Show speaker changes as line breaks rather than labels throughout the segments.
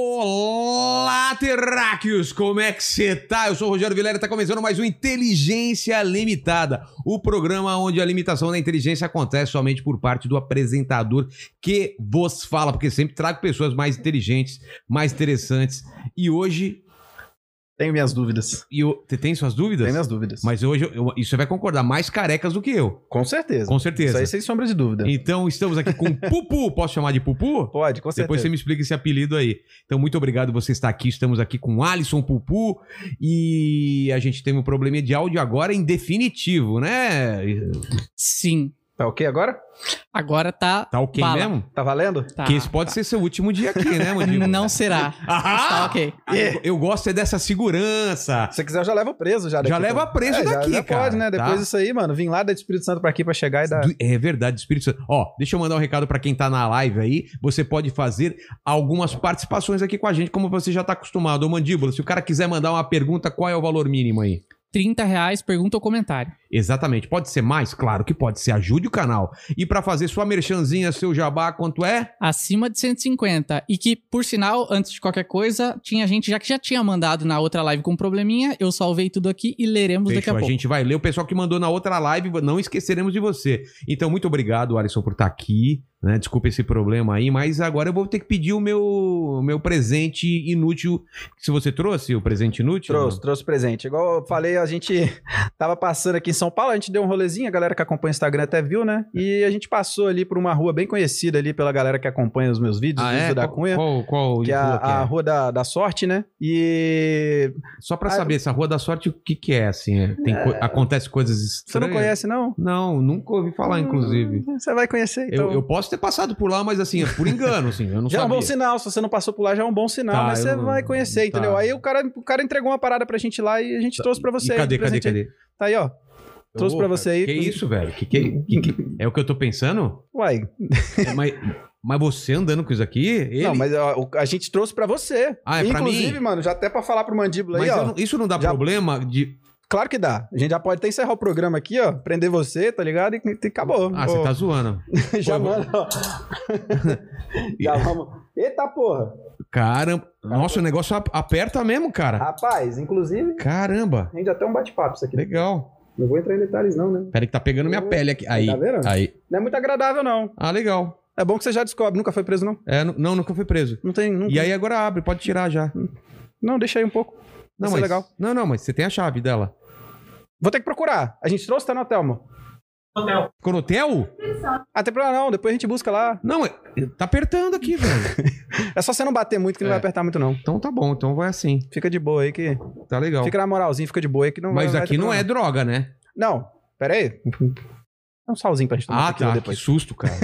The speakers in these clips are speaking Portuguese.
Olá, Terráqueos! Como é que você tá? Eu sou o Rogério Vilela e tá começando mais um Inteligência Limitada, o programa onde a limitação da inteligência acontece somente por parte do apresentador que vos fala, porque sempre trago pessoas mais inteligentes, mais interessantes. E hoje,
Tenho minhas dúvidas.
e eu- você tem suas dúvidas?
Tenho minhas dúvidas.
Mas hoje, eu- eu- e você vai concordar, mais carecas do que eu,
com certeza.
com certeza.
Isso aí sem sombra de dúvida.
Então estamos aqui com Pupu, posso chamar de Pupu?
Pode, com
Depois você me explica esse apelido aí. Então, muito obrigado você estar aqui. Estamos aqui com Alisson Pupu e a gente teve um probleminha de áudio agora em definitivo, né?
Sim.
Tá ok agora?
Agora tá.
Tá ok
Fala.
mesmo?
Tá valendo?
tá.
que esse pode ser seu último dia aqui, né, Mandinho?
Não será.
Ah!
Mas tá ok.
Eu, eu gosto é dessa segurança.
Se você quiser, eu já leva preso. Já,
Já
daqui,
leva
cara.
preso
É, já-
daqui,
já
cara.
pode,
Tá.
né? Depois disso aí, mano, vim lá da Espírito Santo pra aqui pra chegar e dar...
Du- É verdade, Espírito Santo. Ó, deixa eu mandar um recado pra quem tá na live aí. Você pode fazer algumas participações aqui com a gente, como você já tá acostumado. Ô, Mandíbula, se o cara quiser mandar uma pergunta, qual é o valor mínimo aí?
30 reais, pergunta ou comentário.
Exatamente. Pode ser mais? Claro que pode ser. Ajude o canal. E pra fazer sua merchanzinha, seu jabá, quanto é?
Acima de 150. E que, por sinal, antes de qualquer coisa, tinha gente já que já tinha mandado na outra live com um probleminha. Eu salvei tudo aqui e leremos daqui a
Fechou. A
pouco.
gente vai ler o pessoal que mandou na outra live. Não esqueceremos de você. Então, muito obrigado, Alisson, por estar aqui. né? Desculpa esse problema aí, mas agora eu vou ter que pedir o meu, meu presente inútil. Se você trouxe o presente inútil?
Trouxe, trouxe presente. Igual eu falei, a gente tava passando aqui em São Paulo, a gente deu um rolezinho, a galera que acompanha o Instagram até viu, né? E a gente passou ali por uma rua bem conhecida ali pela galera que acompanha os meus vídeos,
Ah,
vídeos
é?
do da
Qual-
Cunha.
Qual, qual
que é a,
rua que é?
a Rua da, da Sorte, né? E
Só pra
Ah,
saber, essa Rua da Sorte, o que que é, assim? É- Tem co- Acontece coisas estranhas?
você não conhece, não?
Não, nunca ouvi falar, inclusive.
Hum, Você vai conhecer, então.
Eu, eu posso ter passado por lá, mas assim, é por engano, assim, eu não
Já é um
sabia.
bom sinal, se você não passou por lá, já é um bom sinal,
Tá,
mas você
eu-
vai conhecer,
tá.
entendeu? Aí o cara, o cara entregou uma parada pra gente lá e a gente trouxe pra você.
E cadê,
aí, de
cadê,
presente aí.
cadê?
Tá aí, ó. Trouxe
Ô,
pra você aí.
Que isso, velho? Que, que- que- que- é o que eu tô pensando?
Uai,
É, mas, mas você andando com isso aqui? Ele-
não, mas ó, o- a gente trouxe pra você.
Ah, é pra
Inclusive,
mim?
mano, já até pra falar pro Mandíbula
Mas
aí, ó.
eu não- isso não dá
Já-
problema de...
Claro que dá. A gente já pode até encerrar o programa aqui, ó. Prender você, tá ligado? E, e acabou.
Ah, você
Ô,
tá zoando.
Já
Pô, eu
manda, ó. já vamos. Eita porra.
Caramba. Nossa, o negócio ap- aperta mesmo,
Ah.
cara.
Rapaz, inclusive,
Caramba.
rende até um bate-papo isso aqui.
Legal.
Não vou entrar em detalhes, não, né?
Peraí que tá pegando minha pele aqui. Aí,
Tá vendo?
aí.
Não é muito agradável, não.
Ah, legal.
É bom que você já descobre. Nunca foi preso, não?
É, nu- não, nunca fui preso.
Não tem. Não,
E aí agora abre, pode tirar já.
não deixa aí um pouco.
Não,
Hum,
mas...
Isso é legal.
Não, não, mas você tem a chave dela.
Vou ter que procurar. A gente trouxe, tá no hotel, amor.
Ficou no hotel?
Ah, tem problema não. Depois a gente busca lá.
Não, é- tá apertando aqui, velho.
É só você não bater muito que não
É.
vai apertar muito, não.
Então tá bom, então vai assim.
Fica de boa aí que.
Tá legal.
Fica na moralzinha, fica de boa aí que não
Mas
vai.
aqui não é droga, né?
Não, pera aí. É um salzinho pra gente tomar
Ah,
tequila
tá.
depois.
Que susto, cara.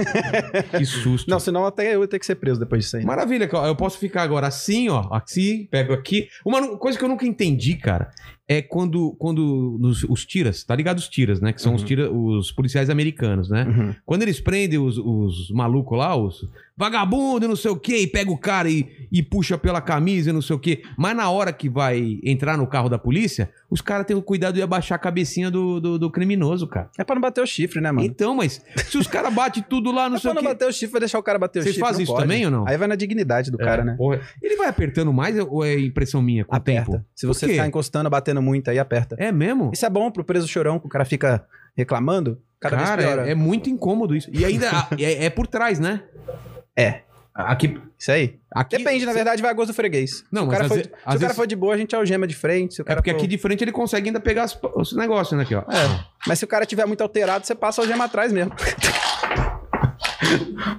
que susto.
Não, senão até eu ia ter que ser preso depois disso aí. né?
Maravilha, ó, eu posso ficar agora assim, ó, assim, pego aqui. Uma nu- coisa que eu nunca entendi, cara, é quando, quando nos- os tiras, tá ligado os tiras, né? Que são os,
Uhum.
tira, os policiais americanos, né?
Uhum.
Quando eles prendem os, os malucos lá, os vagabundo, e não sei o quê, e pega o cara e, e puxa pela camisa, e não sei o quê. Mas na hora que vai entrar no carro da polícia, os caras têm o cuidado de abaixar a cabecinha do, do, do criminoso, cara.
É pra não bater o chifre, né, mano?
Então, mas se os caras batem tudo lá, não
é
sei
pra
o
não
quê.
bater o chifre, vai deixar o cara bater o
Vocês
chifre.
fazem
não
isso
pode.
também ou não?
Aí vai na dignidade do cara,
É,
né?
porra. Ele vai apertando mais ou é impressão minha com
Aperta.
o tempo?
Se
Por
você
quê?
ficar encostando, batendo muito, aí aperta.
É mesmo?
Isso é bom pro preso chorão, que o cara fica reclamando. Cada
Cara,
vez piora.
é, é muito incômodo isso. E ainda a- é, é por trás, né?
É.
Aqui,
Isso aí.
aqui
Depende, na verdade, vai a gosto do freguês.
Não,
se o
mas
cara,
às
for,
ve-
se o
às
cara
vezes-
for de boa, a gente algema de frente. Se o
É
cara
porque
for-
aqui de frente ele consegue ainda pegar as- os negócios, né? Aqui, ó.
Mas se o cara tiver muito alterado, você passa a algema atrás mesmo.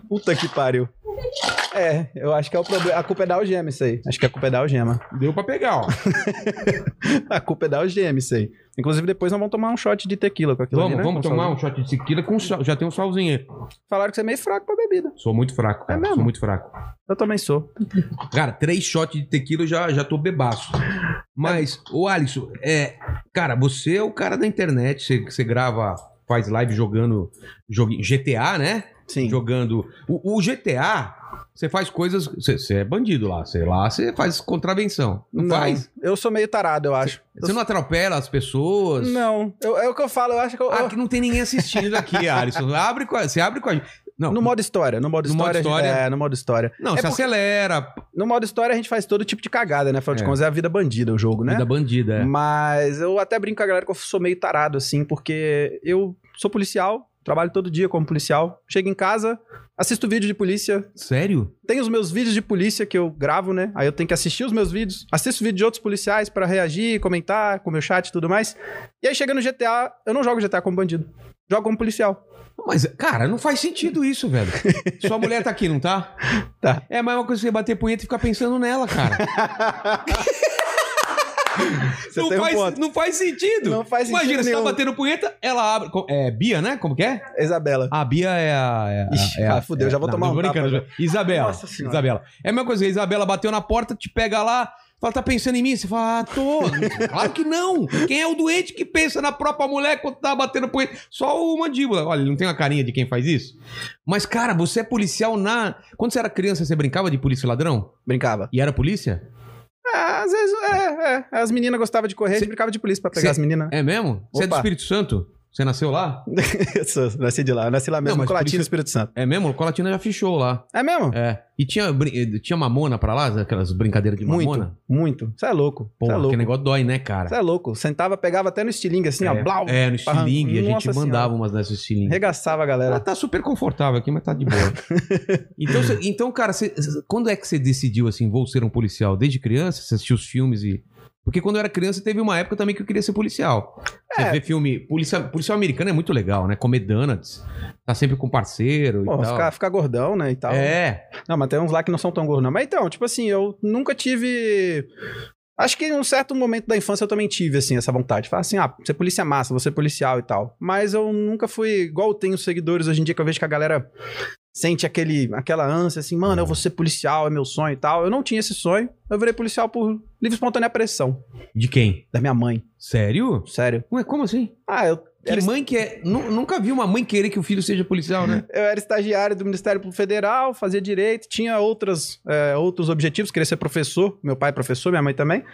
Puta que pariu. É, eu acho que é o problema. A culpa é da algema, isso aí. Acho que a culpa é da algema.
Deu pra pegar, ó.
A culpa é da algema, isso aí. Inclusive, depois nós vamos tomar um shot de tequila com aquilo
Vamos,
ali, né?
vamos
Com
tomar
salzinho.
um shot de tequila com sal. Já tem um salzinho aí.
Falaram que você é meio fraco pra bebida.
Sou muito fraco, cara.
É mesmo?
Sou muito fraco.
Eu também sou.
Cara, três shots de tequila eu já, já tô bebaço. Mas, ô Alisson, é, cara, você é o cara da internet, você, você grava, faz live jogando jogu- GTA, né?
Sim.
jogando. O, o GTA, você faz coisas. Você você é bandido lá, sei lá, você faz contravenção. Não, faz?
Eu sou meio tarado, eu acho.
Você não atropela as pessoas.
Não, eu- é o que eu falo, eu acho que eu-
Ah,
eu-
que não tem ninguém assistindo aqui, Alisson. Abre com a- você abre com a gente. Não,
no modo história, no modo
No modo
história,
história.
é, no modo história.
não
é
você
porque-
acelera.
No modo história a gente faz todo tipo de cagada, né? Afinal de
É.
contas é a vida bandida o jogo, né?
Da bandida. é.
Mas eu até brinco com a galera que eu sou meio tarado, assim, porque eu sou policial, trabalho todo dia como policial. Chego em casa, assisto vídeo de polícia,
Sério?
tenho os meus vídeos de polícia que eu gravo, né? Aí eu tenho que assistir os meus vídeos, assisto vídeo de outros policiais pra reagir, comentar com o meu chat e tudo mais. E aí chega no GTA, eu não jogo GTA como bandido, jogo como policial.
Mas, cara, não faz sentido isso, velho. Sua mulher tá aqui, não tá?
Tá.
É a mesma coisa que você bater punheta e ficar pensando nela, cara.
Você
não,
tem um
faz,
ponto.
não faz sentido.
Não faz sentido
Imagina, você tá
nenhum.
batendo punheta, ela abre. co- É Bia, né? Como que é?
Isabela.
A Bia é a. É, a-
Ixi,
é a-
ah, fudeu,
é-
já vou tomar
não, tô
um tapa
brincando. Isabela.
Nossa Senhora.
Isabela. É a mesma coisa, a Isabela bateu na porta, te pega lá, fala, tá pensando em mim? Você fala, ah, tô. claro que não. Quem é o doente que pensa na própria mulher quando tá batendo punheta? Só o mandíbula. Olha, ele não tem uma carinha de quem faz isso. Mas, cara, você é policial na. Quando você era criança, você brincava de polícia e ladrão?
Brincava.
E era polícia?
Ah, às vezes, é, é. As meninas gostavam de correr,
Cê-
e brincava de polícia pra pegar
Cê-
as meninas.
É mesmo? Você é do
Opa.
Espírito Santo? Você nasceu lá?
Eu sou- nasci de lá, eu nasci lá mesmo,
mas
Colatina
polícia-
Espírito Santo.
É mesmo? O Colatina já fichou lá.
É mesmo?
É. E tinha, brin- tinha mamona pra lá? Aquelas brincadeiras de
Muito.
mamona?
Muito. Você é louco. Você
Pô,
é
aquele
louco.
negócio dói, né, cara?
Você é louco. Sentava, pegava até no estilingue, assim, ó, blau.
É, no estilingue, a gente
Nossa
mandava umas dessas estilingue.
Regaçava
Ela
a galera.
tá super confortável aqui, mas tá de boa. então, cê- então, cara, cê- cê- quando é que você decidiu, assim, vou ser um policial? Desde criança? Você assistiu os filmes e... Porque quando eu era criança, teve uma época também que eu queria ser policial. Você
É.
vê filme... Policial, policial americano é muito legal, né? Comedanates. Tá sempre com parceiro e
Pô,
tal.
ficar, ficar gordão, né, e tal.
É.
Não, mas tem uns lá que não são tão gordos, não. Mas então, tipo assim, eu nunca tive... Acho que em um certo momento da infância eu também tive, assim, essa vontade. Falar assim, ah, você polícia é massa, você é policial e tal. Mas eu nunca fui... Igual eu tenho seguidores hoje em dia que eu vejo que a galera... Sente aquele, aquela ânsia assim, mano, eu vou ser policial, é meu sonho e tal. Eu não tinha esse sonho. Eu virei policial por livre e espontânea pressão
De quem?
da minha mãe.
Sério?
Sério.
Ué, como assim?
Ah, eu,
Que
era,
mãe que é... Nu- Nunca vi uma mãe querer que o filho seja policial, né?
eu era estagiário do Ministério Público Federal, fazia direito, tinha outras, é, outros objetivos, queria ser professor, meu pai é professor, minha mãe também.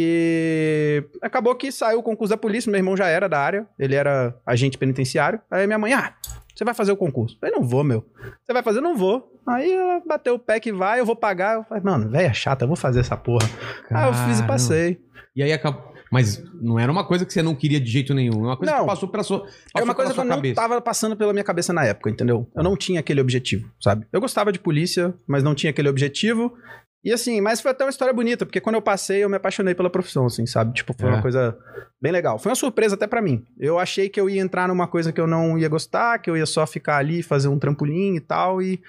E acabou que saiu o concurso da polícia, meu irmão já era da área, ele era agente penitenciário. Aí minha mãe, ah, você vai fazer o concurso? Eu falei, não vou, meu. Você vai fazer? Eu não vou. Aí ela bateu o pé que vai, eu vou pagar. Eu falei, mano, velha chata, eu vou fazer essa porra. Ah, eu fiz e
Caramba.
passei.
E aí acabou. Mas não era uma coisa que você não queria de jeito nenhum. É uma coisa
Não.
que passou pela sua, passou
É uma coisa
pela
que eu
sua
não
cabeça.
tava passando pela minha cabeça na época, entendeu? Eu não tinha aquele objetivo, sabe? Eu gostava de polícia, mas não tinha aquele objetivo. E assim, mas foi até uma história bonita, porque quando eu passei, eu me apaixonei pela profissão, assim, sabe? Tipo, foi
É.
uma coisa bem legal. Foi uma surpresa até pra mim. Eu achei que eu ia entrar numa coisa que eu não ia gostar, que eu ia só ficar ali, fazer um trampolim e tal, e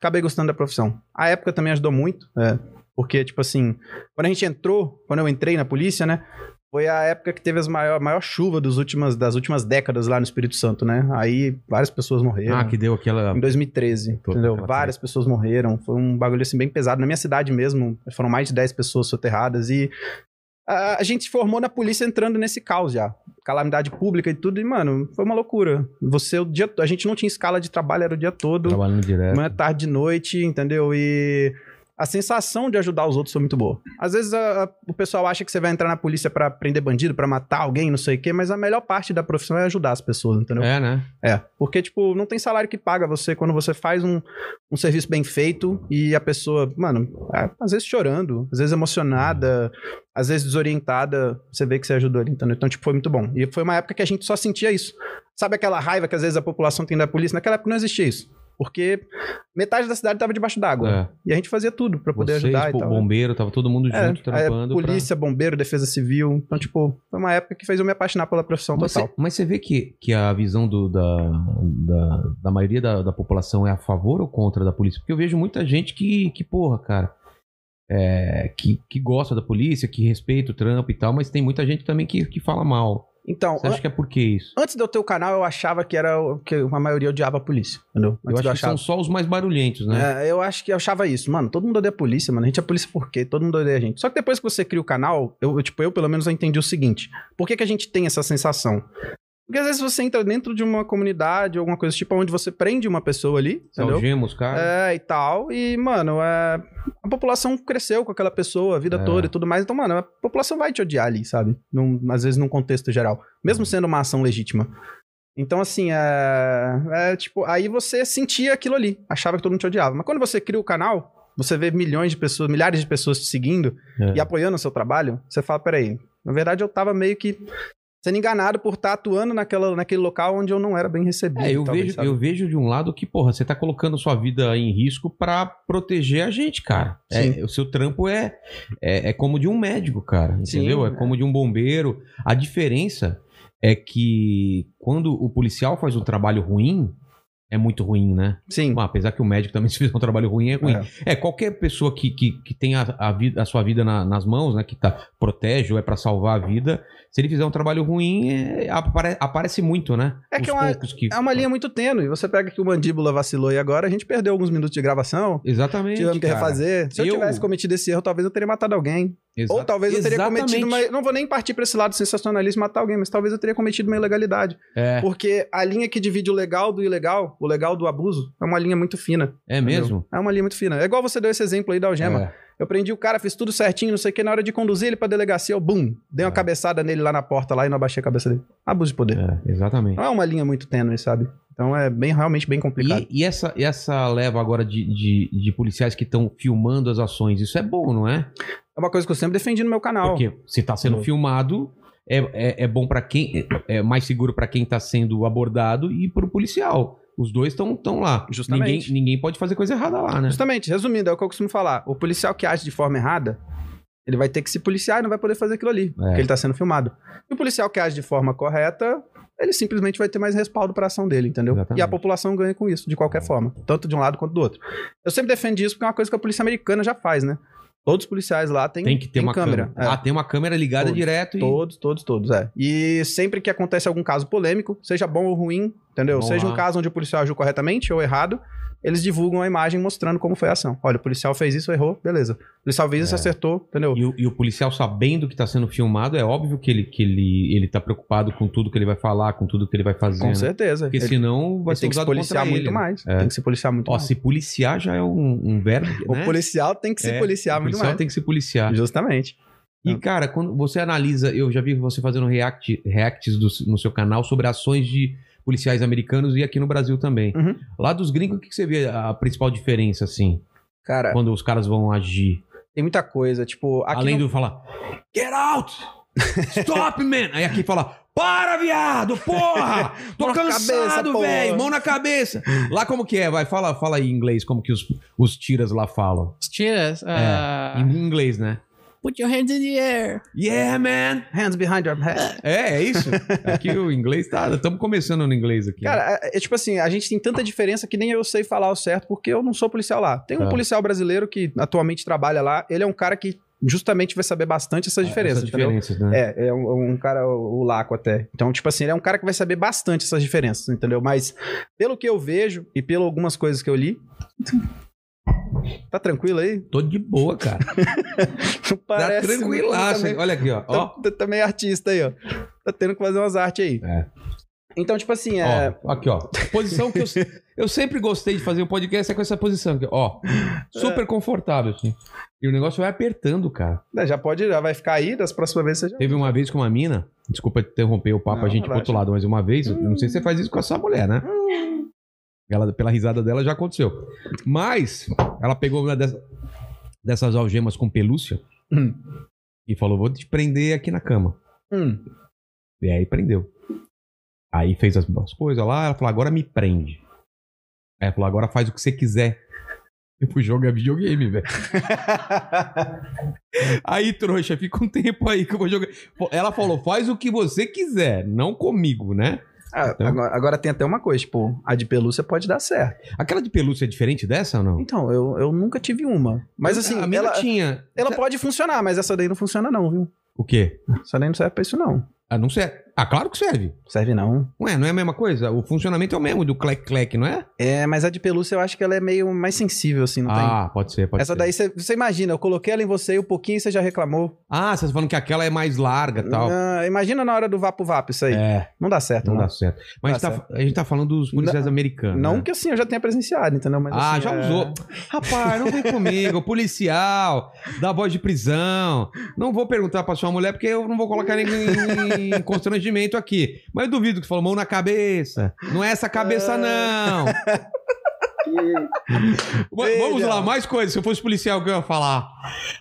acabei gostando da profissão. A época também ajudou muito, é, porque, tipo assim, quando a gente entrou, quando eu entrei na polícia, né? Foi a época que teve as maior, a maior chuva dos últimas, das últimas décadas lá no Espírito Santo, né? Aí várias pessoas morreram.
Ah, que deu aquela.
Em 2013,
Pô, tá
entendeu?
cara,
Várias pessoas morreram. Foi um bagulho assim bem pesado. Na minha cidade mesmo, foram mais de 10 pessoas soterradas. E a, a gente se formou na polícia entrando nesse caos já. Calamidade pública e tudo. E, mano, foi uma loucura. Você, o dia, a gente não tinha escala de trabalho, era o dia todo.
Trabalhando direto.
Manhã, tarde, de noite, entendeu? E a sensação de ajudar os outros foi muito boa. Às vezes a- a- o pessoal acha que você vai entrar na polícia pra prender bandido, pra matar alguém, não sei o quê, mas a melhor parte da profissão é ajudar as pessoas, entendeu?
É, né?
É. Porque, tipo, não tem salário que paga você quando você faz um, um serviço bem feito e a pessoa, mano, é, às vezes chorando, às vezes emocionada, às vezes desorientada, você vê que você ajudou ali, entendeu? Então, tipo, foi muito bom. E foi uma época que a gente só sentia isso. Sabe aquela raiva que às vezes a população tem da polícia? Naquela época não existia isso. Porque metade da cidade tava debaixo d'água.
É.
E a gente fazia tudo pra poder
Vocês,
ajudar
pô,
e tal. né?
bombeiro, tava todo mundo
É,
junto,
é,
trampando. pra-
polícia, bombeiro, defesa civil. Então, tipo, foi uma época que fez eu me apaixonar pela profissão
Mas,
total.
você, mas você vê que, que a visão do- da, da, da maioria da, da população é a favor ou contra da polícia? Porque eu vejo muita gente que, que porra, cara, é, que, que gosta da polícia, que respeita o trampo e tal, mas tem muita gente também que, que fala mal.
Então,
Você acha que é por que isso?
Antes de eu ter o canal, eu achava que era o- que a maioria odiava a polícia, entendeu? Antes
Eu acho
de
que são só os mais barulhentos, né?
É, eu acho que eu achava isso. Mano, todo mundo odeia a polícia, mano. A gente é polícia por quê? Todo mundo odeia a gente. Só que depois que você cria o canal, eu, eu, tipo, eu pelo menos eu entendi o seguinte. Por que, que a gente tem essa sensação? Porque às vezes você entra dentro de uma comunidade, alguma coisa tipo, onde você prende uma pessoa ali,
São
entendeu?
gemos, cara.
É, e tal. E, mano, é... a população cresceu com aquela pessoa a vida
É.
toda e tudo mais. Então, mano, a população vai te odiar ali, sabe? Num- às vezes num contexto geral.
Uhum.
Mesmo sendo uma ação legítima. Então, assim, é... é, Tipo, aí você sentia aquilo ali. Achava que todo mundo te odiava. Mas quando você cria o canal, você vê milhões de pessoas, milhares de pessoas te seguindo
É.
e apoiando o seu trabalho, você fala, peraí, na verdade eu tava meio que sendo enganado por estar atuando naquela, naquele local onde eu não era bem recebido.
É, eu,
talvez,
vejo,
sabe?
eu vejo de um lado que, porra, você tá colocando sua vida em risco pra proteger a gente, cara. É,
Sim.
o seu trampo é, é, é como de um médico, cara,
Sim,
entendeu? é
é.
como de um bombeiro. A diferença é que quando o policial faz um trabalho ruim, é muito ruim, né?
Sim.
Bom, apesar que o médico também, se fizer um trabalho ruim, é ruim.
É.
É, qualquer pessoa que, que, que tem a, a vida- a sua vida na- nas mãos, né? Que tá, protege ou é pra salvar a vida, se ele fizer um trabalho ruim, é, apare- aparece muito, né?
É que é uma-
poucos que-
É uma linha muito tênue. Você pega que o mandíbula vacilou e agora a gente perdeu alguns minutos de gravação.
Exatamente.
Tivemos que
cara.
refazer. Se eu,
Eu-
tivesse cometido esse erro, talvez eu teria matado alguém.
Exa-
Ou talvez eu teria
Exatamente.
cometido uma. Não vou nem partir pra esse lado sensacionalista e matar alguém, mas talvez eu teria cometido uma ilegalidade.
É,
Porque a linha que divide o legal do ilegal, o legal do abuso, é uma linha muito fina.
é
entendeu?
mesmo?
É uma linha muito fina. É igual você deu esse exemplo aí da algema.
É.
Eu prendi o cara, fiz tudo certinho, não sei o que. Na hora de conduzir ele pra delegacia, eu bum! Dei uma
É.
cabeçada nele lá na porta lá e não abaixei a cabeça dele. Abuso de poder.
É, exatamente.
Não é uma linha muito tênue, sabe? Então é bem, realmente bem complicado.
E, e essa, e essa leva agora de, de, de policiais que estão filmando as ações, isso é bom, não é?
É uma coisa que eu sempre defendi no meu canal.
Porque se tá sendo
Não.
filmado, é, é, é bom para quem. É é mais seguro para quem tá sendo abordado e pro policial. Os dois estão tão lá. Ninguém,
Justamente.
ninguém pode fazer coisa errada lá, né?
Justamente, resumindo, é o que eu costumo falar. O policial que age de forma errada, ele vai ter que se policiar e não vai poder fazer aquilo
É.
ali, porque ele tá sendo filmado. E o policial que age de forma correta, ele simplesmente vai ter mais respaldo pra ação dele, entendeu?
Exatamente.
E a população ganha com isso, de qualquer forma, tanto de um lado quanto do outro. Eu sempre defendo isso porque é uma coisa que a polícia americana já faz, né? Todos os policiais lá têm,
Tem que ter
têm
uma câmera.
É.
Ah, tem uma câmera ligada
Todos,
direto e.
Todos, todos, todos, é. E sempre que acontece algum caso polêmico, seja bom ou ruim, entendeu?
Vão
seja
lá.
um caso onde o policial agiu corretamente ou errado, eles divulgam a imagem mostrando como foi a ação. Olha, o policial fez isso, errou, beleza. O policial fez isso,
É.
acertou, entendeu?
E o, e o policial sabendo que está sendo filmado, é óbvio que ele que ele, ele tá preocupado com tudo que ele vai falar, com tudo que ele vai fazer.
Com
né?
certeza.
Porque
ele
senão vai
ele
ser
tem que se
usado
policiar
contra
muito
ele.
mais.
É.
Tem que se policiar muito
Ó,
mais.
se policiar já é um, um verbo, né?
O policial tem que se
É,
policiar
o
muito
policial
mais.
tem que se policiar.
Justamente.
E, cara, quando você analisa, eu já vi você fazendo react, reacts do- no seu canal sobre ações de policiais americanos e aqui no Brasil também.
Uhum.
Lá dos gringos, o que que você vê a principal diferença, assim,
Cara,
quando os caras vão agir?
tem muita coisa. Tipo, É. aqui
Além
no-
do falar, get out! Stop, man! Aí aqui fala, para, viado! Porra! Tô
Mão na
cansado,
cabeça, porra."
velho! Mão na cabeça! Lá como que é? Vai, fala, fala aí em inglês como que os, os tiras lá falam.
Os
É.
tiras. ah,
Em inglês, né?
Put your hands in the air.
Yeah, man!
Hands behind your head.
É, é isso. Aqui o inglês tá. Estamos começando no inglês aqui. né?
Cara, é, é tipo assim, a gente tem tanta diferença que nem eu sei falar o certo, porque eu não sou policial lá. Tem um
Tá.
policial brasileiro que atualmente trabalha lá, ele é um cara que justamente vai saber bastante essas diferenças,
Essas
entendeu?
diferenças, Ah, né?
É, é um, um cara, o, o Laco até. Então, tipo assim, ele é um cara que vai saber bastante essas diferenças, entendeu? Mas, pelo que eu vejo e pelo algumas coisas que eu li. Tá tranquilo aí?
Tô de boa, cara.
Não
Tá
parece, né?
tranquilaço.
Também-
hein? Olha aqui, ó.
Tá,
Ó,
tá meio artista aí, ó. Tá tendo que fazer umas artes aí.
É.
Então, tipo assim, é.
ó, aqui, ó. Posição que eu, se- eu sempre gostei de fazer o podcast é com essa posição aqui, ó. Super confortável, assim. E o negócio vai apertando, cara.
né, Já pode, já vai ficar aí, das próximas vezes você já.
Teve uma vez com uma mina, desculpa interromper o papo,
Não,
a gente pro
relaxa.
outro lado, mas uma vez, eu não sei se você faz isso com essa mulher, né? Ela, pela risada dela já aconteceu. Mas ela pegou uma dessa- dessas algemas com pelúcia
Hum.
e falou: vou te prender aqui na cama.
Hum.
E aí prendeu. Aí fez as, as coisas lá, ela falou, agora me prende. Aí ela falou, agora faz o que você quiser. Eu fui jogar videogame, velho. Aí, trouxa, fica um tempo aí que eu vou jogar. Pô, Ela falou, faz o que você quiser, não comigo, né?
Ah,
Então-
agora, agora tem até uma coisa, tipo, a de pelúcia pode dar certo.
Aquela de pelúcia é diferente dessa ou não?
Então, eu, eu nunca tive uma. Mas assim,
a minha
ela,
tinha.
ela pode funcionar, mas essa daí não funciona não, viu?
O quê?
Essa daí não serve pra isso não.
Ah, não sei. Ah, claro que serve.
Serve não.
Ué, não é a mesma coisa? O funcionamento é o mesmo do clec-clec, não é?
É, mas a de pelúcia eu acho que ela é meio mais sensível, assim, não tem?
ah, pode ser, pode
Essa
ser.
daí, você- você imagina, eu coloquei ela em você e um pouquinho você já reclamou.
Ah, você tá falando que aquela é mais larga e tal.
Ah, imagina na hora do vapo vapo isso aí.
É,
Não dá certo,
não
não.
dá certo. Mas
Dá
tá- a gente tá falando dos policiais americanos.
Não
né?
que assim eu já tenha presenciado, entendeu? Mas,
Ah,
assim,
já
é-
usou. Rapaz, não vem comigo. Policial, dá voz de prisão. Não vou perguntar pra sua mulher, porque eu não vou colocar ninguém em constrangimento aqui. Mas eu duvido que você falou mão na cabeça. Não é essa cabeça, não. Va- Vamos lá, mais coisas. Se eu fosse policial, o que eu ia falar?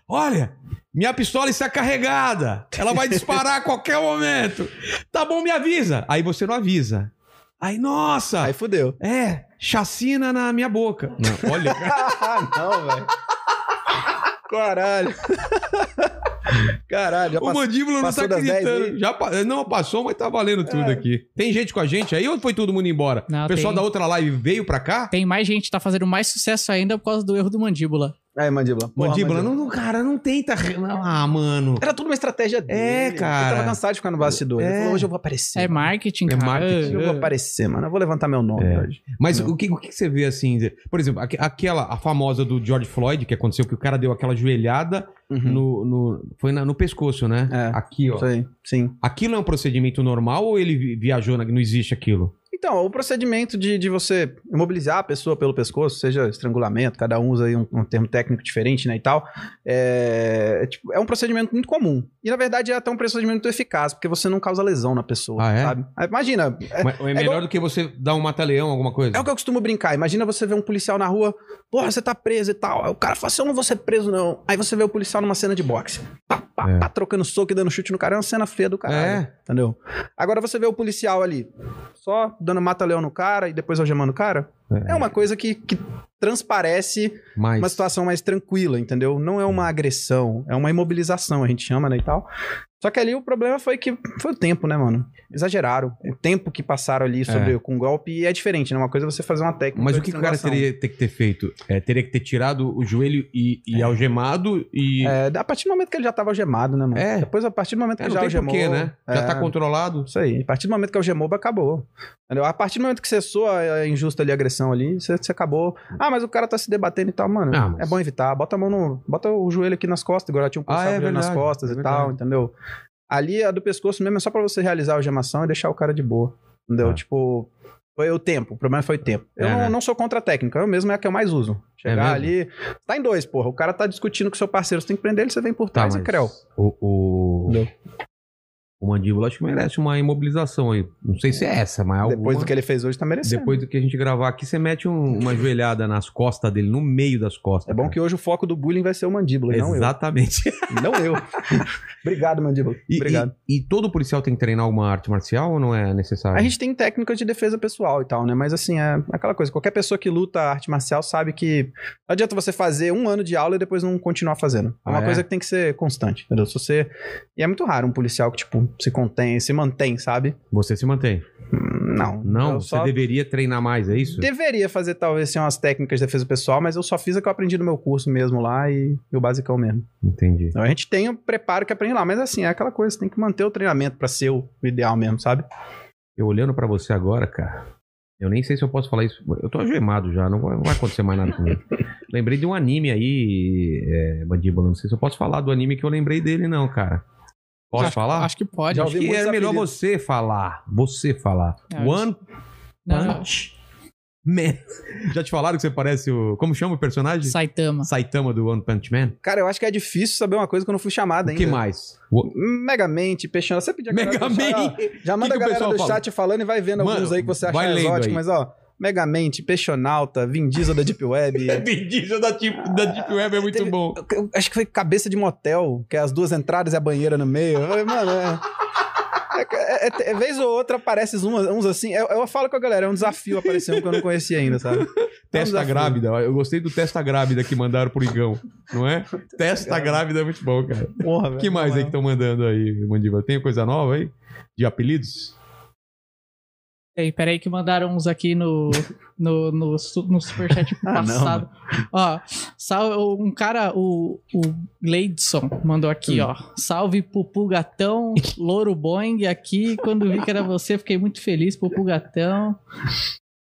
Olha, minha pistola está carregada. Ela vai disparar a qualquer momento. Tá bom, me avisa. Aí você não avisa. Aí, nossa!
Aí fudeu.
É, chacina na minha boca. Não, olha,
ah, não, velho. Caralho. Caralho, já
o
passou.
mandíbula não tá
passou das 10
acreditando.
aí? É.
Já pa- Não, passou, mas tá valendo tudo aqui. Tem gente com a gente aí ou foi todo mundo embora?
Não,
o pessoal da
tem.
outra live veio pra cá?
Tem mais gente, que tá fazendo mais sucesso ainda por causa do erro do mandíbula.
Aí, mandíbula. Porra,
mandíbula, não, não, cara, não tenta. re- não, Ah, mano.
Era tudo uma estratégia dele.
É, cara.
Eu tava cansado de ficar no bastidor.
É.
Ele falou, hoje eu vou aparecer.
É marketing,
É
cara.
marketing.
Eu vou aparecer, mano. Eu vou levantar meu nome
É.
hoje.
Mas
Não.
o que, o que você vê assim? Por exemplo, aque- aquela, a famosa do George Floyd, que aconteceu que o cara deu aquela joelhada no, no- Foi na- no pescoço, né?
Uhum. É.
Aqui, ó.
Isso aí, sim.
Aquilo é um procedimento normal ou ele vi- viajou, na- não existe aquilo?
Então, o procedimento de, de você imobilizar a pessoa pelo pescoço, seja estrangulamento, cada um usa aí um, um termo técnico diferente, né, e tal, é, é tipo- é um procedimento muito comum. E, na verdade, é até um procedimento eficaz, porque você não causa lesão na pessoa,
Ah, é?
sabe? Aí, Imagina, é,
Mas É, melhor
igual-
do que você dar um mata-leão, alguma coisa?
é o que eu costumo brincar. Imagina você ver um policial na rua, porra, você tá preso e tal. Aí o cara fala assim, eu não vou ser preso, não. Aí você vê o policial numa cena de boxe. Pá, pá,
É.
pá, trocando soco e dando chute no cara, é uma cena feia do caralho.
É.
Entendeu? Agora você vê o policial ali, só dando mata-leão no cara e depois algemando o cara. É, uma coisa que, que transparece
Mas,
uma situação mais tranquila, entendeu? Não é uma agressão, é uma imobilização, a gente chama, né, e tal. Só que ali o problema foi que foi o tempo, né, mano? Exageraram. O tempo que passaram ali sobre, com o golpe e é diferente, né? Uma coisa é você fazer uma técnica.
mas o
de
que o cara
simulação.
teria ter que ter feito? É, teria que ter tirado o joelho e, e algemado e. É,
É, a partir do momento que ele já tava algemado, né, mano?
É.
Depois, a partir do momento que ele
não
já
tem
algemou.
porquê, né? Já
É.
tá controlado.
Isso aí. A partir do momento que algemou, acabou. Entendeu? A partir do momento que cessou a a injusta ali, a agressão ali, você, você acabou. Ah, mas o cara tá se debatendo e tal, mano.
Ah, mas-
É bom evitar. Bota a mão no. Bota o joelho aqui nas costas, agora tinha um policial
Ah, é
com o joelho nas
verdade,
costas
é
e
verdade.
tal, entendeu? Ali a do pescoço mesmo é só pra você realizar a algemação e deixar o cara de boa. Entendeu?
Ah.
Tipo. Foi o tempo, o problema foi o tempo. Eu
É,
não,
né?
não sou contra a técnica, eu mesmo é a que eu mais uso. Chegar
mesmo?
ali. Tá em dois, porra. O cara tá discutindo com seu parceiro, você tem que prender ele, você vem por
Tá,
trás e creu.
O, o...
Não.
o mandíbula acho que merece uma imobilização aí. Não sei se é essa, mas alguma...
Depois do que ele fez hoje, tá merecendo.
Depois do que a gente gravar aqui, você mete um- uma joelhada nas costas dele, no meio das costas.
É bom
cara.
que hoje o foco do bullying vai ser o mandíbula, e não eu.
Exatamente.
Não eu. Obrigado, mandíbula.
E,
Obrigado.
e- e todo policial tem que treinar alguma arte marcial ou não é necessário?
A gente tem técnicas de defesa pessoal e tal, né? Mas assim, é aquela coisa. Qualquer pessoa que luta arte marcial sabe que não adianta você fazer um ano de aula e depois não continuar fazendo. É uma
Ah, é?
coisa que tem que ser constante, entendeu? Se você... E é muito raro um policial que, tipo, se contém, se mantém, sabe?
Você se mantém.
Hum, Não.
Não,
Eu
você
só
deveria treinar mais, é isso?
Deveria fazer, talvez, assim, umas técnicas de defesa pessoal, mas eu só fiz a que eu aprendi no meu curso mesmo lá e, e o basicão mesmo.
Entendi.
Então a gente tem o preparo que aprende lá, mas assim, é aquela coisa, você tem que manter o treinamento pra ser o ideal mesmo, sabe?
Eu olhando pra você agora, cara, eu nem sei se eu posso falar isso. Eu tô algemado já, não vai, não vai acontecer mais nada comigo. lembrei de um anime aí, é, Mandíbula, não sei se eu posso falar do anime que eu lembrei dele, não, cara. Posso
acho,
falar?
Acho que pode.
Já
Acho
ouvi
que
muitos
era melhor
apelidos.
você falar. Você falar.
É, eu-
One
Não, não.
Punch Man. Já te falaram que você parece o. Como chama o personagem?
Saitama.
Saitama do One Punch Man?
Cara, eu acho que é difícil saber uma coisa que eu não fui chamado
O
ainda.
que mais? O-
Megamente, Peixão, você pediu a galera do
Megamente?
chat, ó, Já
que
manda
o
a galera
pessoal
do
fala?
chat falando e vai vendo
Mano,
alguns aí que você acha
vai lendo
exótico,
aí.
mas ó, Megamente, Peixonauta, Vin Diesel da Deep Web.
Vendígio da, Deep- da Deep Web é muito
Teve-
bom.
eu- eu acho que foi Cabeça de Motel, que é as duas entradas e a banheira no meio. Eu falei, Mano, é. é- é- é- vez ou outra aparece uns, uns assim. Eu, eu falo com a galera, é um desafio aparecer um que eu não conhecia ainda, sabe?
Testa
desafio.
grávida. Eu gostei do testa grávida que mandaram pro Igão, não é? Testa grávida é muito bom, cara.
Porra,
O
velho.
que mais aí que
Não, é.
estão mandando aí, Mandiva? Tem coisa nova aí? De apelidos?
Peraí, peraí que mandaram uns aqui no, no, no, su- no superchat
Ah, não,
passado. ó, salve, um cara, o, o Gleidson, mandou aqui, ó.
Hum.
Salve Pupu Gatão, Louro Boing aqui. Quando vi que era você, fiquei muito feliz, Pupu Gatão.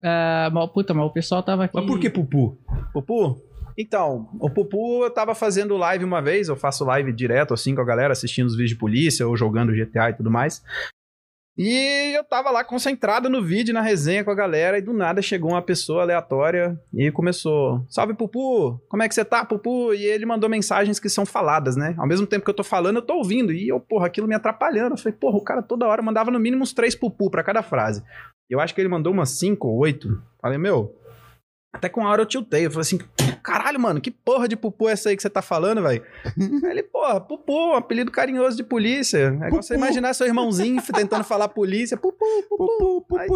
Ah, mal, puta, mas o pessoal tava aqui.
Mas por que Pupu?
Pupu? Então, o Pupu eu tava fazendo live uma vez, eu faço live direto assim com a galera, assistindo os vídeos de polícia ou jogando GTA e tudo mais. E eu tava lá concentrado no vídeo, na resenha com a galera, e do nada chegou uma pessoa aleatória e começou: Salve Pupu, como é que você tá, Pupu? E ele mandou mensagens que são faladas, né? Ao mesmo tempo que eu tô falando, eu tô ouvindo. E eu, porra, aquilo me atrapalhando. Eu falei, porra, o cara toda hora mandava no mínimo uns três Pupu pra cada frase. Eu acho que ele mandou umas cinco ou oito. Falei, meu, até com uma hora eu tiltei. Eu falei assim, caralho, mano, que porra de pupu é essa aí que você tá falando, velho? Aí Ele, porra, pupu, um apelido carinhoso de polícia. É igual você imaginar seu irmãozinho tentando falar polícia. Pupu, pupu. Ai,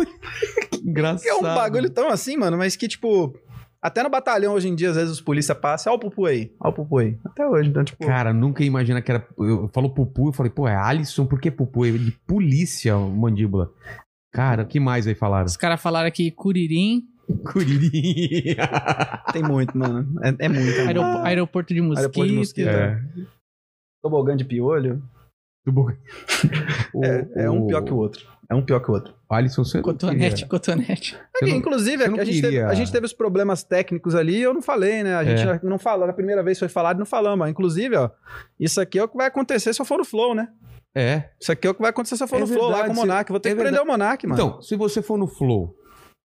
Engraçado.
que é um bagulho tão assim, mano, mas que tipo. Até no batalhão hoje em dia, às vezes os polícia passam, ó o pupu aí, ó o pupu aí. Até hoje, então, tipo.
Cara, nunca ia imaginar que era. Eu falo Pupu, eu falei, pô, é Alisson, por que Pupu? É de polícia, o mandíbula. Cara, o que mais aí falaram?
Os caras falaram aqui Curirim,
Curiri.
Tem muito, mano. É, é muito. É
aeropo-
muito.
aeroporto de mosquito.
Aeroporto de mosquito.
É.
Tobogã de piolho.
Tubo- O-
É, é um pior que o outro. É um pior que o outro.
Alisson, você não
Cotonete,
queria-
cotonete.
você não-
Inclusive, é
você não
a gente, teve,
queria- É.
a gente teve os problemas técnicos ali e eu não falei, né? A gente não falou. Na primeira vez foi falado e não falamos. Inclusive, ó, isso aqui é o que vai acontecer se eu for no Flow, né?
É.
Isso aqui é o que vai acontecer se eu for
É
no Flow lá
verdade,
com o
você-
Monark. Eu Vou ter
é
que prender o Monark, mano.
Então, se você for no Flow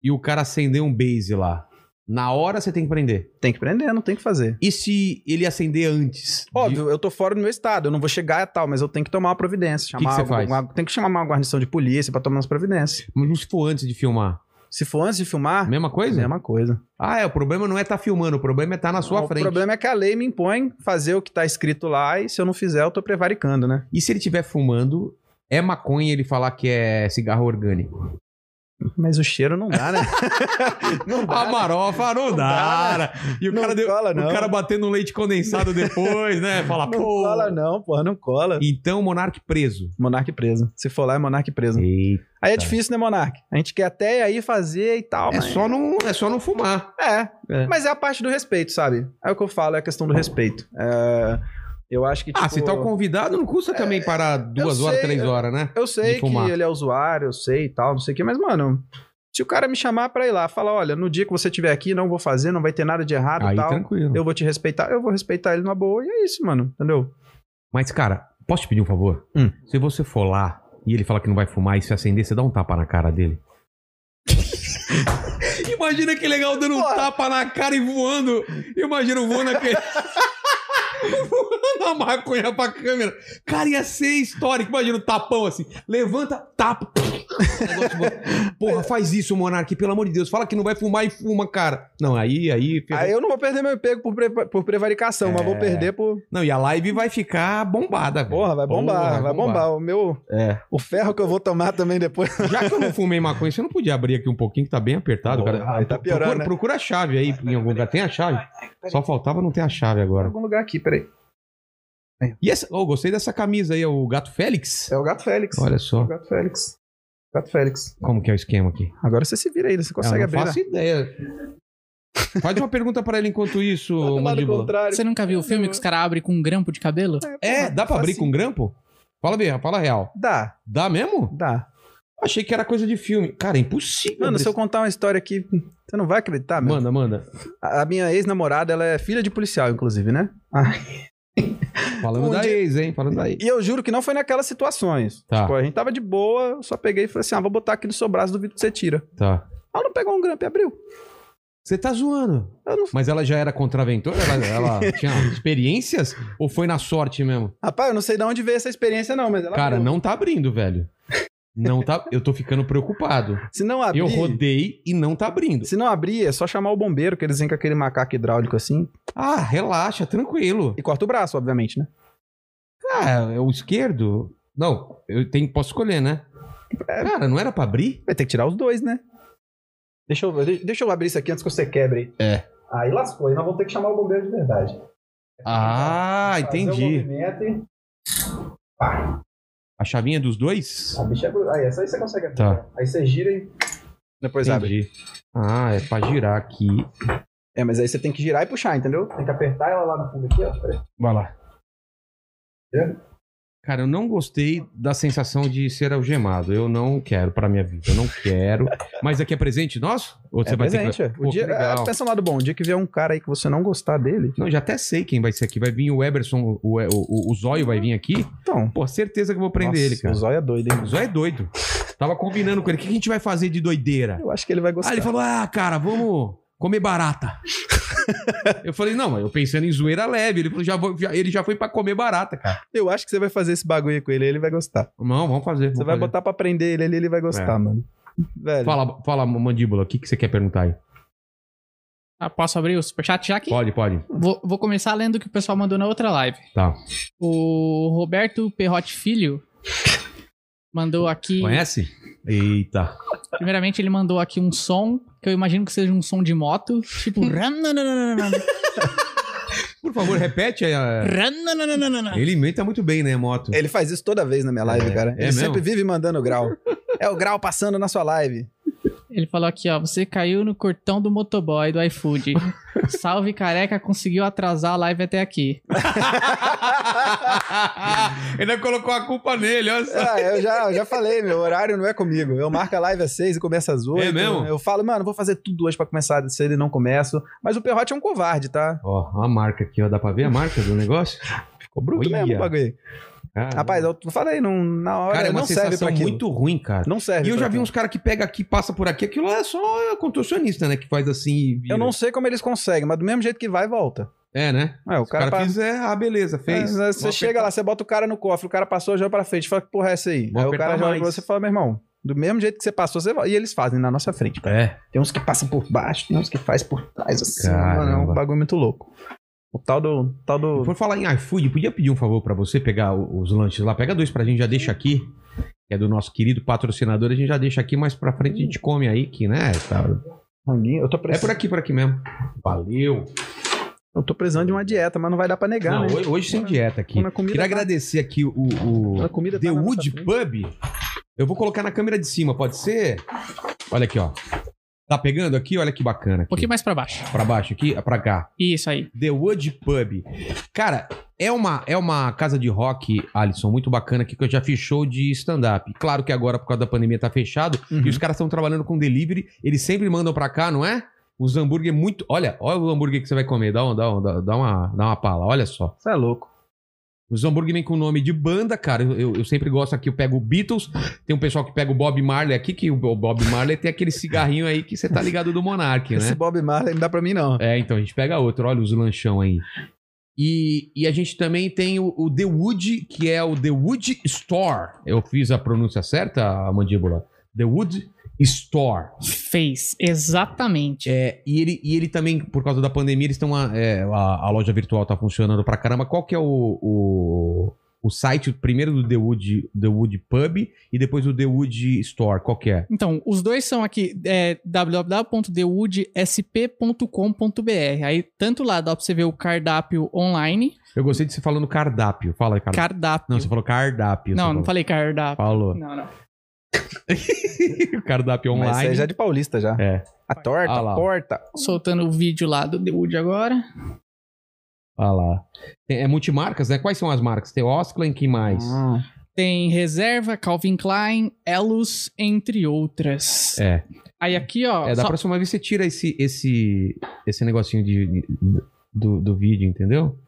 e o cara acender um base lá, na hora você tem que prender.
tem que prender, não tem o que fazer.
E se ele acender antes?
Óbvio, eu tô fora do meu estado, eu não vou chegar e tal, mas eu tenho que tomar uma providência.
que
Chamar
você
alguma-
faz?
alguma- tem que chamar uma guarnição de polícia pra tomar umas providências.
De... Mas se for antes de filmar?
Se for antes de filmar,
Mesma coisa?
Ah, mesma coisa.
Ah, é. O problema não é estar filmando, o problema é estar na sua
o
frente.
problema é que a lei me impõe fazer o que tá escrito lá e se eu não fizer, eu tô prevaricando, né?
E se ele estiver fumando, é maconha ele falar que é cigarro orgânico?
Mas o cheiro
É,
não dá, né? não né?
A marofa não dá. né? E o
Não
cara deu,
cola,
o
não.
cara batendo um leite condensado depois, né? Fala,
Não
pô.
cola não, porra, não cola.
Então, Monark preso.
Monarque preso. Se for lá, é Monarque preso.
Eita.
Aí é
Tá.
difícil, né, Monarque? A gente quer até aí fazer e tal,
É
mas...
só não, é só não fumar.
É,
É.
mas é a parte do respeito, sabe? É o que eu falo, é a questão do respeito. É, eu acho que, tipo...
Ah, se tá o convidado, não custa também parar duas horas,
sei,
três
É, eu-
horas, né?
Eu sei
de
que
fumar.
ele é usuário, eu sei e tal, não sei o quê, mas, mano... Se o cara me chamar pra ir lá, falar, olha, no dia que você estiver aqui, não vou fazer, não vai ter nada de errado e
Aí
tal...
tranquilo.
Eu vou te respeitar, eu vou respeitar ele numa boa, e é isso, mano, entendeu?
Mas, cara, posso te pedir um favor?
Hum.
Se você for lá e ele falar que não vai fumar e se acender, você dá um tapa na cara dele. Imagina que legal dando um
Porra.
tapa na cara e voando. Imagina eu voando aquele. voando a maconha pra câmera. Cara, ia ser histórico. Imagina o tapão assim. Levanta, tapa. Negócio bom. Porra, faz isso, Monark, pelo amor de Deus. Fala que não vai fumar e fuma, cara. Não, aí, aí. ferrou.
Aí eu não vou perder meu emprego por, pre- por prevaricação, mas
É.
vou perder por.
Não, e a live vai ficar bombada, velho.
Porra, vai bombar,
Porra,
vai bombar. O meu.
É.
O ferro que eu vou tomar também depois.
Já que eu não fumei maconha, você não podia abrir aqui um pouquinho que tá bem apertado,
Porra,
cara.
aí tá piorando,
procura,
né?
procura a chave aí em algum lugar. Tem a chave? Só faltava não ter a chave agora.
algum lugar aqui, peraí.
E essa, oh, gostei dessa camisa aí, é o Gato Félix.
É o gato Félix.
Olha
É
só
o gato Félix. Gato Félix.
como que é o esquema aqui.
Agora você se vira aí, você consegue
eu Ah, não
abrir. né?
faço ideia. Faz uma pergunta pra ele enquanto isso,
né? Lado
Mandíbula.
contrário.
Você nunca viu o filme que os caras abrem com um grampo de cabelo?
É, dá pra abrir com grampo? Fala bem, fala real.
Dá,
Dá mesmo?
dá.
Achei que era coisa de filme. Cara, é impossível.
Mano,
abrir
se eu contar uma história aqui, você não vai acreditar,
esse-
meu.
Manda, manda.
A a minha ex-namorada, ela é filha de policial, inclusive, né?
Falando
Um
da
dia-
ex, hein? Falando da ex.
E eu juro que não foi naquelas situações.
Tá.
Tipo, a gente tava de boa, eu só peguei e falei assim: ah, vou botar aqui no seu braço, duvido que você tira.
Tá.
Ela não pegou um grampo e abriu.
Você tá zoando.
Eu não-
Mas ela já era contraventora? Ela, ela tinha experiências? Ou foi na sorte mesmo?
Rapaz, eu não sei de onde veio essa experiência, não, mas ela.
Cara,
abriu.
não tá abrindo, velho. Não tá. Eu tô ficando preocupado.
Se não abrir.
Eu rodei e não tá abrindo.
Se não abrir, é só chamar o bombeiro, que eles vêm com aquele macaco hidráulico assim.
Ah, relaxa, tranquilo.
E corta o braço, obviamente, né?
Ah, é o esquerdo. Não, eu tenho, posso escolher, né?
É.
Cara, não era pra abrir?
Vai ter que tirar os dois, né? Deixa eu, de- deixa eu abrir isso aqui antes que você quebre.
É.
Aí lascou, aí nós vamos ter que chamar o bombeiro de verdade.
Ah,
Fazer o
entendi.
movimento e-
A chavinha dos dois?
a bicha é bru- Aí, essa aí você consegue abrir.
Tá.
Aí você gira e. Depois abre.
Entendi. Ah, é pra girar aqui.
É, mas aí você tem que girar e puxar, entendeu? Tem que apertar ela lá no fundo aqui, ó. Peraí.
Vai lá.
É?
Cara, eu não gostei da sensação de ser algemado. Eu não quero pra minha vida. Eu não quero. Mas aqui é presente nosso? Ou você
é
vai
presente,
ter
é.
que...
o
Pô,
dia,
que legal.
é, Pensa um lado bom, o dia que vier um cara aí que você não gostar dele,
Não, já até sei quem vai ser aqui. Vai vir o Eberson, o, o, o, o Zóio vai vir aqui.
então...
Pô, certeza que eu vou prender
Nossa,
ele, cara.
O zóio é doido, hein?
O Zóio é doido. Tava combinando com ele. O que a gente vai fazer de doideira?
Eu acho que ele vai gostar.
Aí ele falou: Ah, cara, vamos comer barata. eu falei: Não, mas eu pensando em zoeira leve. Ele, falou, já vou- já- ele já foi pra comer barata, cara.
Eu acho que você vai fazer esse bagulho com ele, ele vai gostar.
Não, vamos fazer.
Você
vamos
vai
fazer.
botar pra prender ele ali, ele vai gostar, mano. Velho.
Fala, fala, mandíbula, o que, que você quer perguntar aí?
Ah, posso abrir o superchat já aqui?
Pode, pode.
Vou, vou começar lendo o que o pessoal mandou na outra live.
Tá.
O Roberto Perrotti Filho mandou aqui.
Conhece? Eita.
Primeiramente, ele mandou aqui um som que eu imagino que seja um som de moto, tipo. ranananana,
Por favor, repete. A...
ranananana.
Ele inventa muito bem, né, moto?
Ele faz isso toda vez na minha live, cara. Ele
é mesmo?
sempre vive mandando grau. É o grau passando na sua live.
Ele falou aqui, ó, você caiu no cortão do motoboy do iFood. Salve careca, conseguiu atrasar a live até aqui.
Ainda colocou a culpa nele, olha só.
Ah, eu já, eu já falei, meu horário não é comigo. Eu marco a live às seis e começa às oito.
É mesmo?
Eu falo, mano, vou fazer tudo hoje pra começar cedo e não começo. Mas o Perrote é um covarde, tá?
Ó, a marca aqui, ó. Dá pra ver a marca do negócio? Ficou
Bruto mesmo o bagulho. Rapaz, eu falei, não, na hora
cara, é uma
não serve pra
sensação
aquilo.
muito ruim, cara.
Não serve
E eu
pra
já vi
aquilo.
uns caras que pega aqui, passa por aqui. Aquilo é só contorcionista, né? Que faz assim e vira.
Eu não sei como eles conseguem, mas do mesmo jeito que vai, volta.
É, né?
É, o
O cara,
cara... pa-
fizer, ah, beleza, fez.
É, você
Vou
chega lá, você bota o cara no cofre, o cara passou, joga pra frente, fala que porra é essa aí?
Vou
aí o
apertar
cara joga pra
mais.
você e fala, meu irmão, do mesmo jeito que você passou, você volta. E eles fazem na nossa frente, cara.
É.
Tem uns que passam por baixo, tem uns que faz por trás, assim.
Caramba.
Mano, é um bagulho muito louco. O tal do. Tal do...
Por falar em iFood, podia pedir um favor pra você pegar o- os lanches lá? Pega dois pra gente, já deixa aqui. Que é do nosso querido patrocinador, a gente já deixa aqui, mas pra frente a
Hum.
gente come aí, que né? tá-
Ranguinho. Eu tô,
É por
precisando,
aqui, por aqui mesmo. Valeu.
eu tô precisando de uma dieta, mas não vai dar pra negar,
Não,
né?
hoje, hoje sem dieta aqui.
Quando a comida
Queria
tá-
agradecer aqui o, o-
A comida
The
tá na nossa
Wood
frente.
Pub. Eu vou colocar na câmera de cima, pode ser? Olha aqui, ó. Tá pegando aqui? Olha que bacana.
Um
Aqui.
pouquinho mais pra baixo.
Pra baixo aqui, pra cá.
Isso aí.
The Wood Pub. Cara, é uma, é uma casa de rock, Alisson, muito bacana aqui, que eu já fiz show de stand-up. Claro que agora, por causa da pandemia, tá fechado.
Uhum.
E os caras estão trabalhando com delivery. Eles sempre mandam pra cá, não é? Os hambúrguer muito. Olha, olha o hambúrguer que você vai comer. Dá, um, dá, um, dá, dá uma, dá uma pala, olha só.
Você é louco.
Os hambúrguer vem com nome de banda, cara. Eu, eu, eu sempre gosto aqui, eu pego o Beatles. Tem um pessoal que pega o Bob Marley aqui, que o Bob Marley tem aquele cigarrinho aí que você tá ligado do Monark, né?
Esse Bob Marley não dá pra mim, não.
É, então a gente pega outro, olha os lanchão aí. E, e a gente também tem o, o The Wood, que é o The Wood Store. Eu fiz a pronúncia certa, a mandíbula? The Wood Store.
Fez. Exatamente.
É, e, ele, e ele também, por causa da pandemia, eles estão. A, é, a, a loja virtual tá funcionando pra caramba. Qual que é o, o, o site primeiro do The Wood, The Wood Pub e depois o The Wood Store? Qual que é?
Então, os dois são aqui, é, www.thewoodsp.com.br. Aí, tanto lá dá pra você ver o cardápio online.
Eu gostei de você falando cardápio. Fala aí, cardápio.
Cardápio.
Não, você falou cardápio.
não,
você
não
falou.
falei cardápio.
Falou.
Não, não.
cardápio
Mas isso aí
online.
já é de paulista já.
É.
A torta,
Ah lá.
a porta.
Soltando o vídeo lá do The Wood agora.
Ah lá. É, é multimarcas, né? Quais são as marcas? Tem Osclen, que mais?
Hum.
Tem Reserva, Calvin Klein, Elus, entre outras.
É.
Aí aqui, ó.
é, da
só-
próxima vez você tira esse, esse, esse negocinho de, de- do, do vídeo, entendeu?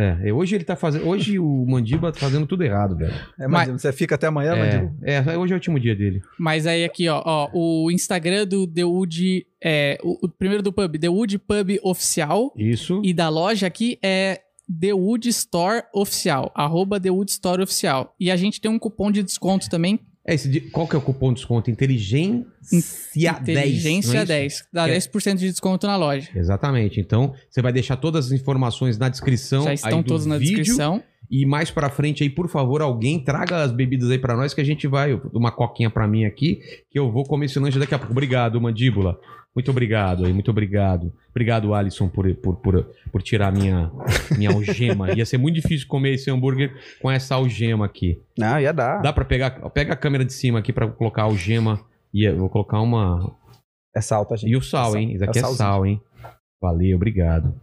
É, e hoje ele tá fazendo. Hoje o Mandiba tá fazendo tudo errado, velho.
É, Mandíbula, Você fica até amanhã, Mandíbula?
É, é, hoje é o último dia dele.
Mas aí aqui, ó, ó, o Instagram do The Wood é o, o primeiro do pub, The Wood Pub oficial
Isso.
e da loja aqui é The Wood Store oficial, arroba The Wood Store oficial. E a gente tem um cupom de desconto também,
É, esse dia- qual que é o cupom de desconto? Inteligência 10. não
inteligência
é isso?
10, dá
É.
10% de desconto na loja.
Exatamente. Então, você vai deixar todas as informações na descrição.
Já
Então, aí
estão
do
todos na
vídeo.
descrição.
E mais pra frente aí, por favor, alguém traga as bebidas aí pra nós que a gente vai. eu- Uma coquinha pra mim aqui, que eu vou comer esse lanche daqui a pouco. Obrigado, Mandíbula. Muito obrigado aí, muito obrigado. Obrigado, Alisson, por, por, por, por tirar a minha, minha algema. Ia ser muito difícil comer esse hambúrguer com essa algema aqui.
Não, ia dar.
Dá pra pegar. Pega a câmera de cima aqui pra colocar a algema E eu vou colocar uma.
É salto, gente.
E o sal, hein? Isso aqui
É
é
salzinho.
sal, hein? Valeu, obrigado. O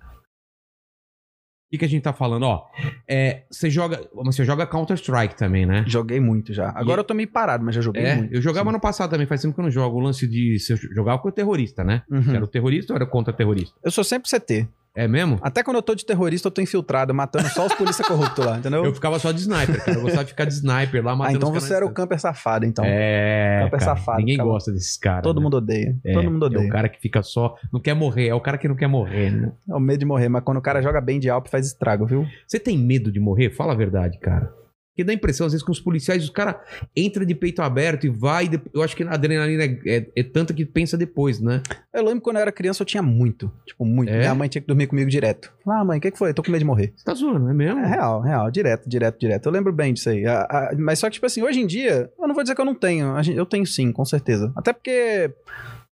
que, que a gente tá falando? Ó, é, você joga. Mas você joga Counter-Strike também, né?
Joguei muito já. Agora eu tô meio parado, mas já joguei
É,
muito.
eu jogava no passado também, faz tempo que eu não jogo. O lance de. Você jogava com o terrorista, né?
Uhum.
Você era o terrorista ou era contra o terrorista?
Eu sou sempre CT.
É mesmo?
Até quando eu tô de terrorista, eu tô infiltrado, matando só os polícia corruptos lá, entendeu?
Eu ficava só de sniper, cara. Eu gostava de ficar de sniper lá
ah,
matando
então
os caras
você era
na
o camper safado, então.
distância. É.
camper
cara,
safado,
ninguém
acabou.
gosta desses caras.
Todo
né?
mundo odeia.
É,
Todo mundo
É o
odeia.
cara que fica só. Não quer morrer, é o cara que não quer morrer, né?
É o medo de morrer, mas quando o cara joga bem de alp, faz estrago, viu?
Você tem medo de morrer? Fala a verdade, cara. Porque dá a impressão, às vezes, que os policiais, os caras entram de peito aberto e vai. e de- Eu acho que a adrenalina é, é- é tanta que pensa depois, né?
Eu lembro quando eu era criança, eu tinha muito. Tipo, muito.
É?
Minha mãe tinha que dormir comigo direto. Ah, mãe, o que, que foi? Tô com medo de morrer.
Você tá zoando, é mesmo?
É real, real. Direto, direto, direto. Eu lembro bem disso aí. A- a- mas só que, tipo assim, hoje em dia, eu não vou dizer que eu não tenho. A gente- eu tenho sim, com certeza. Até porque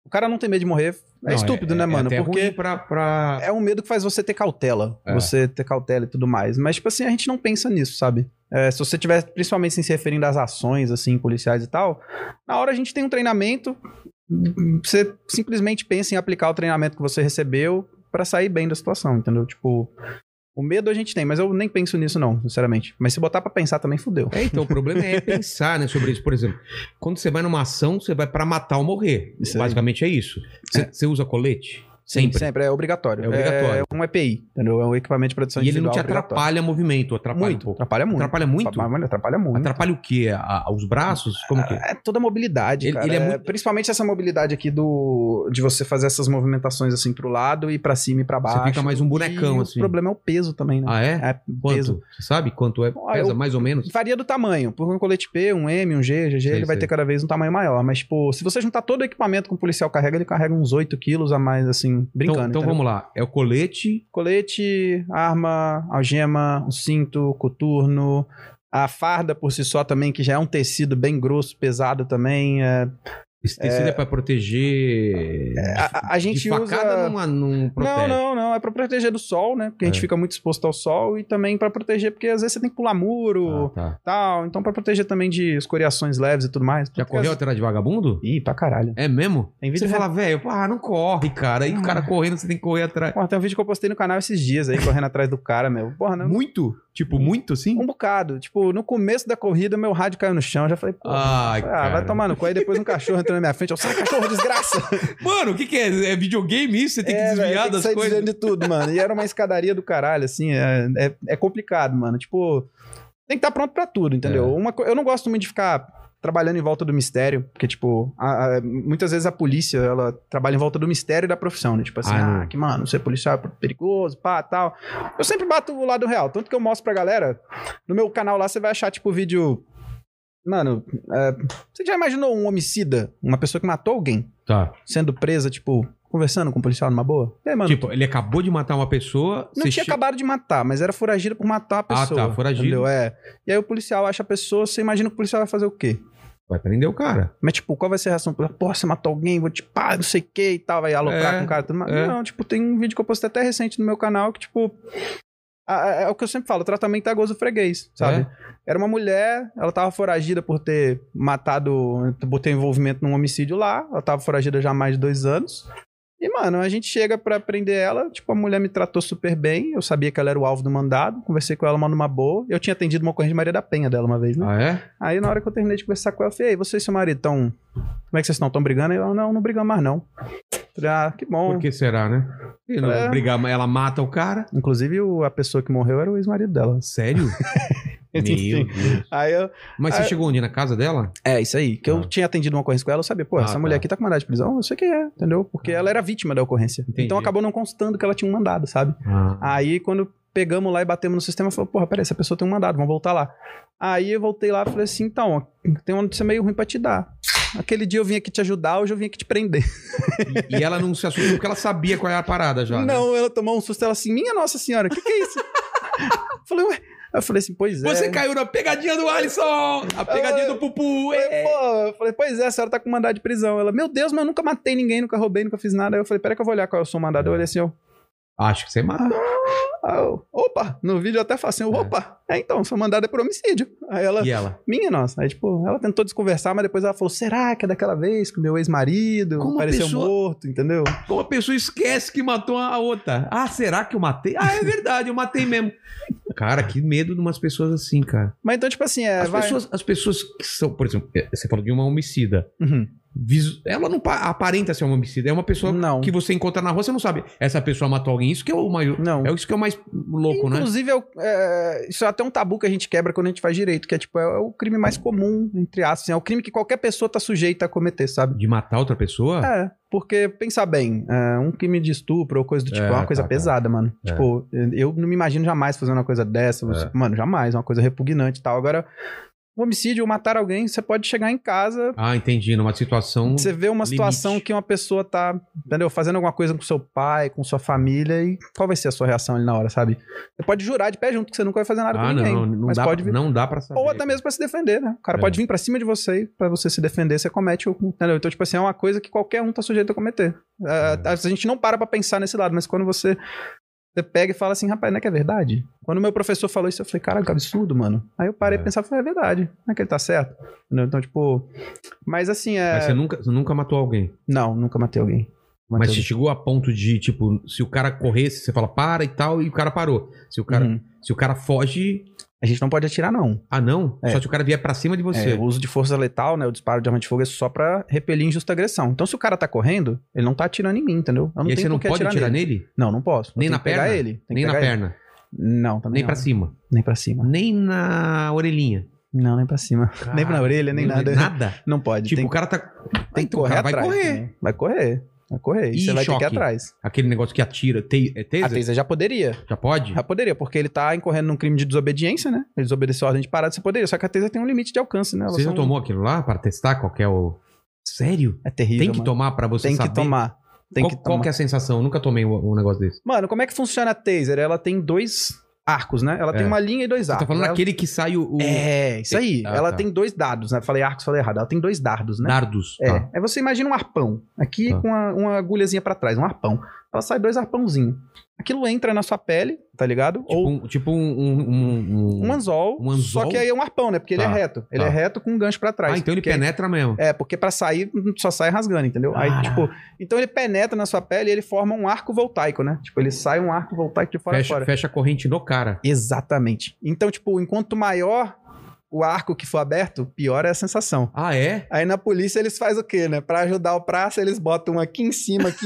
o cara não tem medo de morrer. É
Não,
estúpido,
é-
né,
é
mano?
até
porque
ruim pra, pra-
é um medo que faz você ter cautela.
É.
Você ter cautela e tudo mais. Mas, tipo assim, a gente não pensa nisso, sabe? É, se você tiver, principalmente sem se referindo às ações, assim, policiais e tal, na hora a gente tem um treinamento. Você simplesmente pensa em aplicar o treinamento que você recebeu pra sair bem da situação, entendeu? Tipo, o medo a gente tem, mas eu nem penso nisso, não, sinceramente. Mas se botar pra pensar também, fudeu.
É, então o problema é pensar né, sobre isso. Por exemplo, quando você vai numa ação, você vai pra matar ou morrer.
Isso aí.
Basicamente é isso. Você, você usa colete? Sempre.
Sempre, é obrigatório.
É obrigatório.
É um EPI, entendeu? É um equipamento de proteção
E ele não
individual
te
obrigatório.
atrapalha movimento, atrapalha um
muito,
pouco.
atrapalha muito.
Atrapalha muito?
Atrapalha, atrapalha muito.
Atrapalha o quê? A- a- os braços? Como que? é?
É toda a mobilidade,
Ele-
cara.
ele é
É,
muito-
Principalmente essa mobilidade aqui do de você fazer essas movimentações assim pro lado e pra cima e pra baixo.
Você fica mais um bonecão,
E
assim.
O problema é o peso também, né?
Ah, é?
É,
Quanto?
peso.
Você sabe quanto é?
Ah,
Pesa
eu-
mais ou menos?
Varia do tamanho. Por um colete P, um M, um G, GG,
Sei,
ele vai
sei.
ter cada vez um tamanho maior. Mas, tipo, se você juntar todo o equipamento que um policial carrega, ele carrega uns 8 quilos a mais, assim, brincando.
então então
entendeu?
vamos lá. É o colete.
Colete, arma, algema, o cinto, coturno, a farda por si só também, que já é um tecido bem grosso, pesado também. é.
Esse tecido é, pra proteger.
A, a- a gente
de
usa...
facada não, não protege.
Não, não, não. É pra proteger do sol, né? Porque a
É.
gente fica muito exposto ao sol e também pra proteger, porque às vezes você tem que pular muro
Ah, tá.
tal. Então, pra proteger também de escoriações leves e tudo mais.
Já correu atrás de vagabundo?
Ih, pra caralho.
É mesmo?
Tem vídeo
Você
re-
fala, velho, ah, não corre, cara. E o cara correndo, você tem que correr atrás.
Porra, tem um vídeo que eu postei no canal esses dias aí, correndo atrás do cara, meu. Porra, não.
Muito? Tipo, muito assim?
Um bocado. Tipo, no começo da corrida, meu rádio caiu no chão. Eu já falei, pô.
Ai,
Ah, vai
cara.
tomar no cu. Aí depois um cachorro entrou na minha frente. Eu, sai, cachorro, desgraça!
Mano, o que, que é? É videogame isso? Você tem que
É, velho,
desviar
tem que
das
sair
coisas?
desviando de tudo, mano. E era uma escadaria do caralho, assim. É, é, é complicado, mano. Tipo, tem que estar pronto pra tudo, entendeu?
É.
Uma, co- eu não gosto muito de ficar trabalhando em volta do mistério, porque, tipo, a- a- muitas vezes a polícia, ela trabalha em volta do mistério da profissão, né? Tipo assim,
Ah,
ah,
não.
que, mano, ser policial é perigoso, pá, tal. Eu sempre bato o lado real, tanto que eu mostro pra galera, no meu canal lá, você vai achar, tipo, vídeo... Mano, é, você já imaginou um homicida, uma pessoa que matou alguém,
Tá.
sendo presa, tipo, conversando com o policial numa boa. E aí, mano,
Tipo, ele acabou de matar uma pessoa.
não
você
tinha
che-
acabado de matar, mas era foragido por matar a
Ah,
pessoa.
tá, foragido.
Entendeu? É. E aí o policial acha a pessoa, você imagina que o policial vai fazer o quê?
Vai prender o cara.
Mas, tipo, qual vai ser a reação? Porra, você matou alguém, vou te pá, não sei o que e tal, vai alocar
É,
com o cara e tudo mais.
é.
Não, tipo, tem um vídeo que eu postei até recente no meu canal que, tipo. a- a- É o que eu sempre falo, o tratamento é gozo freguês, sabe?
É.
Era uma mulher, ela tava foragida por ter matado, por ter envolvimento num homicídio lá. Ela tava foragida já há mais de dois anos. E, mano, a gente chega pra prender ela, tipo, a mulher me tratou super bem. Eu sabia que ela era o alvo do mandado, conversei com ela uma numa boa. Eu tinha atendido uma ocorrência de Maria da Penha dela uma vez, né?
Ah, é?
Aí na hora que eu terminei de conversar com ela, eu falei, ei, você e seu marido estão. Como é que vocês estão? Estão brigando? Aí Ela, não, não brigamos mais, não. Falei, ah, que bom.
Por que será, né? Ele não
É.
brigar, mas ela mata o cara.
Inclusive, o- a pessoa que morreu era o ex-marido dela.
Sério? Meu
Enfim.
Deus.
Aí eu.
Mas você
Ah.
chegou onde? Na casa dela?
É, isso aí. Que
Ah.
eu tinha atendido uma ocorrência com ela, eu sabia, pô,
Ah,
essa
tá.
mulher aqui tá com mandado de prisão, eu sei que é, entendeu? Porque
Ah.
ela era vítima da ocorrência.
Entendi.
Então acabou não constando que ela tinha um mandado, sabe?
Ah,
Aí quando pegamos lá e batemos no sistema, falou, porra, peraí, essa pessoa tem um mandado, vamos voltar lá. Aí eu voltei lá e falei assim, então, tem uma notícia meio ruim pra te dar. Aquele dia eu vim aqui te ajudar, hoje eu vim aqui te prender.
E, e ela não se assustou porque ela sabia qual era a parada já. né?
não, ela tomou um susto, ela assim, minha nossa senhora, o que, que é isso? Eu falei, ué. Eu falei assim, pois é.
Você caiu na pegadinha do Alisson! A pegadinha do Pupu!
Eu
é.
falei, pô, eu falei, pois é, a senhora tá com mandado de prisão. Ela, meu Deus, mas eu nunca matei ninguém, nunca roubei, nunca fiz nada. Aí eu falei, pera que eu vou olhar qual é o seu mandado. Eu olhei assim, eu,
Acho que você mata.
Aí eu, opa, no vídeo eu até falo assim, opa, é então, sou mandada por homicídio. Aí ela,
E é ela?
minha nossa. Aí, tipo, ela tentou desconversar, mas depois ela falou, será que é daquela vez que o meu ex-marido
Como a
apareceu
pessoa-
morto, entendeu?
Como a pessoa esquece que matou a outra. Ah, será que eu matei? Ah, é verdade, eu matei mesmo. Cara, que medo de umas pessoas assim, cara.
Mas então, tipo assim, é,
As
vai...
pessoas, as pessoas que são, por exemplo, eh, você falou de uma homicida.
Uhum.
Visu- Ela não pa- aparenta ser uma homicida, é uma pessoa
Não.
que você encontra na rua, você não sabe. Essa pessoa matou alguém, isso que é o maior.
Não.
É isso que é o mais louco, né?
Inclusive, é o- é, isso é até um tabu que a gente quebra quando a gente faz direito, que é tipo, é, o crime mais comum, entre aspas, assim, é o crime que qualquer pessoa tá sujeita a cometer, sabe?
De matar outra pessoa?
É, porque, pensar bem, é, um crime de estupro ou coisa do tipo
É,
é, uma coisa
tá, tá.
pesada, mano.
É.
Tipo, eu não me imagino jamais fazendo uma coisa dessa, você- mano, jamais, é uma coisa repugnante e tal. Agora, um homicídio, matar alguém, você pode chegar em casa,
Ah, entendi. Numa situação.
Você vê
Então,
uma
limite.
situação que uma pessoa tá, entendeu? Fazendo alguma coisa com seu pai, com sua família, e qual vai ser a sua reação ali na hora, sabe? Você pode jurar de pé junto que você nunca vai fazer nada
Ah,
com ninguém.
não, não
mas
dá,
pode
pra,
vir.
não dá pra saber.
Ou até mesmo pra se defender, né? O cara
É.
pode vir pra cima de você e pra você se defender, você comete o. Entendeu? Então, tipo assim, é uma coisa que qualquer um tá sujeito a cometer. É,
É.
A gente não para pra pensar nesse lado, mas quando você. Você pega e fala assim, rapaz, não é que é verdade? Quando meu professor falou isso, eu falei, cara, que absurdo, mano. Aí eu parei
É.
e pensava, falei, é verdade, não é que ele tá certo? Entendeu? Então, tipo. Mas assim, é.
Mas você nunca, você nunca matou alguém.
Não, nunca matei alguém. Matei
Mas você
alguém.
chegou a ponto de, tipo, se o cara corresse, você fala para e tal, e o cara parou. Se o cara,
Uhum.
se o cara foge,
A gente não pode atirar, não.
ah não,
É.
só se o cara vier pra cima de você.
É, o uso de força letal, né? O disparo de arma de fogo é só pra repelir injusta agressão. Então, se o cara tá correndo, ele não tá atirando em mim, entendeu? Eu não
e aí
tenho
você não
por que
pode atirar nele?
Não, não posso. Eu
Nem
tenho
na
que pegar
perna?
Ele. Tenho que
Nem na
pegar ele.
perna,
Não, também
nem
não.
pra cima,
Nem pra cima.
nem na orelhinha.
Não, nem pra cima. nem pra orelha, nem
Não, é
nada.
Nada?
Não pode.
Tipo,
tem,
o cara tá.
tem que
então, o
correr
cara
atrás.
vai correr.
né? Vai correr. Vai correr. E
Ih,
você vai ter
choque.
que ir atrás.
Aquele negócio que atira. Te... É
A
taser?
Taser já poderia.
Já pode?
Já poderia, porque ele tá incorrendo num crime de desobediência, né? Ele desobedeceu a ordem de parada, você poderia. Só que a Taser tem um limite de alcance, né? Ela
Você já
só-
tomou aquilo lá pra testar qual que é o. Sério?
É terrível.
Tem que
mano.
tomar pra você
Tem
saber.
que tomar. Tem
qual,
que
qual
tomar.
que é a sensação? Eu nunca tomei um, um negócio desse.
Mano, como é que funciona a taser? Ela tem dois arcos, né? Ela
É.
tem uma linha e dois
Você
arcos.
tá falando
ela...
daquele que sai o. o-
É, isso aí.
Ah,
ela
tá.
tem dois dados, né? Falei arcos, falei errado. Ela tem dois dardos, né?
Dardos.
É.
tá.
Aí você imagina um arpão. Aqui
Tá.
com uma, uma agulhazinha pra trás, um arpão. Ela sai dois arpãozinhos. Aquilo entra na sua pele, tá ligado?
Tipo,
Ou
um, tipo um- um- um- um-
um anzol,
um anzol?
Só que aí é um arpão, né? Porque ele
Tá,
é reto. Ele
tá.
é reto com um gancho pra trás.
Ah, então ele
Porque aí-
penetra mesmo.
É, porque pra sair só sai rasgando, entendeu? Aí,
Caraca.
tipo, então ele penetra na sua pele e ele forma um arco voltaico, né? Tipo, ele sai um arco voltaico de fora a
fecha,
fora.
fecha a corrente no cara.
Exatamente. Então, tipo, enquanto maior o arco que for aberto, pior é a sensação.
Ah, é?
Aí na polícia eles fazem o quê, né? Pra ajudar o praça, eles botam um aqui em cima aqui.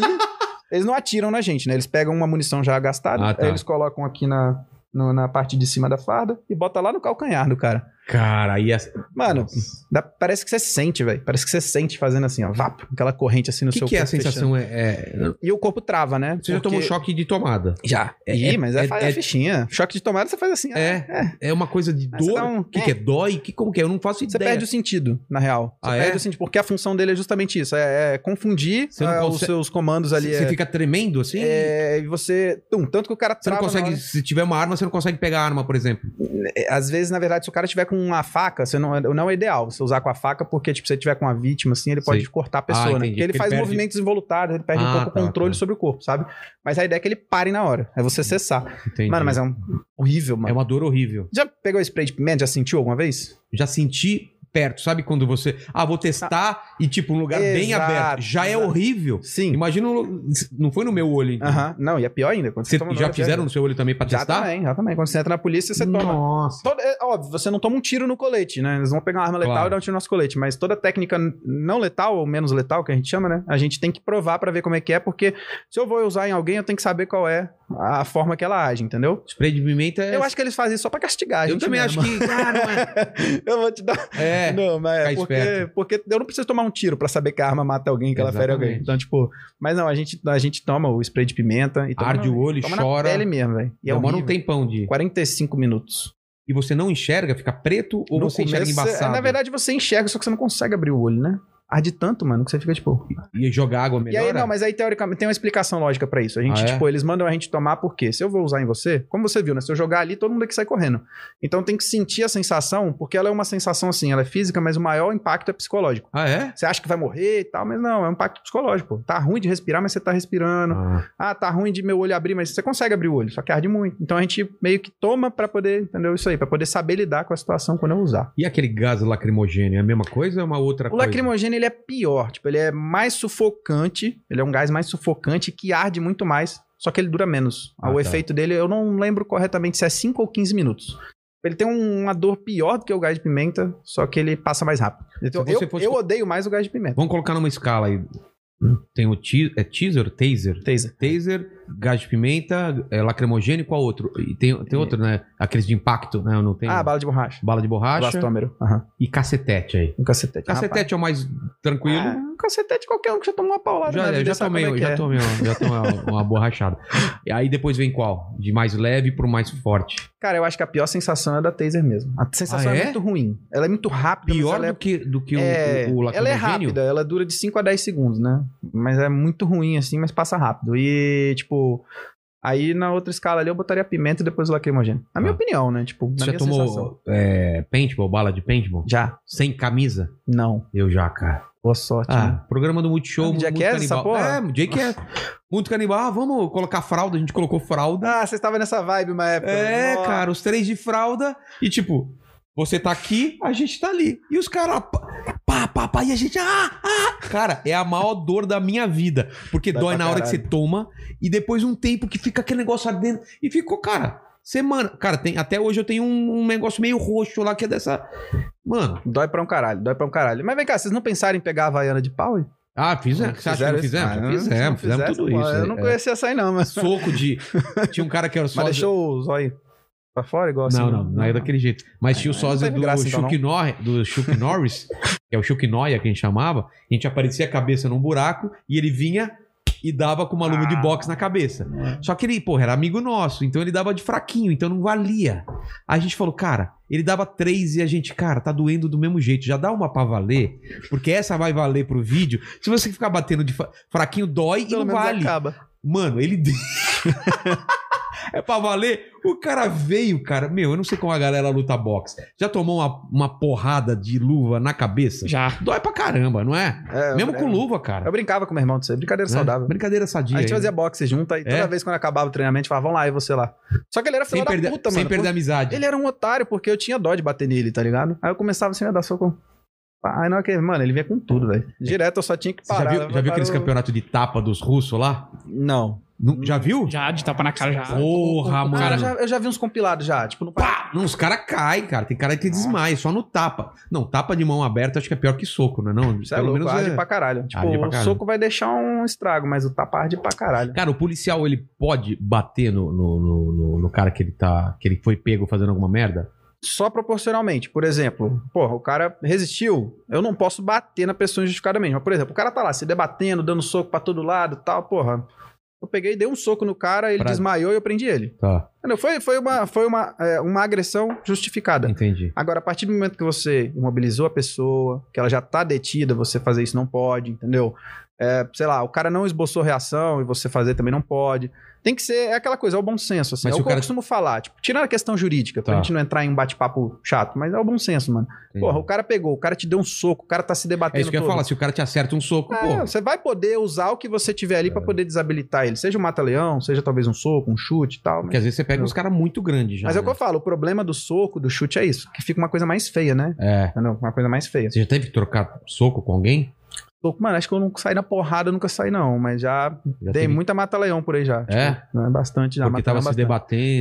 eles não atiram na gente, né? Eles pegam uma munição já gastada,
Ah, tá.
aí eles colocam aqui na, no- na parte de cima da farda e bota lá no calcanhar do cara.
Cara, aí a...
Mano,
Nossa.
dá- parece que você sente, velho. Parece que você sente fazendo assim, ó, vapo, aquela corrente assim no
O que,
seu
que é a
corpo fechando.
sensação? É, é-
E o corpo trava, né?
Você já tomou choque de tomada.
Já.
É-
Ih,
é-
mas é,
é-
fa- é
é-
fichinha. Choque de tomada você faz assim. ah,
É. É uma coisa de
Ah, você
dor.
dá um-
O que, que é? Dói? Que, como que é? Eu não faço
Você
ideia.
perde o sentido, na real. Você
Ah, é?
perde o sentido, porque a função dele é justamente isso: é, é confundir
Você não
ah, os
consegue-
seus comandos ali.
Você
é,
fica tremendo assim?
é, e você. Tum, tanto que o cara
Você não
trava na
consegue,
hora.
se tiver uma arma, você não consegue pegar a arma, por exemplo.
É, Às vezes, na verdade, se o cara tiver com uma faca, você não, não é ideal você usar com a faca, porque, tipo, se você tiver com uma vítima, assim, ele pode
Sei.
cortar a pessoa,
Ah,
né?
entendi,
Porque ele
porque ele
faz
perde-
movimentos involuntários, ele perde
Ah,
um pouco
tá,
o controle
tá.
sobre o corpo, sabe? Mas a ideia é que ele pare na hora, é você cessar.
Entendi.
Mano, mas é um horrível,
É
mano.
uma dor horrível.
Já pegou spray de pimenta? Já sentiu alguma vez?
Já senti perto, sabe quando você. Ah, vou testar e tipo, um lugar bem
Exato,
aberto. Já é
exato.
horrível.
Sim.
Imagina. um lu- Não foi no meu olho, então.
Aham. Não, e é pior ainda. Quando
Você
você toma
já
droga, é pior
fizeram no seu olho também pra
Já
testar?
também, já também. Quando você entra na polícia, você toma.
Nossa.
Todo- é óbvio, você não toma um tiro no colete, né? Eles vão pegar uma arma letal
Claro.
e dar um tiro no nosso colete. Mas toda técnica n- não letal, ou menos letal, que a gente chama, né? A gente tem que provar pra ver como é que é, porque se eu vou usar em alguém, eu tenho que saber qual é a forma que ela age, entendeu?
Spray de pimenta é.
Eu acho que eles fazem isso só pra castigar. a
Eu
gente
também
mesmo.
acho que. Ah, não é.
eu vou te dar.
É.
não, mas
fica
é porque,
esperto.
porque eu não preciso tomar um tiro pra saber que a arma mata alguém, que ela fere
Exatamente.
alguém. Então, tipo. Mas não, a gente, a gente toma o spray de pimenta e toma.
Arde
na-
o olho,
então toma
chora.
Na pele mesmo, velho. E é
Demora um
horrível.
tempão de.
45 minutos.
E você não enxerga, fica preto ou
No
você enxerga
começo, é,
embaçado?
Na verdade, você enxerga, só que você não consegue abrir o olho, né? arde tanto, mano, que você fica tipo.
E jogar água
E
melhor.
aí, não, mas aí teoricamente tem uma explicação lógica pra isso. A gente,
Ah, é?
tipo, eles mandam a gente tomar porque se eu vou usar em você, como você viu, né? Se eu jogar ali, todo mundo aqui sai correndo. Então tem que sentir a sensação, porque ela é uma sensação assim, ela é física, mas o maior impacto é psicológico.
Ah, é?
Você acha que vai morrer e tal, mas não, é um impacto psicológico. pô. Tá ruim de respirar, mas você tá respirando.
Ah,
Ah, tá ruim de meu olho abrir, mas você consegue abrir o olho, só que arde muito. Então a gente meio que toma pra poder, entendeu? Isso aí, pra poder saber lidar com a situação quando eu usar.
E aquele gás lacrimogêneo, é a mesma coisa ou é uma outra
O
coisa?
lacrimogêneo ele é pior, tipo, ele é mais sufocante, ele é um gás mais sufocante que arde muito mais, só que ele dura menos.
Ah,
o
tá.
efeito dele, eu não lembro corretamente se é 5 ou 15 minutos. Ele tem um- uma dor pior do que o gás de pimenta, só que ele passa mais rápido. Então,
você
eu,
fosse-
eu odeio mais o gás de pimenta.
Vamos colocar numa escala aí. Tem o te... é teaser? Taser?
Taser.
Taser, gás de pimenta, é, lacrimogêneo, qual outro? E tem, tem outro, né? Aqueles de impacto, né? Eu não tenho.
É. Ah, bala de borracha.
Bala de borracha
Blastômero. Aham.
e cacetete aí.
Um cacetete. Rapaz.
Cacetete é o mais tranquilo.
Ah, um cacetete qualquer um que já tomou uma paulada. na
Já,
vida,
eu já
sabe
tomei, um,
como é que
já
é.
tomei, uma- já tomei uma, uma borrachada. E aí depois vem qual? De mais leve pro mais forte.
Cara, eu acho que a pior sensação é a da taser mesmo. A sensação
Ah,
é?
é?
muito ruim. Ela é muito rápida. mas
Pior
ela é...
do que, do que o-
é...
o, um o
ela é
lacrimogêneo?
rápida, ela dura de 5 a 10 segundos, né? Mas é muito ruim, assim, mas passa rápido. E, tipo, aí na outra escala ali eu botaria a pimenta e depois o lacrimogênio. Na minha
Ah.
opinião, né? Tipo, na
Você já
minha sensação.
tomou é, paintball, bala de paintball?
Já?
Sem camisa?
Não.
Eu já, cara.
Boa sorte. né?
Ah, programa do
Ah,
Multishow.
Jackass,
Muito
essa
Canibal.
porra?
É, Jackass. Muito Canibal. Ah, vamos colocar fralda. A gente colocou fralda.
Ah, você estava nessa vibe uma época. né?
é,
Nossa.
cara, os três de fralda. E tipo, você tá aqui, a gente tá ali. E os caras, pá, pá, pá, pá, e a gente, ah, ah. Cara, é a maior dor da minha vida. Porque
Dói
dói
pra
na hora que você
caralho.
toma. E depois um tempo que fica aquele negócio ardendo. E ficou, cara, semana. Cara, tem, até hoje eu tenho um, um negócio meio roxo lá que é dessa. Mano.
Dói pra um caralho, dói pra um caralho. Mas vem cá, vocês não pensaram em pegar a Havaiana de pau? hein?
Ah, fizemos. Você acha que não fizemos?
isso? Ah,
fizemos,
se não
fizemos, tudo
fizesse,
isso.
Eu não
É.
conhecia essa aí, não, mas.
soco de. Tinha um cara que era só.
Mas deixou o zóio pra fora, igual assim?
Não, não, não é daquele jeito. Mas tinha o
Ah,
sósia
não
do,
tem graça, então,
Chuck Norris, do Chuck Norris, que é o Chuck Noia que a gente chamava. A gente aparecia a cabeça num buraco e ele vinha e dava com uma luva de
Ah. É.
boxe na cabeça. Só que ele, porra, era amigo nosso, então ele dava de fraquinho, então não valia. Aí a gente falou, cara, ele dava três e a gente, cara, tá doendo do mesmo jeito. Já dá uma pra valer, porque essa vai valer pro vídeo. Se você ficar batendo de fa- fraquinho, dói
Pelo
e não
menos é
vale.
acaba.
Mano, ele. deu- é pra valer. O cara veio, cara. Meu, eu não sei como a galera luta boxe. Já tomou uma, uma porrada de luva na cabeça?
Já.
Dói pra caramba, não é?
É, eu-
Mesmo com
eu-
luva,
Eu
cara.
brincava com meu irmão disso aí, brincadeira
Né?
saudável.
Brincadeira sadia.
A gente
aí,
fazia
né?
boxe junto, aí
É?
toda vez quando acabava o treinamento, a gente falava, vamos lá, e você lá. Só que ele era filho
sem
da
perder,
puta,
sem
mano.
perder a amizade.
Ele era um otário, porque eu tinha dó de bater nele, tá ligado? Aí eu começava assim, a dar soco. Aí não, é que, mano, ele vinha com tudo, velho. Direto eu só tinha que
Você já
parar.
viu,
né?
já viu aqueles
Parou. Hum,
campeonatos de tapa dos russos lá?
Não.
Nu- Já viu?
Já, de tapa na cara, já.
Porra,
O- o- o
mano.
Cara,
cara
eu já, eu já vi uns compilados já, tipo, no
Pá! Não, os caras caem, cara. Tem cara que desmaia, só no tapa. Não, tapa de mão aberta acho que é pior que soco, não é não?
Isso é louco, arde pra caralho. Tipo,
Arde pra
o
caralho.
soco vai deixar um estrago, mas o tapa arde pra caralho.
Cara, o policial ele pode bater no, no, no- no- no cara que ele tá. que ele foi pego fazendo alguma merda?
Só proporcionalmente. Por exemplo, porra, o cara resistiu. Eu não posso bater na pessoa injustificadamente. Mas, por exemplo, o cara tá lá se debatendo, dando soco pra todo lado e tal, porra. Eu peguei, dei um soco no cara, ele
Pra-
desmaiou e eu prendi ele.
Tá,
Entendeu? Foi, foi, uma, foi uma, é, uma agressão justificada.
entendi.
Agora, a partir do momento que você imobilizou a pessoa, que ela já tá detida, você fazer isso não pode, entendeu? É, sei lá, o cara não esboçou reação e você fazer também não pode. Tem que ser é aquela coisa, é o bom senso, assim.
Mas
é
se
o
o
que
cara-
eu costumo falar, tipo, tirar a questão jurídica, pra
Tá.
gente não entrar em um bate-papo chato, mas é o bom senso, mano.
entendi.
Porra, o cara pegou, o cara te deu um soco, o cara tá se
é
debatendo
isso que eu ia
todo.
falar. Se o cara te acerta um soco,
É,
pô.
você vai poder usar o que você tiver
É.
ali pra poder desabilitar ele, seja um mata-leão, seja talvez um soco, um chute e tal.
Porque
Mas,
às vezes você pega uns caras muito grandes já.
mas é o que
né?
eu falo, o problema do soco, do chute é isso, que fica uma coisa mais feia, né?
É.
Entendeu? Uma coisa mais feia.
Você já teve que trocar soco com alguém?
Pouco, mano, acho que eu nunca saí na porrada, eu nunca saí, não. Mas já,
Já
dei
teve...
muita mata-leão por aí já.
É?
Tipo, né, bastante já.
Porque tava
mata-leão
se
bastante.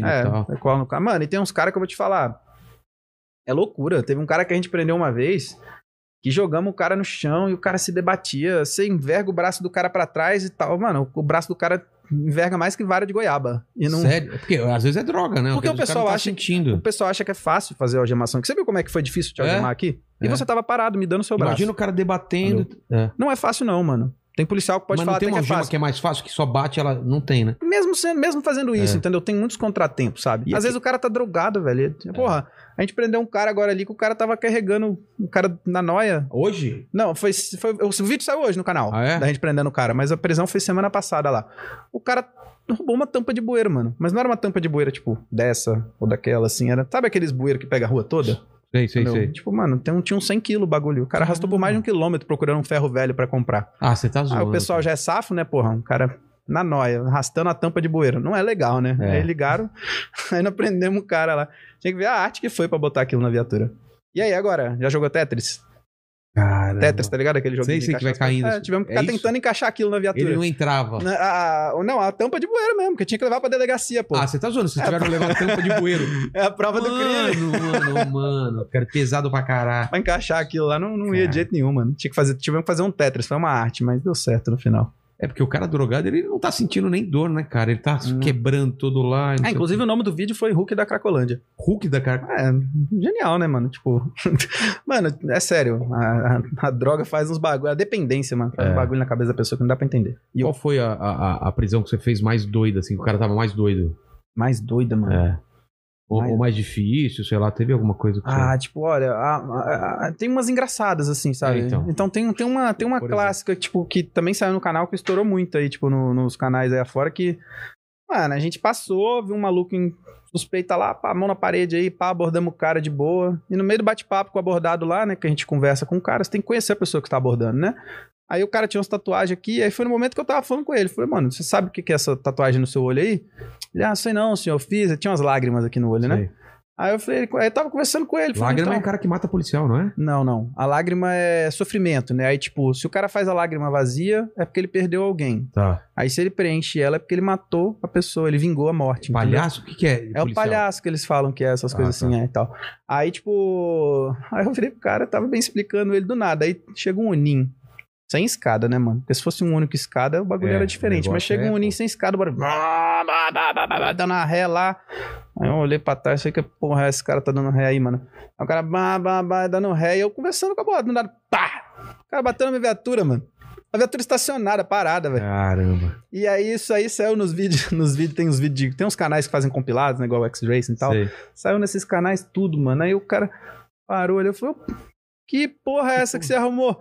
debatendo e tal.
É, é cola no cara. Mano, e tem uns caras que eu vou te falar. É loucura. Teve um cara que a gente prendeu uma vez que jogamos o cara no chão e o cara se debatia. Você enverga o braço do cara pra trás e tal. Mano, o braço do cara enverga mais que vara de goiaba. E não,
Sério? Porque às vezes é droga, né?
Porque o
Às vezes cara
pessoal
não tá
acha que-
sentindo.
o pessoal acha que é fácil fazer a algemação. Você viu como é que foi difícil te
É?
algemar aqui? E
É.
você tava parado, me dando seu braço.
Imagina o cara debatendo. É.
Não é fácil não, mano. Tem policial que pode
Mas
falar
não tem
até
uma
que é
gema
fácil.
que é mais fácil, que só bate, ela não tem, né?
Mesmo, sendo, mesmo fazendo isso, entendeu? Tem muitos contratempos, sabe?
É. E é
Às
aqui-
vezes o cara tá drogado, velho. Porra, a gente prendeu um cara agora ali que o cara tava carregando o cara na noia.
Hoje?
Não, foi, foi. O vídeo saiu hoje no canal.
Ah, é?
Da gente prendendo o cara. Mas a prisão foi semana passada lá. O cara roubou uma tampa de bueiro, mano. Mas não era uma tampa de bueiro, tipo, dessa ou daquela, assim. Era, sabe aqueles bueiro que pega a rua toda?
Sei, sei,
Entendeu?
sei.
Tipo, mano, tem um, tinha uns 100 quilos o bagulho. O cara arrastou por mais de um quilômetro procurando um ferro velho pra comprar.
Ah, você tá
Ah,
zoando.
o pessoal já é safo, né, porra? Um cara na noia, arrastando a tampa de bueiro. Não é legal, né?
É.
Aí ligaram, aí nós prendemos o cara lá. Tinha que ver a arte que foi pra botar aquilo na viatura. E aí, agora? Já jogou Tetris?
Cara.
Tetris, tá ligado? Aquele jogo
É. Sei, sei que vai caindo.
É, tivemos que ficar
É isso?
tentando encaixar aquilo na
Ele
viatura.
não entrava.
Na- a- a- não, a tampa de bueiro mesmo, que tinha que levar pra delegacia, pô.
Ah, você tá zoando. Vocês tiveram que levar tampa de bueiro.
É a prova do crime.
Mano, mano, mano. Cara, pesado pra caralho.
Pra encaixar aquilo lá, não, não ia
Cara.
de jeito nenhum, mano. Tinha que fazer, tivemos que fazer um Tetris, foi uma arte, mas deu certo no final.
É porque o cara drogado, ele não tá sentindo nem dor, né, cara? Ele tá
Não.
quebrando todo lá. não sei
Ah,
É, o
inclusive o nome do vídeo foi Hulk da Cracolândia.
quê. Hulk da cara.
É, genial, né, mano? Tipo, mano, é sério. A, a- a droga faz uns bagulho, a dependência, mano, faz
É.
um bagulho na cabeça da pessoa que não dá pra entender. E
Qual
eu,
foi a, a, a prisão que você fez mais doida, assim? Que o cara tava mais doido?
mais doida, mano.
É. Ou,
Mais-
ou mais difícil, sei lá. Teve alguma coisa que
Ah, tipo, olha, a- a- a- tem umas engraçadas, assim,
É,
sabe?
então.
então. tem, tem uma, tem uma
Por
clássica, tipo, que também saiu no canal, que estourou muito aí, tipo, no- nos canais aí afora, que, mano, a gente passou, viu um maluco em suspeita lá, pá, mão na parede aí, pá, abordamos o cara de boa. E no meio do bate-papo com o abordado lá, né, que a gente conversa com o cara, você tem que conhecer a pessoa que você tá abordando, né? Aí o cara tinha umas tatuagens aqui, aí foi no momento que eu tava falando com ele. Falei, mano, você sabe o que que é essa tatuagem no seu olho aí? Ele, ah, sei não, senhor, eu fiz. Tinha umas lágrimas aqui no olho,
você...
né?
Sei.
Aí eu falei, aí eu tava conversando com ele. falei,
Lágrima é
então-
o cara que mata policial, não é?
Não, não. A lágrima é sofrimento, né? Aí, tipo, se o cara faz a lágrima vazia, é porque ele perdeu alguém.
Tá.
Aí, se ele preenche ela, é porque ele matou a pessoa, ele vingou a morte. entendeu?
Palhaço? O que, que é?
É o palhaço que eles falam que é essas
Ah,
coisas
tá.
assim, é, e tal. Aí, tipo, aí eu virei pro cara, eu tava bem explicando ele do nada. Aí chega um Unim. Sem escada, né, mano? Porque se fosse um único escada, o bagulho
É,
era
o
diferente. Mas
negócio
chega
é,
um Unim
pô.
sem escada, o barulho. blá, blá, blá, blá, blá, blá, Dando a ré lá. Aí eu olhei pra trás, sei que porra, esse cara tá dando ré aí, mano. Aí o cara blá, blá, blá, dando ré. E eu conversando com a bola, do nada, pá! O cara bateu na minha viatura, mano. A viatura estacionada, parada, velho.
Caramba.
E aí, isso aí saiu nos vídeos. Nos vídeos tem uns vídeos de- Tem uns canais que fazem compilados, né? Igual o X-Racing e tal.
Sei.
Saiu nesses canais tudo, mano. Aí o cara parou ali. Eu falei, que porra é essa que você arrumou?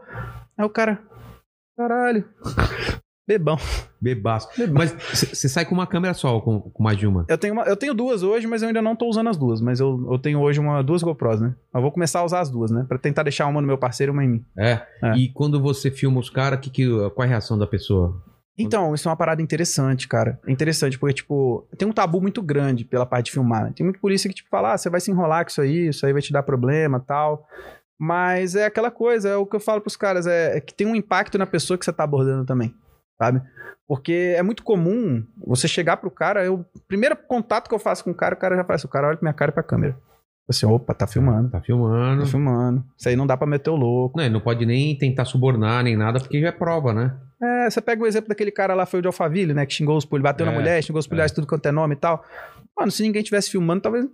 Aí o cara, caralho. Bebão.
Bebaço. Mas você sai com uma câmera só ou com, com mais de uma?
Eu tenho, uma- eu tenho duas hoje, mas eu ainda não tô usando as duas. Mas eu, eu tenho hoje uma, duas GoPros, né? Eu vou começar a usar as duas, né? Pra tentar deixar uma no meu parceiro e uma em mim.
É.
É.
E quando você filma os caras, que, que, qual é a reação da pessoa?
Então, isso é uma parada interessante, cara. É Interessante, porque, tipo, tem um tabu muito grande pela parte de filmar. né? Tem muita polícia que, tipo, fala, ah, você vai se enrolar com isso aí, isso aí vai te dar problema tal. Mas é aquela coisa, é o que eu falo pros caras, é, é que tem um impacto na pessoa que você tá abordando também, sabe? Porque é muito comum você chegar pro cara, eu, o primeiro contato que eu faço com o cara, o cara já faz assim, o cara olha pra minha cara e pra câmera. Assim, opa, tá filmando,
Tá filmando. Né,
tá filmando. Isso aí não dá pra meter o louco.
Não, ele não pode nem tentar subornar nem nada, porque já é prova, né?
É, você pega o exemplo daquele cara lá, foi o de Alphaville, né? Que xingou os policiais, bateu
É,
na mulher, xingou os policiais, tudo quanto é nome e tal. Mano, se ninguém tivesse filmando, talvez.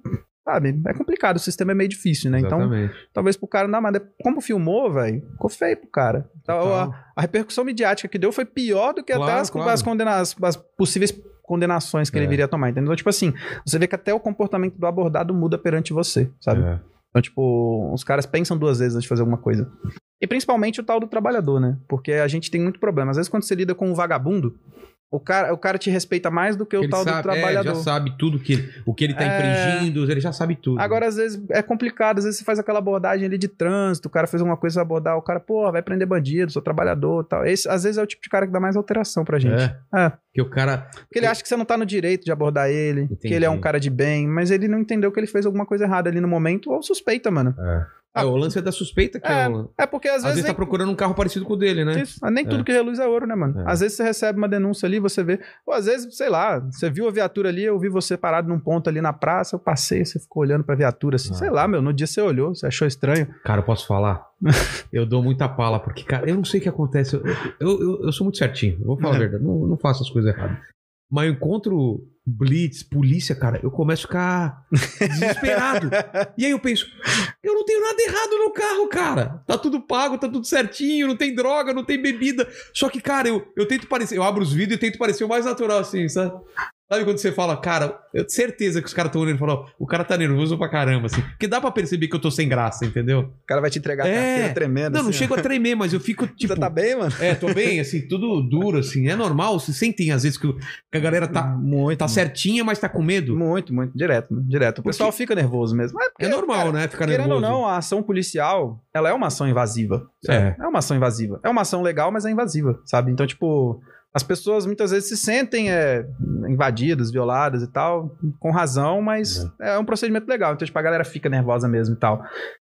Sabe, é complicado, o sistema é meio difícil, né? Então,
Exatamente.
talvez pro cara não dá mais. Como filmou, velho, ficou feio pro cara. Então,
Então,
a, a repercussão midiática que deu foi pior do que até
Claro,
as,
claro.
as condena- as- as possíveis condenações que
É.
ele viria a tomar, entendeu? Então, tipo assim, você vê que até o comportamento do abordado muda perante você, sabe?
é.
Então, tipo, os caras pensam duas vezes antes de fazer alguma coisa. E principalmente o tal do trabalhador, né? Porque a gente tem muito problema. Às vezes, quando você lida com um vagabundo, o cara, o cara te respeita mais do que o
Ele
tal
sabe,
do
é, já
trabalhador.
sabe tudo que o que ele tá
É.
infringindo, ele já sabe tudo.
Agora, às vezes, é complicado. Às vezes, você faz aquela abordagem ali de trânsito, o cara fez alguma coisa, você vai abordar o cara, pô, vai prender bandido, sou trabalhador e tal. Esse, às vezes, é o tipo de cara que dá mais alteração pra gente.
É.
É.
Que o cara.
Porque ele acha que você não tá no direito de abordar ele,
Entendi.
que ele é um cara de bem, mas ele não entendeu que ele fez alguma coisa errada ali no momento, ou suspeita, mano.
É, o lance é da suspeita que é, o lance.
É porque, às,
Às vezes
vezes,
tá procurando um carro parecido com o dele, né?
Isso. Nem
É.
tudo que reluz é ouro, né, mano?
É.
Às vezes você recebe uma denúncia ali, você vê. Ou às vezes, sei lá, você viu a viatura ali, eu vi você parado num ponto ali na praça, eu passei, você ficou olhando pra viatura assim.
Ah.
Sei lá, meu, no dia você olhou, você achou estranho.
Cara, eu posso falar? eu dou muita pala, porque, cara, eu não sei o que acontece. Eu, eu, eu- eu sou muito certinho, vou falar a verdade. Não, não faço as coisas erradas. Mas eu encontro blitz, polícia, cara, eu começo a ficar desesperado. e aí eu penso, eu não tenho nada errado no carro, cara. Tá tudo pago, tá tudo certinho, não tem droga, não tem bebida. Só que, cara, eu, eu tento parecer, eu abro os vídeos e tento parecer o mais natural assim, sabe? Sabe quando você fala, cara, eu tenho certeza que os caras estão olhando e falam, ó, o cara tá nervoso pra caramba, assim. Porque dá pra perceber que eu tô sem graça, entendeu?
O cara vai te entregar
É.
a carteira tremenda.
Não, não
assim, ó.
chego a tremer, mas eu fico, tipo...
Você tá bem, mano?
É, tô bem, assim, tudo duro, assim. É normal, se sentem às vezes que, o- que a galera tá,
muito.
tá certinha, mas tá com medo.
Muito, muito. Direto, mano, direto. O pessoal fica nervoso mesmo. Mas porque,
É normal,
cara,
né? Ficar
Querendo
nervoso.
ou não, a ação policial, ela é uma ação invasiva. sabe? É. uma ação invasiva. É uma ação legal, mas é invasiva, sabe? Então, tipo, as pessoas muitas vezes se sentem é, invadidas, violadas e tal, com razão, mas é. um procedimento legal. Então, tipo, a galera fica nervosa mesmo e tal.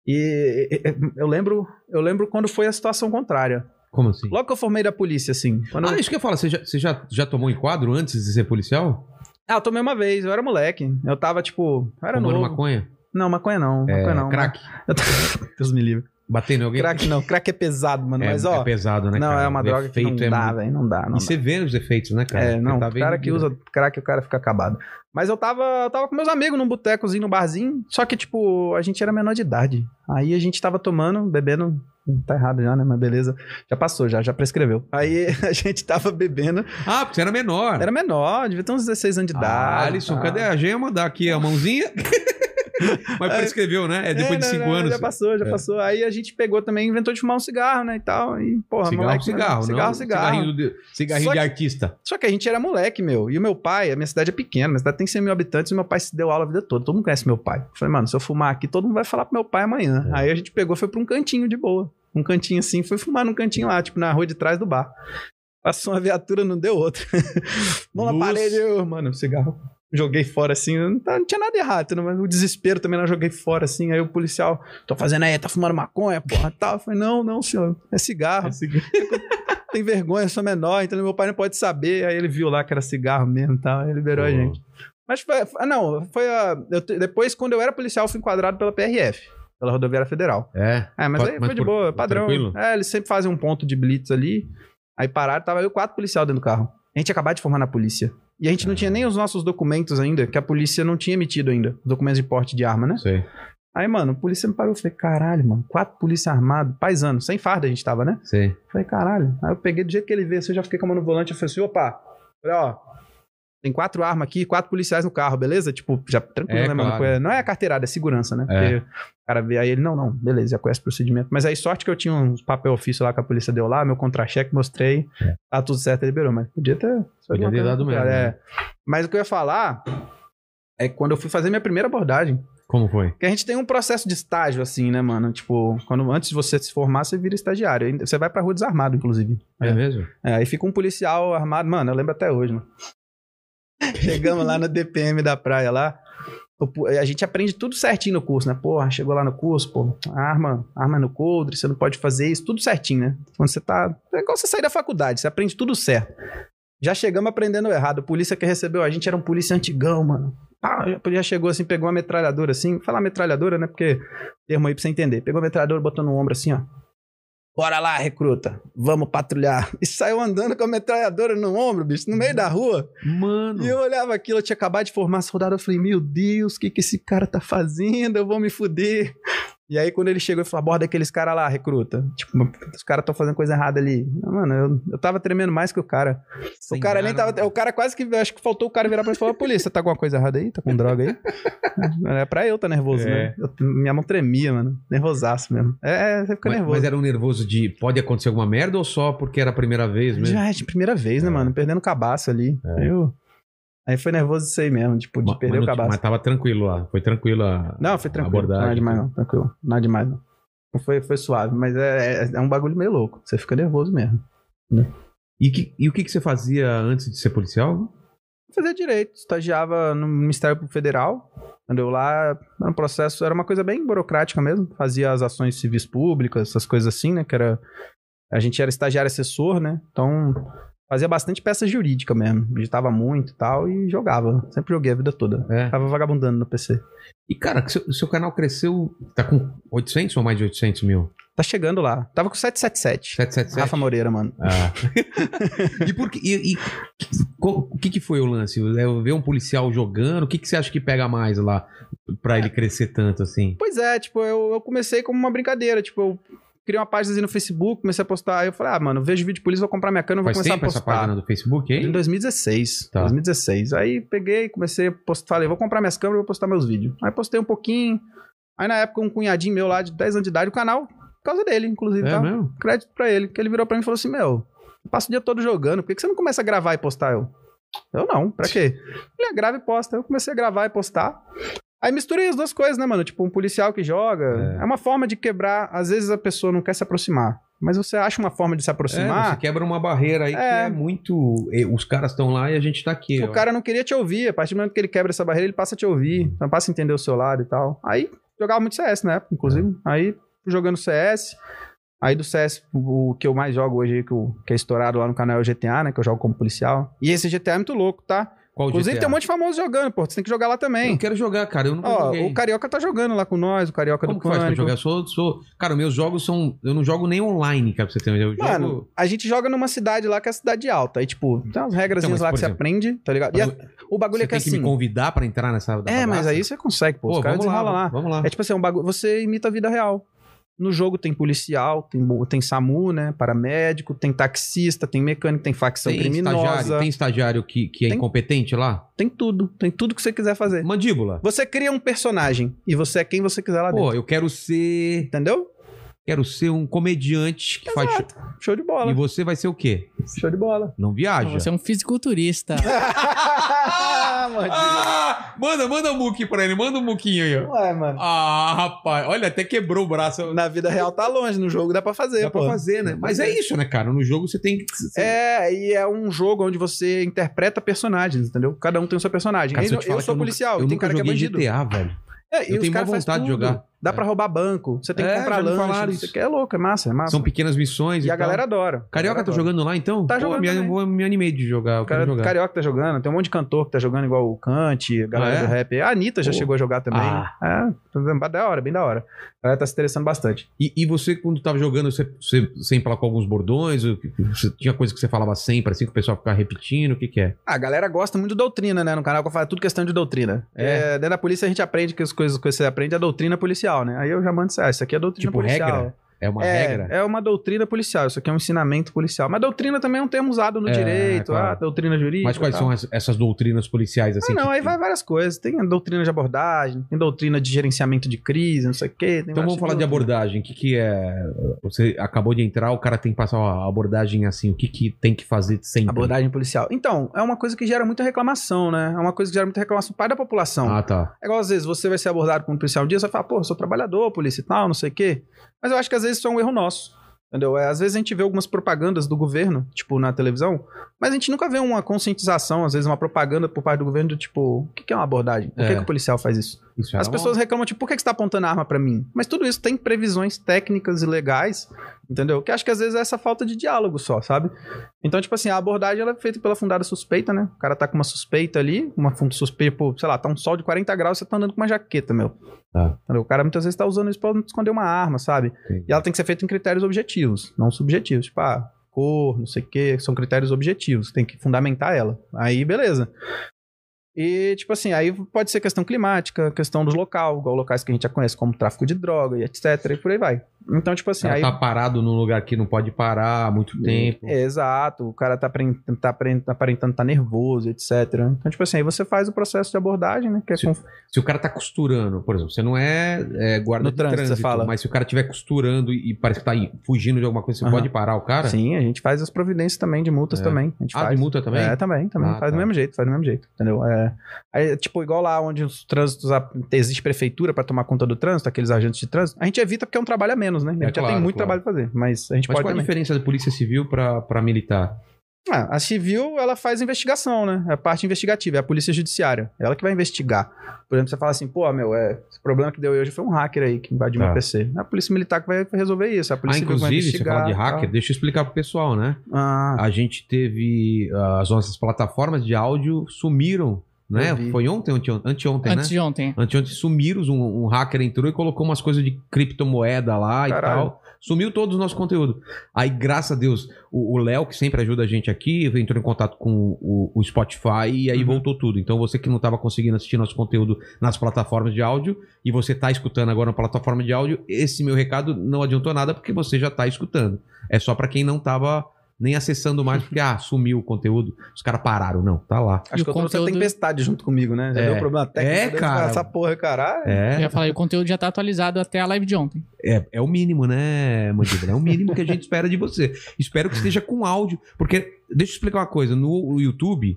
E e, e, eu lembro, eu lembro quando foi a situação contrária.
Como assim?
Logo que eu formei da polícia, assim. Quando
Ah,
eu...
isso que eu falo, você, já, você já, já tomou enquadro antes de ser policial?
Ah, eu tomei uma vez, eu era moleque. Eu tava, tipo, eu era
Fumando
novo.
maconha? É,
Não, maconha não. Maconha não.
Crack.
Eu tava- Deus me livre.
Batendo em alguém?
Crack não, crack é pesado, mano.
É,
mas
é
ó,
pesado, né?
não,
cara?
é uma
O
droga que não
efeito é
dá,
muito-
velho. Não dá, não
E
dá.
você vê os efeitos, né, cara?
É, não,
Você tá
o cara
vendo-
que usa crack, o cara fica acabado. Mas eu tava, eu tava com meus amigos num botecozinho, num barzinho, só que, tipo, a gente era menor de idade. Aí a gente tava tomando, bebendo. Tá errado já, né? Mas beleza. Já passou, já, já prescreveu. Aí a gente tava bebendo.
Ah, porque você era menor.
Era menor, devia ter uns 16 anos de idade.
Ah, Alisson,
tá.
cadê a gema? Dá aqui a mãozinha. Mas prescreveu, né? É depois de
não,
cinco
não,
anos.
Já passou, já
É.
passou. Aí a gente pegou também, inventou de fumar um cigarro, né? E tal. E, porra,
cigarro,
moleque. né,
cigarro, não?
Cigarro, cigarro.
Cigarrinho de, cigarrinho
Só
de
que-
artista.
Só que a gente era moleque, meu. E o meu pai, a minha cidade é pequena, minha cidade tem 100 mil habitantes e meu pai se deu aula a vida toda. Todo mundo conhece meu pai. Eu falei, mano, se eu fumar aqui, todo mundo vai falar pro meu pai amanhã.
É.
Aí a gente pegou, foi pra um cantinho de boa. Um cantinho assim, foi fumar num cantinho lá, tipo na rua de trás do bar. Passou uma viatura, não deu outra. Mão na
Luz.
parede, eu, mano, cigarro. Joguei fora assim, eu não, tá- não tinha nada errado, né? mas o desespero também não joguei fora assim. Aí o policial, tô fazendo aí, tá fumando maconha, porra, tal. Eu falei, não, não, senhor, é cigarro tem vergonha, eu sou menor, então meu pai não pode saber. Aí ele viu lá que era cigarro mesmo e tal, aí liberou a gente. Mas foi, ah, não, foi a, eu te- depois, quando eu era policial, eu fui enquadrado pela PRF, pela Rodoviária Federal.
É.
É, mas
Fa-
aí
mas
foi de
por-
boa, é padrão.
tranquilo?
É, eles sempre fazem um ponto de blitz ali. Aí pararam, tava eu e quatro policial dentro do carro. A gente acabava de formar na polícia. E a gente não tinha nem os nossos documentos ainda, que a polícia não tinha emitido ainda. Documentos de porte de arma, né?
Não sei.
Aí, mano, a polícia me parou. Eu falei, caralho, mano, quatro polícia armado, paisano, sem farda a gente tava, né?
Sei.
Falei, caralho. Aí eu peguei do jeito que ele veio, assim, eu já fiquei com a mão no volante. Eu falei assim, opa, falei, ó, tem quatro armas aqui, quatro policiais no carro, beleza? Tipo, já tranquilo,
É,
né, mano?
claro.
Não é carteirada, é segurança, né?
É.
Porque o cara vê aí ele, não, não, beleza, já conhece o procedimento. Mas aí, sorte que eu tinha uns papel ofício lá que a polícia deu lá, meu contra-cheque, mostrei, tá tudo certo, ele liberou, mas podia ter.
É. Podia ter dado mesmo,
É.
né?
Mas o que eu ia falar é que quando eu fui fazer minha primeira abordagem.
Como foi?
Porque a gente tem um processo de estágio, assim, né, mano? Tipo, quando, antes de você se formar, você vira estagiário. Ainda- Você vai pra rua desarmado, inclusive.
É,
É.
mesmo?
É, aí fica um policial armado. Mano, eu lembro até hoje, mano. Chegamos lá na DPM da praia lá. O pu- A gente aprende tudo certinho no curso, né? Porra, chegou lá no curso, pô, arma, arma no coldre, você não pode fazer isso, tudo certinho, né? Quando você tá. É igual você sair da faculdade, você aprende tudo certo. Já chegamos aprendendo errado. O polícia que recebeu a gente era um polícia antigão, mano. Ah, já chegou assim, pegou uma metralhadora assim. Falar metralhadora, né? Porque termo aí pra você entender. Pegou a metralhadora, botou no ombro assim, ó. Bora lá, recruta. Vamos patrulhar. E saiu andando com a metralhadora no ombro, bicho, no meio da rua.
Mano.
E eu olhava aquilo, eu tinha acabado de formar soldado. Eu falei, meu Deus, o que, que esse cara tá fazendo? Eu vou me fuder. E aí, quando ele chegou, ele falou: aborda aqueles caras lá, recruta. Tipo, os caras estão fazendo coisa errada ali. Mano, eu, eu tava tremendo mais que o cara. O cara nem tava. O cara quase que. Acho que faltou o cara virar pra ele e falar: polícia, tá com alguma coisa errada aí? Tá com droga aí? é pra eu tá nervoso,
É.
né? Eu- minha mão tremia, mano. Nervosaço mesmo. É, é, você fica
Mas,
nervoso.
mas era um nervoso de pode acontecer alguma merda ou só porque era a primeira vez mesmo?
Já é de primeira vez, né, mano? Perdendo o cabaço ali. Eu... Aí foi nervoso isso aí mesmo, tipo, de
É. Ma-
perder
mas
o
não-
cabaço.
Mas tava tranquilo lá. Foi tranquilo a
Não, foi tranquilo.
abordagem. né?
Nada demais, não. Tranquilo. Nada demais, não. Foi, foi suave, mas é, é, é um bagulho meio louco. Você fica nervoso mesmo.
E, que- e o que, que você fazia antes de ser policial?
Fazia direito, estagiava no Ministério Federal. Quando eu lá, era um processo, era uma coisa bem burocrática mesmo. Fazia as ações civis públicas, essas coisas assim, né? Que era. A gente era estagiário assessor, né? Então, fazia bastante peça jurídica mesmo. Digitava muito e tal, e jogava. Sempre joguei a vida toda.
É.
Tava vagabundando no PC.
E, cara, que seu, seu canal cresceu. Tá com 800 ou mais de 800 mil?
Tá chegando lá. Tava com 777.
777.
Rafa Moreira, mano.
Ah. e por que, e, e co- o que, que foi o lance? Eu ver um policial jogando, o que, que você acha que pega mais lá pra ele crescer tanto assim?
Pois é, tipo, eu, eu comecei como uma brincadeira, tipo, eu criei uma página no Facebook, comecei a postar, aí eu falei, ah, mano, vejo vídeo de polícia, vou comprar minha cana, eu vou
Faz
começar a
tempo essa
postar.
página do Facebook,
Em
hein?
2016.
Tá.
2016. Aí peguei, comecei a postar, falei, vou comprar minhas câmeras, vou postar meus vídeos. Aí postei um pouquinho. Aí na época um cunhadinho meu lá de 10 anos de idade, o canal, por causa dele, inclusive,
É
tá?
mesmo?
Crédito pra ele, que ele virou pra mim e falou assim: "Meu, eu passo o dia todo jogando, por que que você não começa a gravar e postar eu?" Eu não, pra quê? Ele "Ah, grava e posta. Eu comecei a gravar e postar. Aí misturei as duas coisas, né, mano? Tipo, um policial que joga. É, uma forma de quebrar. Às vezes a pessoa não quer se aproximar. Mas você acha uma forma de se
É,
aproximar.
você quebra uma barreira aí que
É.
é muito. e Os caras estão lá e a gente tá aqui.
O
ó.
cara não queria te ouvir. A partir do momento que ele quebra essa barreira, ele passa a te ouvir.
Uhum.
Então passa a entender o seu lado e tal. Aí jogava muito CS na época, inclusive.
É.
Aí fui jogando CS. Aí do CS, o, o que eu mais jogo hoje, que, eu- que é estourado lá no canal é o GTA, né? Que eu jogo como policial. E esse GTA é muito louco, tá?
Qual o
Inclusive
GTA?
tem um monte de famoso jogando, pô. Você tem que jogar lá
Eu
também.
quero jogar, cara. Eu nunca
Ó,
joguei.
o tá Carioca tá jogando lá com nós, o Carioca
Como
do
que faz pra
Pânico.
jogar? Eu Sou, sou... Cara, meus jogos são. Eu não jogo nem online, cara, pra você ter uma ideia. Eu jogo. Então,
Mano, a gente joga numa cidade lá que é a cidade alta. Aí, tipo, tem umas regrazinhas
mas,
lá
por
que você
exemplo,
aprende, tá ligado? E a- o bagulho
você
é que
tem que
assim.
me convidar pra entrar nessa.
É, mas
bagaça?
aí você consegue, pô.
Pô,
os caras
vamos lá,
desenrolam lá.
Vamos lá.
É tipo assim, um bagulho. Você imita a vida real. No jogo tem policial, tem, bo- tem SAMU, né? Paramédico, tem taxista, tem mecânico, tem facção
estagiário,
criminosa.
tem estagiário que, que é
Tem-
incompetente lá?
Tem tudo. Tem tudo que você quiser fazer.
Mandíbula.
Você cria um personagem e você é quem você quiser lá dentro.
Pô, eu quero ser.
Entendeu?
Quero ser um comediante que faz. show.
Show de
E
bola.
você vai ser o quê?
Show de bola.
Não viaja.
Você é um fisiculturista.
Mano,
Ah! Manda, manda o muque pra ele, manda o muquinho aí, ó.
Ué, mano.
Ah, rapaz, olha, até quebrou o braço.
Na vida real tá longe, no jogo dá pra fazer,
Dá
pô.
pra fazer, né? Mas é isso, né, cara? No jogo você tem que.
É, e é um jogo onde você interpreta personagens, entendeu? Cada um tem o seu personagem.
Cara, se
eu,
eu te falar que
sou
eu nunca-
policial,
eu
tem
nunca
cara que é
joguei
bandido.
GTA, velho.
É,
Eu
e os
tenho
caras
má
fazem
vontade de
tudo.
jogar.
Dá pra roubar banco, você tem
É,
que comprar
já me
lanche,
falaram
não sei o
isso.
que. é louco, é massa, é massa.
São pequenas missões.
e a
tal.
galera adora.
Carioca
A galera
tá
adora.
jogando lá então?
Tá jogando
me,
também.
eu me animei de jogar. Eu
Cara-
quero jogar.
Carioca tá jogando, tem um monte de cantor que tá jogando, igual o Kant, a galera
Ah, é?
do rap. A Anitta já
Pô.
chegou a jogar também.
Ah.
É, tá vendo? da hora, bem da hora. A galera tá se interessando bastante.
E, e você, quando tava jogando, você, você sempre lá com alguns bordões? O que- Você, tinha coisa que você falava sempre, assim, que o pessoal ficava repetindo? O que que é?
Ah, A galera gosta muito de doutrina, né? No canal que eu falo tudo questão de doutrina.
É.
É, dentro da polícia a gente aprende que as coisas que você aprende é a doutrina policial, né? Aí eu já mando assim, ah, isso aqui é doutrina
Tipo,
policial.
regra? É uma
é,
regra?
é uma doutrina policial, isso aqui é um ensinamento policial. Mas doutrina também é um termo usado no
É,
direito,
claro.
ah, doutrina jurídica.
Mas quais
e tal.
são as- essas doutrinas policiais, assim?
ah, não,
que-
aí vai várias coisas. Tem a doutrina de abordagem, tem doutrina de gerenciamento de crise, não sei o quê. tem
Então
vários
vamos falar de
tipos
abordagem. O que que é... Você acabou de entrar, o cara tem que passar uma abordagem assim. O que que tem que fazer sempre?
Abordagem policial. Então, é uma coisa que gera muita reclamação, né? É uma coisa que gera muita reclamação para da população.
Ah, tá.
É igual às vezes você vai ser abordado por um policial um dia, você vai falar, pô, eu sou trabalhador, polícia e tal, não sei o quê. Mas eu acho que às vezes isso é um erro nosso. Entendeu? É, às vezes a gente vê algumas propagandas do governo, tipo, na televisão, mas a gente nunca vê uma conscientização, às vezes uma propaganda por parte do governo do tipo, o que que é uma abordagem? Por que,
É.
que o policial faz isso?
Isso é
As
era
pessoas reclamam, tipo, por que que você tá apontando a arma pra mim? Mas tudo isso tem previsões técnicas e legais, entendeu? Que acho que às vezes é essa falta de diálogo só, sabe? Então, tipo assim, a abordagem ela é feita pela fundada suspeita, né? O cara tá com uma suspeita ali, uma funda suspeita, pô, sei lá, tá um sol de 40 graus, você tá andando com uma jaqueta, meu.
Tá.
Entendeu? O cara muitas vezes tá usando isso pra esconder uma arma, sabe?
Entendi.
E ela tem que ser feita em critérios objetivos, não subjetivos. Tipo, ah, cor, não sei o quê, são critérios objetivos, tem que fundamentar ela. Aí, beleza. E, tipo assim, aí pode ser questão climática, questão dos local, igual locais que a gente já conhece, como tráfico de droga e etc, e por aí vai. Então,
O
tipo assim,
cara
aí...
tá parado num lugar que não pode parar há muito tempo.
É, exato, o cara tá aparentando, tá aparen- aparentando tá nervoso, etc. Então, tipo assim, aí você faz o processo de abordagem, né? Que é
Sim.
com-
Se o cara tá costurando, por exemplo, você não é, é, guarda
No
de
trânsito,
trânsito,
você fala.
mas se o cara estiver costurando e parece que tá aí fugindo de alguma coisa, você
Aham.
pode parar o cara?
Sim, a gente faz as providências também, de multas
É.
também. A gente
Ah,
faz.
de multa também?
É, também, também.
Ah, tá.
faz do mesmo jeito, faz do mesmo jeito, entendeu? É, aí, tipo, igual lá onde os trânsitos, a- existe prefeitura pra tomar conta do trânsito, aqueles agentes de trânsito, a gente evita porque é um trabalho a menos, né? A gente
É
já
claro,
tem muito
claro.
trabalho pra fazer, mas a gente
Mas
pode
qual a
também.
diferença da polícia civil pra, pra militar?
Ah, a civil, ela faz investigação, né? É a parte investigativa, é a polícia judiciária. É Ela que vai investigar. Por exemplo, você fala assim, pô, meu, é, esse problema que deu hoje foi um hacker aí que invadiu
Tá.
meu PC. É a polícia militar que vai resolver isso. é A
Ah,
polícia civil que vai
inclusive, você
investigar.
fala de hacker,
tal.
deixa eu explicar pro pessoal, né?
Ah,
A gente teve ah, as nossas plataformas de áudio sumiram, né?
Eu vi.
Foi ontem, ontem, anteontem,
Antes
né?
de ontem.
Anteontem sumiram, um, um hacker entrou e colocou umas coisas de criptomoeda lá
Caralho.
e tal. Sumiu todo o nosso conteúdo. Aí, graças a Deus, o o Léo, que sempre ajuda a gente aqui, entrou em contato com o, o Spotify e aí voltou tudo. Então, você que não estava conseguindo assistir nosso conteúdo nas plataformas de áudio e você está escutando agora na plataforma de áudio, esse meu recado não adiantou nada porque você já está escutando. É só para quem não estava nem acessando mais porque, ah, sumiu o conteúdo, os caras pararam. Não, tá lá.
E
Acho
o
que eu trouxe a
conteúdo-
tempestade junto comigo, né? Já
É.
deu problema técnico.
É,
deu
cara.
Essa porra, caralho.
É.
Eu já falei, o conteúdo já tá atualizado até a live de ontem.
É, é o mínimo, né, Mandíbula? É o mínimo que a gente espera de você. Espero que esteja com áudio. Porque, deixa eu explicar uma coisa: no YouTube,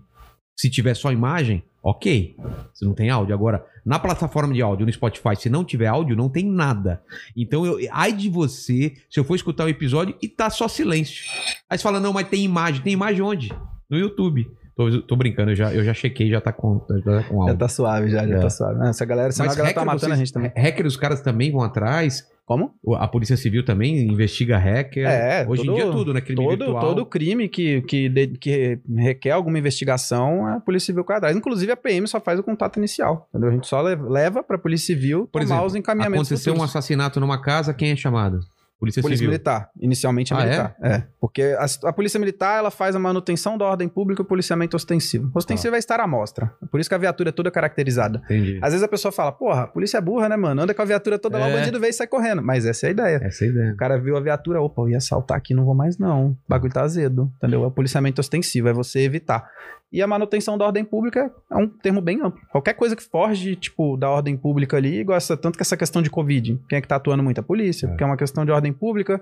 se tiver só imagem, ok. Se não tem áudio. Agora, na plataforma de áudio, no Spotify, se não tiver áudio, não tem nada. Então, eu, ai de você se eu for escutar o episódio e tá só silêncio. Aí você fala: não, mas tem imagem. Tem imagem onde? No YouTube. Tô, tô brincando, eu já, eu já chequei, já tá com, já tá com áudio.
Já tá suave, já, já
É.
tá suave. Ah, Essa galera, senão a galera tá
hacker,
matando
vocês-
a gente também.
Hacker, os caras também vão atrás.
Como?
O- A Polícia Civil também investiga hacker.
É,
Hoje em
todo-
dia tudo, né? Crime
Todo,
virtual.
todo crime que, que, de- que requer alguma investigação, a Polícia Civil cai atrás. Inclusive, a PM só faz o contato inicial. entendeu? A gente só le- leva pra Polícia Civil
Por
tomar
exemplo,
os encaminhamentos
Aconteceu um
futuros.
assassinato numa casa, quem é chamado? Polícia,
Polícia
Civil.
Militar, inicialmente é
Ah, é?
militar. É? Porque a, a Polícia Militar ela faz a manutenção da ordem pública e o policiamento ostensivo. Ostensivo é estar à mostra. Por isso que a viatura é toda caracterizada.
Ah. Entendi.
Às vezes a pessoa fala, porra, a polícia é burra, né, mano? Anda com a viatura toda lá,
É.
o bandido vem e sai correndo. Mas essa é a ideia.
Essa é a ideia.
O cara viu a viatura, opa, eu ia assaltar aqui, não vou mais não. O bagulho tá azedo, entendeu? É o policiamento ostensivo, é você evitar. E a manutenção da ordem pública é um termo bem amplo. Qualquer coisa que forge, tipo, da ordem pública ali, gosta tanto que essa questão de Covid, quem é que tá atuando muito? A polícia,
É.
porque é uma questão de ordem pública,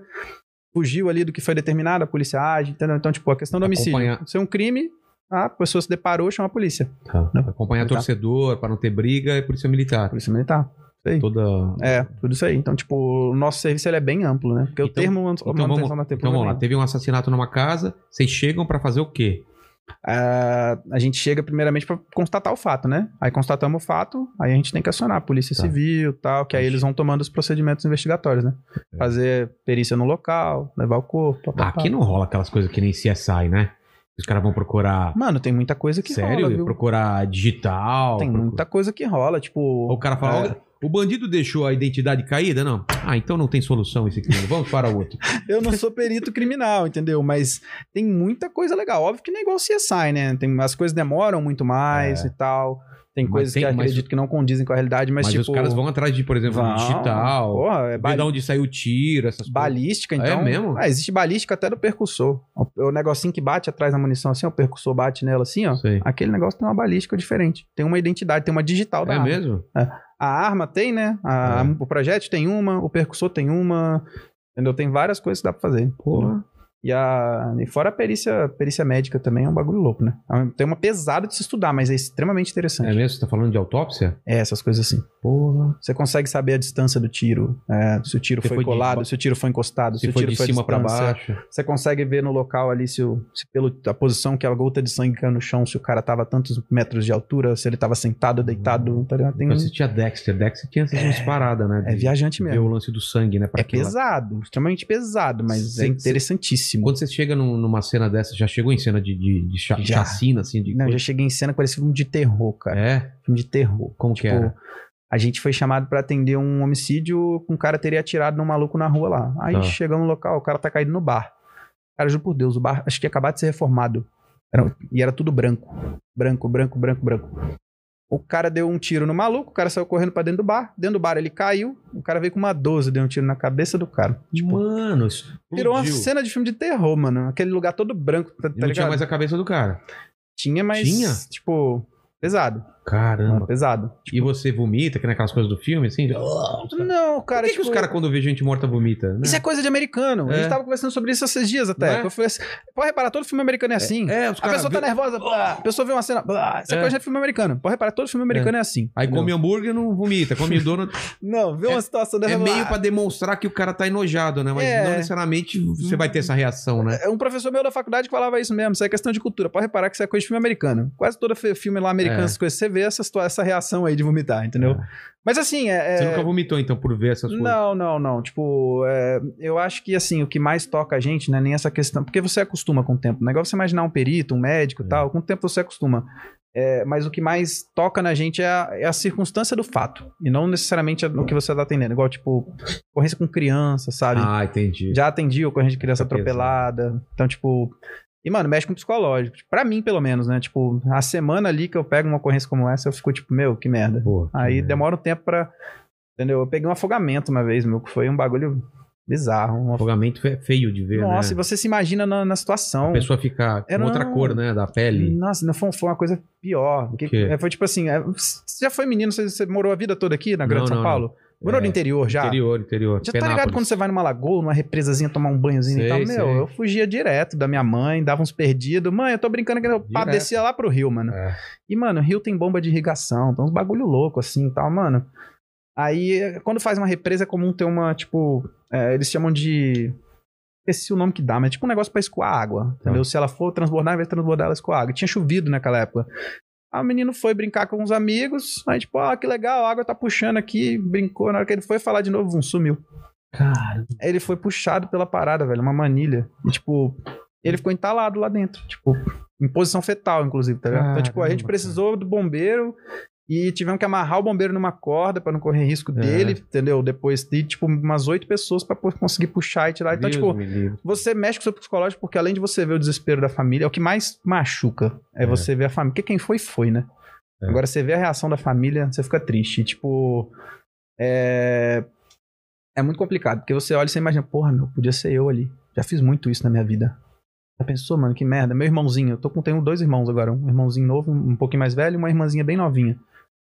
fugiu ali do que foi determinado, a polícia age, entendeu? Então, tipo, a questão do homicídio.
Acompanhar.
Se é um crime, a pessoa se deparou, chama a polícia.
Tá.
Não.
Acompanhar
Tá.
torcedor para não ter briga é Polícia
A
Militar.
polícia militar.
Toda.
É, tudo isso aí. Então, tipo, o nosso serviço ele é bem amplo, né? Porque o
Então-
termo manutenção
Então vamos,
da
então vamos lá. Teve um assassinato numa casa, vocês chegam pra fazer o quê?
Ah, a gente chega primeiramente pra constatar o fato, né? Aí constatamos o fato, aí a gente tem que acionar a polícia
Tá.
civil e tal, que aí eles vão tomando os procedimentos investigatórios, né?
É. Ah,
Fazer perícia no local, levar o corpo. pá, pá,
Aqui
pá.
não rola aquelas coisas que nem CSI, né? Os caras vão procurar.
Mano, tem muita coisa que
Sério?
rola, viu?
procurar digital.
Tem
procurar-
muita coisa que rola, tipo...
O cara fala,
É.
"Ó, o bandido deixou a identidade caída? Não. Ah, então não tem solução esse crime. Vamos para o outro.
Eu não sou perito criminal, entendeu? Mas tem muita coisa legal. Óbvio que não é igual CSI, né? Tem, as coisas demoram muito mais
É.
e tal. Tem
Mas
coisas
tem-
que eu
mas-
acredito que não condizem com a realidade, mas,
Mas,
tipo...
os caras vão atrás de, por exemplo,
vão,
digital.
Porra, é
ver de onde saiu o tiro, essas coisas.
Balística,
É
então.
mesmo?
Ah, existe balística até do percussor. O, o negocinho que bate atrás da munição, assim, ó, o percussor bate nela assim, ó.
Sei.
Aquele negócio tem uma balística diferente. Tem uma identidade, tem uma digital da
É
arma.
mesmo?
A arma tem, né? A-
É.
O projétil tem uma, o percussor tem uma. Entendeu? Tem várias coisas que dá pra fazer. entendeu?
Porra.
E, a, e fora a perícia, perícia médica também é um bagulho louco, né? É um- Tem uma pesada de se estudar, mas é extremamente
É
interessante.
mesmo? Você tá falando de autópsia?
É, essas coisas assim.
Porra.
Você consegue saber a distância do tiro, é, se o tiro
Se
foi,
foi de-
colado, se o tiro foi encostado, se,
Se
o
foi
tiro
de
foi à
cima pra
distância.
baixo.
Você consegue ver no local ali se, o, se pelo a posição que a gota de sangue caiu no chão, se o cara tava a tantos metros de altura, se ele tava sentado, deitado, tá ligado? Tem,
Eu assistia Dexter. Dexter tinha essas umas paradas, né?
é
de
viajante
Ver
mesmo.
o lance do sangue, né? Pra
É
aquilo lá.
pesado, extremamente pesado, mas
Cê-
é
cê-
interessantíssimo.
Quando você chega num- numa cena dessa, já chegou em cena de, de, de cha-
Já.
chacina, assim? De
Não, eu já
coisa?
cheguei em cena que parecia filme de terror, cara.
É?
Filme de terror.
Como que era?
a gente foi chamado pra atender um homicídio, um cara teria atirado num maluco na rua lá. Aí
Tá.
chegamos no local, o cara tá caído no bar. Cara, juro por Deus, o bar acho que ia acabar de ser reformado. Era- um, e era tudo branco. Branco, branco, branco, branco. O cara deu um tiro no maluco, o cara saiu correndo pra dentro do bar. Dentro do bar ele caiu, o cara veio com uma 12, deu um tiro na cabeça do cara. Tipo,
Mano,
virou uma
explodiu.
cena de filme de terror, mano. Aquele lugar todo branco,
E
tá, tá
não tinha
ligado?
mais a cabeça do cara.
Tinha, mas
Tinha?
tipo, pesado.
Caramba.
Pesado.
E você vomita, que naquelas coisas do filme, assim? de-
Não, tipo- cara,
Por que, que os caras, quando vê gente morta, vomita? né?
Isso é coisa de americano.
É.
A gente tava conversando sobre isso esses dias
Não
até.
é?
que Eu falei assim, pode reparar, todo filme americano é assim.
É, os
A
caras.
pessoa tá
vê-
nervosa, blá, a pessoa vê uma cena, blá, isso é,
É.
coisa de filme americano. Pode reparar, todo filme americano é, assim.
Aí
entendeu?
come hambúrguer não vomita, come donut.
Não, vê uma situação dessa.
é
blá.
meio pra demonstrar que o cara tá enojado, né? Mas
É.
não necessariamente você vai ter essa reação, né?
É Um professor meu da faculdade que falava isso mesmo, isso é questão de cultura. Pode reparar que isso é coisa de filme americano. Quase todo fi- filme lá americano,
É.
essas coisas, você vê essa, situa- essa reação aí de vomitar, entendeu?
É.
Mas assim, é.
Você
é-
nunca vomitou, então, por ver essas coisas.
Não, não, não. Tipo, é, eu acho que assim, o que mais toca a gente, né? Nem essa questão. Porque você acostuma com o tempo. O negócio é você imaginar um perito, um médico e
É.
tal. Com o tempo você acostuma. É, mas o que mais toca na gente é a, é a circunstância do fato. E não necessariamente no que você tá atendendo. Igual, tipo, ocorrência com criança, sabe?
Ah, entendi.
Já atendi ocorrência de criança
Fica pesado.
atropelada. Então, tipo. E, mano, mexe com o psicológico. Tipo, Pra mim, pelo menos, né? Tipo, a semana ali que eu pego uma ocorrência como essa, eu fico tipo, meu, que merda.
Pô, é.
Aí
que-
demora um tempo pra. Entendeu? Eu peguei um afogamento uma vez, meu, que foi um bagulho bizarro. Um af-
Afogamento é feio de ver,
Nossa, e
né?
você se imagina na, na situação.
A pessoa fica com
Era- um Hum.
outra cor, né? Da pele.
Nossa, não foi, foi uma coisa pior. Porque,
quê?
é, foi tipo assim, é, você já foi menino, você, você morou a vida toda aqui na Grande
Não,
São
não,
Paulo? Morou no
É,
interior já?
Interior, interior.
Já tá ligado quando você vai numa lagoa, numa represazinha, tomar um banhozinho
Sei,
e tal? Meu,
sei.
eu fugia direto da minha mãe, dava uns perdidos. Mãe, eu tô brincando que eu pá,
Direto.
descia lá pro rio, mano.
É.
E, mano, rio tem bomba de irrigação, tem uns bagulho louco assim e tal, mano. Aí, quando faz uma represa, é comum ter uma, tipo, é, eles chamam de. Esqueci o nome que dá, mas é tipo um negócio pra escoar água, entendeu? Se ela for transbordar, ao invés de transbordar, ela escoa água. Tinha chovido naquela época. Aí o menino foi brincar com uns amigos, aí tipo, ah, que legal, a água tá puxando aqui, brincou. Na hora que ele foi falar de novo, um sumiu.
Cara,
Aí ele foi puxado pela parada, velho, uma manilha. E, tipo, ele ficou entalado lá dentro. Tipo, em posição fetal, inclusive, tá ligado? Então, tipo, a gente
Caramba,
precisou do bombeiro e tivemos que amarrar o bombeiro numa corda pra não correr risco
É.
dele, entendeu? Depois de, tipo, umas oito pessoas pra conseguir puxar e tirar. Então,
Deus
tipo,
me livre.
você mexe com o seu psicológico porque além de você ver o desespero da família, é o que mais machuca. É,
É.
você ver a família. Porque quem foi, foi, né?
É.
Agora você vê a reação da família, você fica triste. E, Tipo. É. É muito complicado, porque você olha e você imagina, porra, meu, podia ser eu ali. Já fiz muito isso na minha vida. Já pensou, mano, que merda? Meu irmãozinho, eu tô com, tenho dois irmãos agora, um irmãozinho novo, um pouquinho mais velho, e uma irmãzinha bem novinha.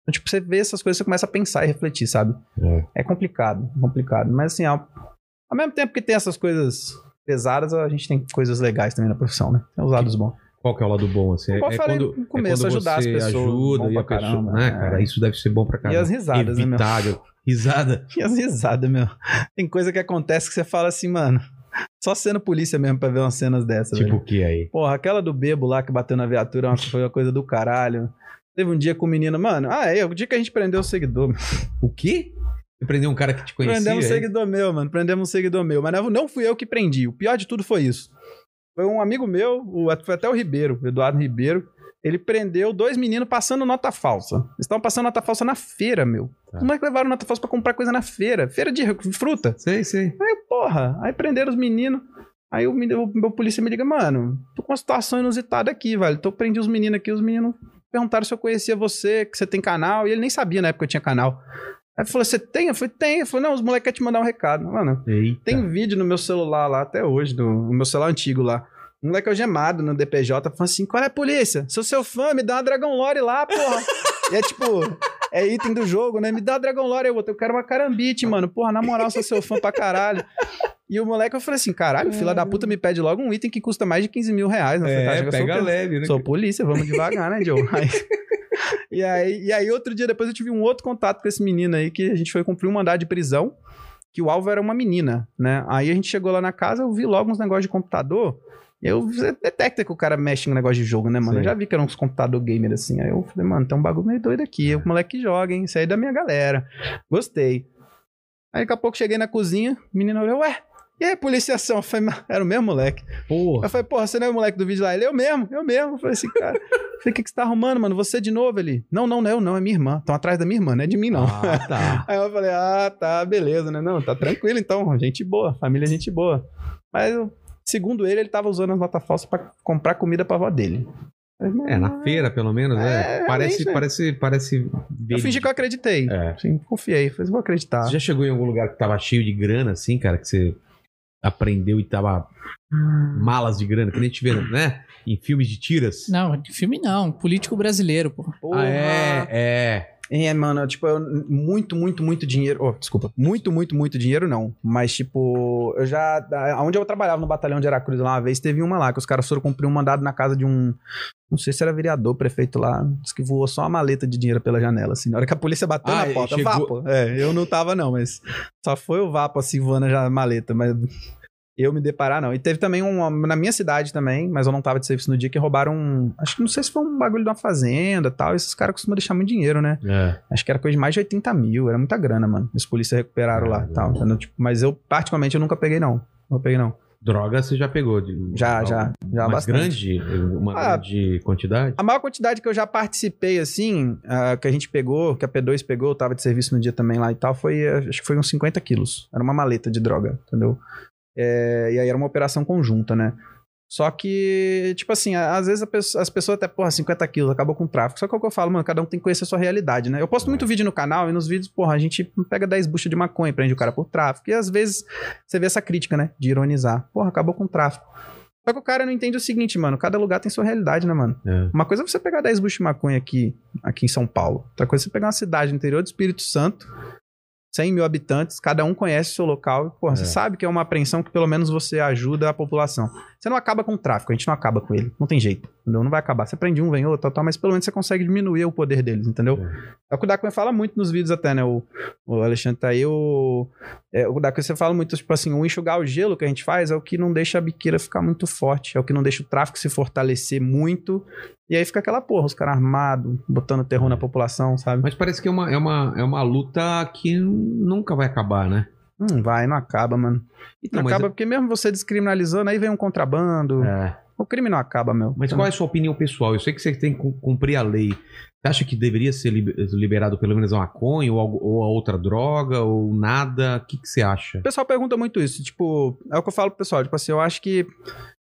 Então, tipo, você vê essas coisas, você começa a pensar e refletir, sabe? É complicado, complicado. Mas assim, ao, ao mesmo tempo que tem essas coisas pesadas, a gente tem coisas legais também na profissão, né? Tem os lados bons.
Qual que é o lado bom, assim? É,
Igual eu
é
falei
quando,
no começo,
é quando
ajudar
você
as pessoas,
ajuda
bom
e a
pra
pessoa,
caramba,
né,
é.
cara? Isso deve ser bom pra caramba.
as risadas, né, meu?
Evitar, né, Risada.
E as risadas, meu. Tem coisa que acontece que você fala assim, mano. Só sendo polícia mesmo pra ver umas cenas dessas.
tipo
velho.
o que aí?
Porra, aquela do bebo lá que bateu na viatura é uma- foi uma coisa do caralho. Teve um dia com o menino, mano. Ah, é, o dia que a gente prendeu o seguidor.
O quê? Você prendeu um cara que te conhecia?
Prendemos um
aí?
seguidor meu, mano. Prendemos um seguidor meu. Mas não- não fui eu que prendi. O pior de tudo foi isso. Foi um amigo meu, o- foi até o Ribeiro, o Eduardo Ribeiro. Ele prendeu dois meninos passando nota falsa. Eles estavam passando nota falsa na feira, meu.
Tá.
Como é que levaram nota falsa pra comprar coisa na feira? Feira de fruta.
Sei, sei.
Aí, porra, aí prenderam os meninos. Aí o, meni- o meu polícia me liga, mano, tô com uma situação inusitada aqui, velho. Então eu prendi os meninos aqui, os meninos perguntaram se eu conhecia você, que você tem canal, e ele nem sabia na época que eu tinha canal. Aí ele falou, você tem? Eu falei, tem. Ele falou, não, os moleques querem te mandar um recado. Mano,
Eita.
tem vídeo no meu celular lá até hoje, do, no meu celular antigo lá. Um moleque algemado no DPJ, falando assim, qual é a polícia? Sou seu fã, me dá uma Dragon Lore lá, porra. e é tipo, é item do jogo, né? Me dá a Dragon Lore, eu outro. Eu quero uma carambite, mano. Porra, na moral, sou seu fã pra caralho. E o moleque, eu falei assim, caralho, filha da puta me pede logo um item que custa mais de 15 mil reais. né? Na
É,
fantástica. eu
pega
sou, um
leve, né?
sou polícia, vamos devagar, né, Joe? Aí- e, aí, e aí, outro dia depois, eu tive um outro contato com esse menino aí, que a gente foi cumprir um mandado de prisão, que o alvo era uma menina, né? Aí a gente chegou lá na casa, eu vi logo uns negócios de computador, e eu você detecta que o cara mexe em negócio de jogo, né, mano?
Sim.
Eu já vi que era uns computador gamer assim. Aí eu falei, mano, tem um bagulho meio doido aqui, é o moleque que joga, hein? Isso aí é da minha galera. Gostei. Aí daqui a pouco cheguei na cozinha, o menino olhou, ué, e aí, policiação? Eu falei, "Mas era o mesmo moleque.
Porra.
Eu falei, porra, você não é o moleque do vídeo lá? Ele, eu mesmo, eu mesmo. Eu falei assim, cara, eu falei, o que, que você tá arrumando, mano? Você de novo? Ele, não, não, não, é eu não, é minha irmã. Estão atrás da minha irmã, não é de mim, não.
Ah, tá.
Aí eu falei, ah, tá, beleza, né? Não, tá tranquilo então, gente boa, família é gente boa. Mas, eu- segundo ele, ele tava usando as notas falsas pra comprar comida pra avó dele.
É, na feira, pelo menos, né?
É,
parece,
realmente, né?
parece, parece,
Eu fingi que eu acreditei.
É.
Sim, confiei, falei, vou acreditar.
Você já chegou em algum lugar que tava cheio de grana, assim, cara, que você aprendeu e tava malas de grana, que nem a gente vê, né? Em filmes de tiras.
Não, de filme não. Político brasileiro, pô.
Porra.
Ah, é, é.
É, mano, tipo, eu, muito, muito, muito dinheiro. Oh, desculpa. Muito, muito, muito dinheiro não. Mas, tipo, eu já. Onde eu trabalhava no batalhão de Aracruz lá uma vez, teve uma lá que os caras foram cumprir um mandado na casa de um. Não sei se era vereador, prefeito lá. Diz que voou só uma maleta de dinheiro pela janela, assim. Na hora que a polícia bateu
Ah,
na porta,
chegou-
vapo. É, eu não tava, não, mas. Só foi o vapo, assim, voando já a maleta, mas. Eu me deparar, não. E teve também uma. Na minha cidade também, mas eu não tava de serviço no dia, que roubaram um. Acho que não sei se foi um bagulho de uma fazenda tal. Esses caras costumam deixar muito dinheiro, né?
É.
Acho que era coisa de mais de 80 mil, era muita grana, mano. Os polícias recuperaram lá
Caralho.
tal. entendeu? Tipo, mas eu, particularmente, eu nunca peguei, não. Não peguei, não.
Droga você já pegou? de-
Já,
algo
já, já
mais
bastante.
grande? Uma
Ah.
grande quantidade?
A maior quantidade que eu já participei, assim, ah, que a gente pegou, que a P2 pegou, eu tava de serviço no dia também lá e tal, foi, ah, acho que foi uns 50 quilos. Era uma maleta de droga, entendeu? É, e aí era uma operação conjunta, né? Só que, tipo assim, a- às vezes a pessoa- as pessoas até, porra, 50 quilos, acabou com o tráfico. Só que é o que eu falo, mano, cada um tem que conhecer a sua realidade, né? Eu posto muito vídeo no canal e nos vídeos, porra, a gente pega 10 buchas de maconha, e prende o cara por tráfico. E às vezes você vê essa crítica, né? De ironizar. Porra, acabou com o tráfico. Só que o cara não entende o seguinte, mano, cada lugar tem sua realidade, né, mano?
É.
Uma coisa é você pegar 10 buchas de maconha aqui, aqui em São Paulo. Outra coisa é você pegar uma cidade no interior do Espírito Santo, 100 mil habitantes, cada um conhece o seu local. E, porra,
É.
você sabe que é uma apreensão que pelo menos você ajuda a população. Você não acaba com o tráfico, a gente não acaba com ele. Não tem jeito, entendeu? Não vai acabar. Você prende um, vem outro, tal, tal, mas pelo menos você consegue diminuir o poder deles, entendeu? É o que o Dacoin fala muito nos vídeos até, né? O, o Alexandre tá aí, o... É, o Dacoin você fala muito, tipo assim, o enxugar o gelo que a gente faz é o que não deixa a biqueira ficar muito forte, é o que não deixa o tráfico se fortalecer muito, e aí fica aquela porra, os caras armados, botando terror na população, sabe?
Mas parece que é uma, é, uma, é uma luta que nunca vai acabar, né?
Não Hum, vai, não acaba, mano.
Então,
não
mas-
acaba, porque mesmo você descriminalizando, aí vem um contrabando,
É.
o crime não acaba, meu.
Mas qual é a sua opinião pessoal? Eu sei que você tem que cum- cumprir a lei. Você acha que deveria ser lib- liberado pelo menos a maconha ou, algo- ou a outra droga ou nada? O que, que você acha?
O pessoal pergunta muito isso, tipo, é o que eu falo pro pessoal, tipo assim, eu acho que.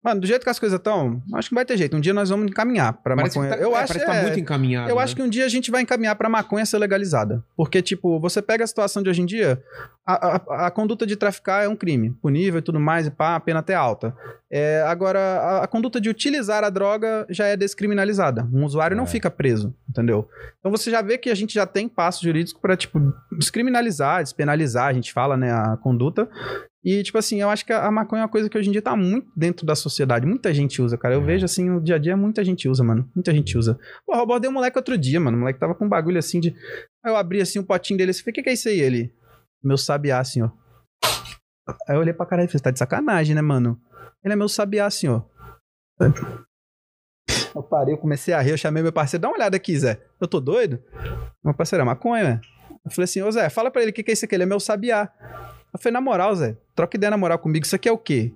Mano, do jeito que as coisas estão, acho que não vai ter jeito. Um dia nós vamos encaminhar pra maconha.
que tá,
eu
é,
acho
parece que tá
é,
muito encaminhado.
Eu
né?
acho que um dia a gente vai encaminhar pra maconha ser legalizada. Porque, tipo, você pega a situação de hoje em dia, a, a- a conduta de traficar é um crime, punível e tudo mais, e pá, a pena até alta. É, agora, a, a conduta de utilizar a droga já é descriminalizada. Um usuário
É.
não fica preso, entendeu? Então você já vê que a gente já tem passo jurídico pra, tipo, descriminalizar, despenalizar, a gente fala, né, a conduta. E, tipo assim, eu acho que a a maconha é uma coisa que hoje em dia tá muito dentro da sociedade. Muita gente usa, cara. Eu
É.
vejo, assim, no dia a dia, muita gente usa, mano. Muita gente usa. Porra, eu abordei um moleque outro dia, mano. O moleque tava com um bagulho assim de. Aí eu abri assim o potinho dele assim, falei, o que, que é isso aí? Ele. Meu sabiá, assim, senhor. Aí eu olhei pra cara e falei, você tá de sacanagem, né, mano? Ele é meu sabiá, senhor. Eu parei, eu comecei a rir, eu chamei meu parceiro, dá uma olhada aqui, Zé. Eu tô doido? Meu parceiro, é maconha, né? Eu falei assim, ô Zé, fala pra ele o que, que é isso aqui, ele é meu sabiá. Eu falei, na moral, Zé, troca ideia na moral comigo, isso aqui é o quê?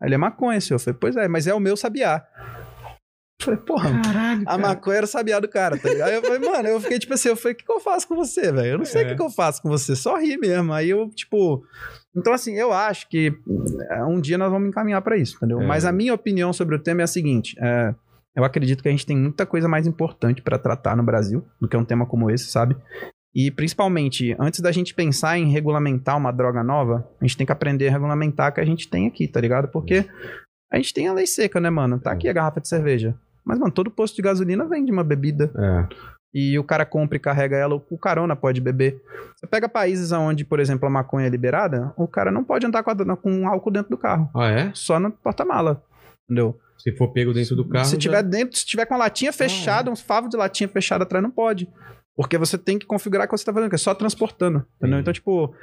Aí ele é maconha, senhor. Eu falei, pois é, mas é o meu sabiá. Eu falei, porra,
Caralho,
a maconha era o sabiá do cara, tá ligado? Aí eu falei, mano, eu fiquei tipo assim, eu falei, o que, que eu faço com você, velho? Eu não sei o
É.
que, que eu faço com você, só ri mesmo. Aí eu, tipo. Então, assim, eu acho que é, um dia nós vamos encaminhar pra isso, entendeu?
É.
Mas a minha opinião sobre o tema é a seguinte: é, eu acredito que a gente tem muita coisa mais importante pra tratar no Brasil do que um tema como esse, sabe? E principalmente, antes da gente pensar em regulamentar uma droga nova, a gente tem que aprender a regulamentar a que a gente tem aqui, tá ligado? Porque a gente tem a lei seca, né, mano? Tá aqui a garrafa de cerveja. Mas, mano, todo posto de gasolina vende uma bebida.
É,
E o cara compra e carrega ela, o carona pode beber. Você pega países onde, por exemplo, a maconha é liberada, o cara não pode andar com, a- com um álcool dentro do carro.
Ah, é?
Só no porta-mala. Entendeu?
Se for pego dentro do carro. é
se
já- é.
tiver dentro, se tiver com a latinha fechada, uns favos de latinha fechada atrás, não pode. Porque você tem que configurar o que você tá fazendo, que é só transportando. Entendeu?
Entendi.
Então, tipo.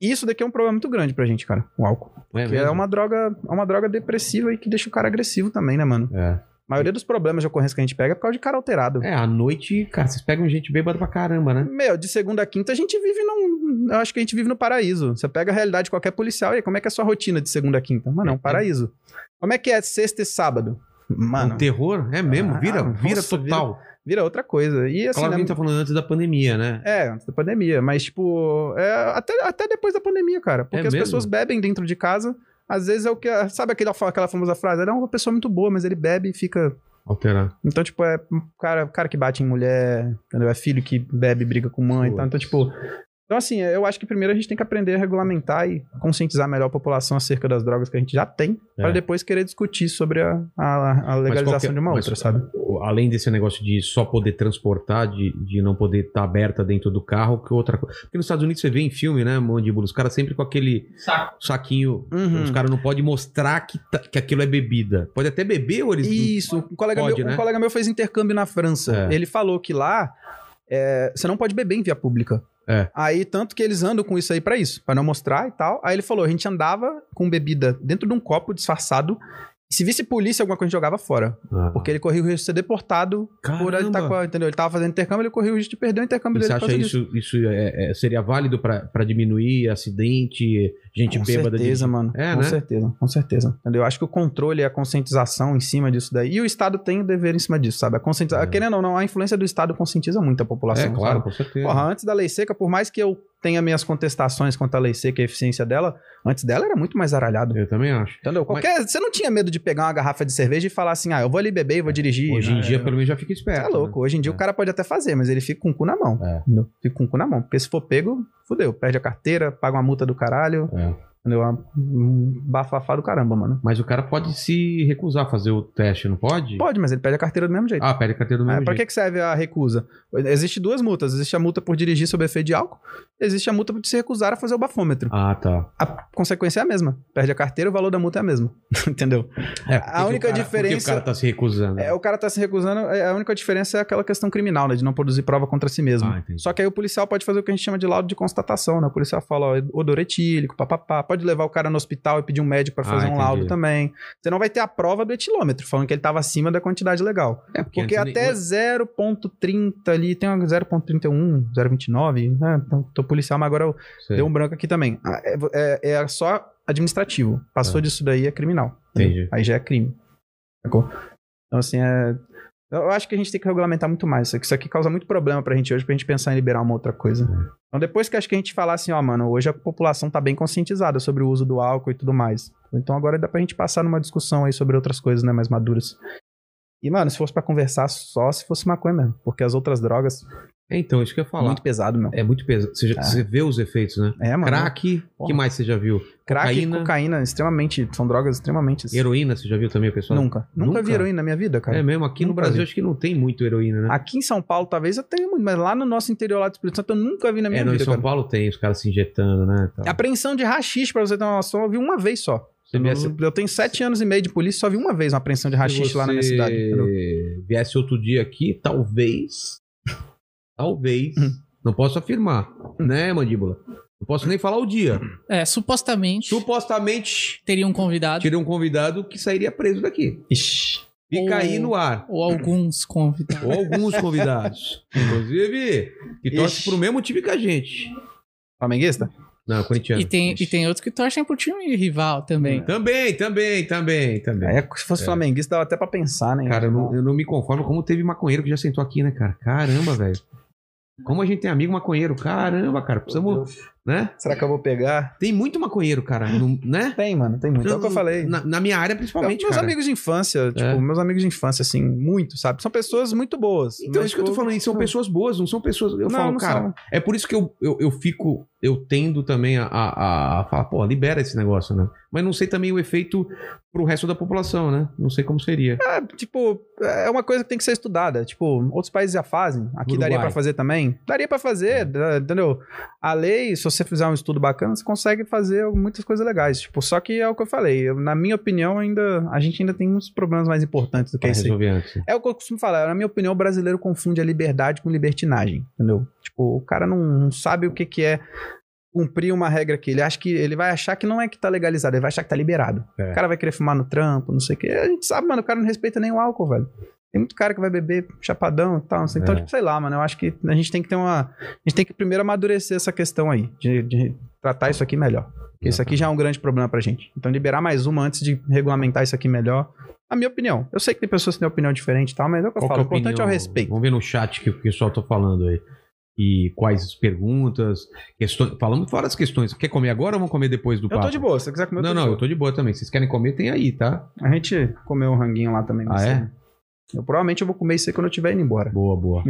Isso daqui é um problema muito grande pra gente, cara. O álcool.
É,
Porque é
mesmo?
uma droga, é uma droga depressiva e que deixa o cara agressivo também, né, mano?
É.
A maioria dos problemas de ocorrência que a gente pega é por causa de cara alterado.
É, à noite, cara, vocês pegam gente bêbada pra caramba, né?
Meu, de segunda a quinta a gente vive num. Eu acho que a gente vive no paraíso. Você pega a realidade de qualquer policial e aí, como é que é a sua rotina de segunda a quinta? Mano, é
Uhum.
um paraíso. Como é que é sexta e sábado? Mano,
Um terror? É mesmo,
Ah,
vira, vira
nossa,
total.
vira outra coisa. E assim,
Claro que a
né,
gente tá falando antes da pandemia, né?
É, antes da pandemia, mas tipo, é, até, até depois da pandemia, cara. Porque
É
as
mesmo?
pessoas bebem dentro de casa. Às vezes é o que. Sabe aquele, aquela famosa frase? Ele é uma pessoa muito boa, mas ele bebe e fica.
Alterar.
Então, tipo, é cara, cara que bate em mulher, entendeu? É filho que bebe e briga com mãe. e tal. Então, tipo, Então, assim, eu acho que primeiro a gente tem que aprender a regulamentar e conscientizar melhor a população acerca das drogas que a gente já tem,
É.
pra depois querer discutir sobre a, a- a legalização
qualquer-
de uma
é mas-
outra, sabe?
além desse negócio de só poder transportar, de, de não poder estar aberta dentro do carro, que outra coisa. Porque nos Estados Unidos você vê em filme, né, Mandíbula? Os caras sempre com aquele
Saco.
saquinho.
Uhum.
Os caras não podem mostrar que, tá- que aquilo é bebida. Pode até beber ou eles.
Isso, um colega,
Pode,
meu, um
né?
colega meu fez intercâmbio na França.
É.
Ele falou que lá é, você não pode beber em via pública.
É.
Aí, tanto que eles andam com isso aí pra isso, pra não mostrar e tal. Aí ele falou: a gente andava com bebida dentro de um copo disfarçado Se visse polícia, alguma coisa, jogava fora.
Ah.
Porque ele corria o risco de ser deportado por ele estar com a- entendeu? Ele tava fazendo intercâmbio, ele corria o risco de perder o intercâmbio
Você
dele. por
acha
causa
isso, isso é- é- seria válido pra pra diminuir acidente, gente
Com
bêbada? de-
certeza, mano.
É,
com
né?
certeza, com certeza. Entendeu? Eu acho que o controle e a conscientização em cima disso daí. E o Estado tem o dever em cima disso, sabe? A conscientiza...
É.
Querendo ou não, a influência do Estado conscientiza muito a população.
É, claro,
sabe?
com certeza.
Porra, antes da lei seca, por mais que eu tenha minhas contestações quanto à lei seca e a eficiência dela, antes dela era muito mais aralhado.
Eu também acho.
Entendeu? Qualquer... Você não tinha medo de pegar uma garrafa de cerveja e falar assim, ah, eu vou ali beber e vou dirigir.
Hoje em
É.
dia, pelo menos, já fica esperto.
Você é louco. Hoje em dia
É.
o cara pode até fazer, mas ele fica com o cu na mão.
É.
entendeu? Fica com o cu na mão. Porque se for pego, fudeu. Perde a carteira, paga uma multa do caralho.
É.
Entendeu? Um bafafá do caramba, mano.
Mas o cara pode se recusar a fazer o teste, não pode?
Pode, mas ele perde a carteira do mesmo jeito.
Ah, perde a carteira do
É,
mesmo
pra
jeito.
que que serve a recusa? Existe duas multas. Existe a multa por dirigir sob efeito de álcool. Existe a multa por se recusar a fazer o bafômetro.
Ah, tá.
A consequência é a mesma. Perde a carteira, o valor da multa é a mesma. Entendeu?
É,
A
por que que
única
o cara, Por que
diferença-
o cara tá se recusando?
É, o cara tá se recusando. é, A única diferença é aquela questão criminal, né? De não produzir prova contra si mesmo.
Ah, entendi.
Só que aí o policial pode fazer o que a gente chama de laudo de constatação, né? O policial fala, ó, odor etílico, papapá. Pode levar o cara no hospital e pedir um médico pra
Ah,
fazer um
entendi.
laudo também. Você não vai ter a prova do etilômetro, falando que ele tava acima da quantidade legal.
É,
Porque
antes
até
nem-
0.30 ali, tem uma 0.31, 0.29, né? Então, tô policial, mas agora eu
Sei.
dei um branco aqui também. Ah, É, é- é só administrativo. Passou disso daí é criminal.
Entendi.
Aí já é crime. Sacou? Então, assim, é. Eu acho que a gente tem que regulamentar muito mais isso aqui. Isso aqui causa muito problema pra gente hoje, pra gente pensar em liberar uma outra coisa. Então, depois que acho que a gente falar assim, ó, mano, hoje a população tá bem conscientizada sobre o uso do álcool e tudo mais. Então, agora dá pra gente passar numa discussão aí sobre outras coisas, né, mais maduras. E, mano, se fosse pra conversar, só se fosse maconha mesmo. Porque as outras drogas,
É, então, isso que eu ia falar.
muito pesado, meu.
É muito pesado. Você, já-
Ah.
você vê os efeitos, né?
É, mano.
Crack, o que
Porra.
mais você já viu?
Crack e
cocaína.
cocaína, extremamente. São drogas extremamente.
Heroína, você já viu também, pessoal?
Nunca. Nunca,
Nunca?
vi heroína na minha vida, cara.
É mesmo, aqui no
Nunca
Brasil
vi.
acho que não tem muito heroína, né?
Aqui em São Paulo, talvez eu tenha muito, mas lá no nosso interior, lá do Espírito Santo, eu nunca vi na minha
é, não, em
vida.
São
cara. É
Paulo tem os caras se injetando, né? tal.
Apreensão de rachixe, pra você ter uma noção, eu vi uma vez só.
Se
Eu, eu tenho sete anos e meio de polícia, só vi uma vez uma apreensão de rachixe lá na minha
você
cidade. entendeu?
viesse outro dia aqui, talvez. talvez.
Hum.
Não posso afirmar, né, mandíbula? Não posso nem falar o dia.
É, supostamente
Supostamente
teria um convidado,
teria um convidado que sairia preso daqui.
Ixi.
Fica aí no ar.
ou alguns convidados.
Ou alguns convidados. Inclusive, que torce
Ixi.
pro mesmo time que a gente.
Flamenguista?
Não, corintiano.
E tem, e
Ixi.
tem outros que torcem pro time rival também.
Também, também, também, também.
É, se fosse flamenguista, dava até pra pensar, né?
Cara, eu não, eu não me conformo como teve maconheiro que já sentou aqui, né, cara? Caramba, velho. Como a gente tem amigo maconheiro. Caramba, cara. Precisamos, né?
Será que eu vou pegar?
Tem muito maconheiro, cara. no- né?
Tem, mano, tem muito. É o que eu falei.
Na, na minha área, principalmente,
meus
cara. É.
amigos de infância, tipo, meus amigos de infância, assim, muito, sabe? São pessoas muito boas.
Então,
mas,
isso que eu tô
tipo,
falando aí. São
não.
pessoas boas, não são pessoas... Eu
não,
falo,
não
cara...
são.
É por isso que eu, eu, eu fico... Eu tendo também a, a, a falar, pô, libera esse negócio, né? Mas não sei também o efeito pro resto da população, né? Não sei como seria.
É, tipo, é uma coisa que tem que ser estudada. Tipo, outros países já fazem. Aqui
Uruguai.
daria pra fazer também. Daria pra fazer, da- entendeu? A lei, se você fizer um estudo bacana, você consegue fazer muitas coisas legais. Tipo, só que é o que eu falei. Eu, na minha opinião, ainda a gente ainda tem uns problemas mais importantes do que
Pra
isso. aí.
resolver antes.
É o que eu costumo falar. Na minha opinião, o brasileiro confunde a liberdade com libertinagem, entendeu? Tipo, o cara não, não sabe o que, que é cumprir uma regra que ele acha que ele vai achar que não é que tá legalizado, ele vai achar que tá liberado.
É.
O cara vai querer fumar no trampo, não sei o quê. A gente sabe, mano, o cara não respeita nem o álcool, velho. Tem muito cara que vai beber chapadão e tal, não sei. Então,
É.
tipo, sei lá, mano, eu acho que a gente tem que ter uma... A gente tem que primeiro amadurecer essa questão aí, de, de tratar isso aqui melhor. Porque isso aqui já é um grande problema pra gente. Então, liberar mais uma antes de regulamentar isso aqui melhor. A minha opinião. Eu sei que tem pessoas que têm opinião diferente e tal, mas é o que eu
Qual
falo. O
que é a
importante é o
opinião?
respeito.
Vamos ver no chat que o pessoal tá falando aí. E quais as perguntas, questões. Falamos fora as questões. Quer comer agora ou vamos comer depois do
Eu
papo?
tô de boa, se você quiser comer,
Não,
eu tô
não,
de
eu
boa.
tô de boa também. Vocês querem comer, tem aí, tá?
A gente comeu um ranguinho lá também. mas
Ah, é?
sim. Eu provavelmente eu vou comer isso aí quando eu estiver indo embora.
Boa, boa.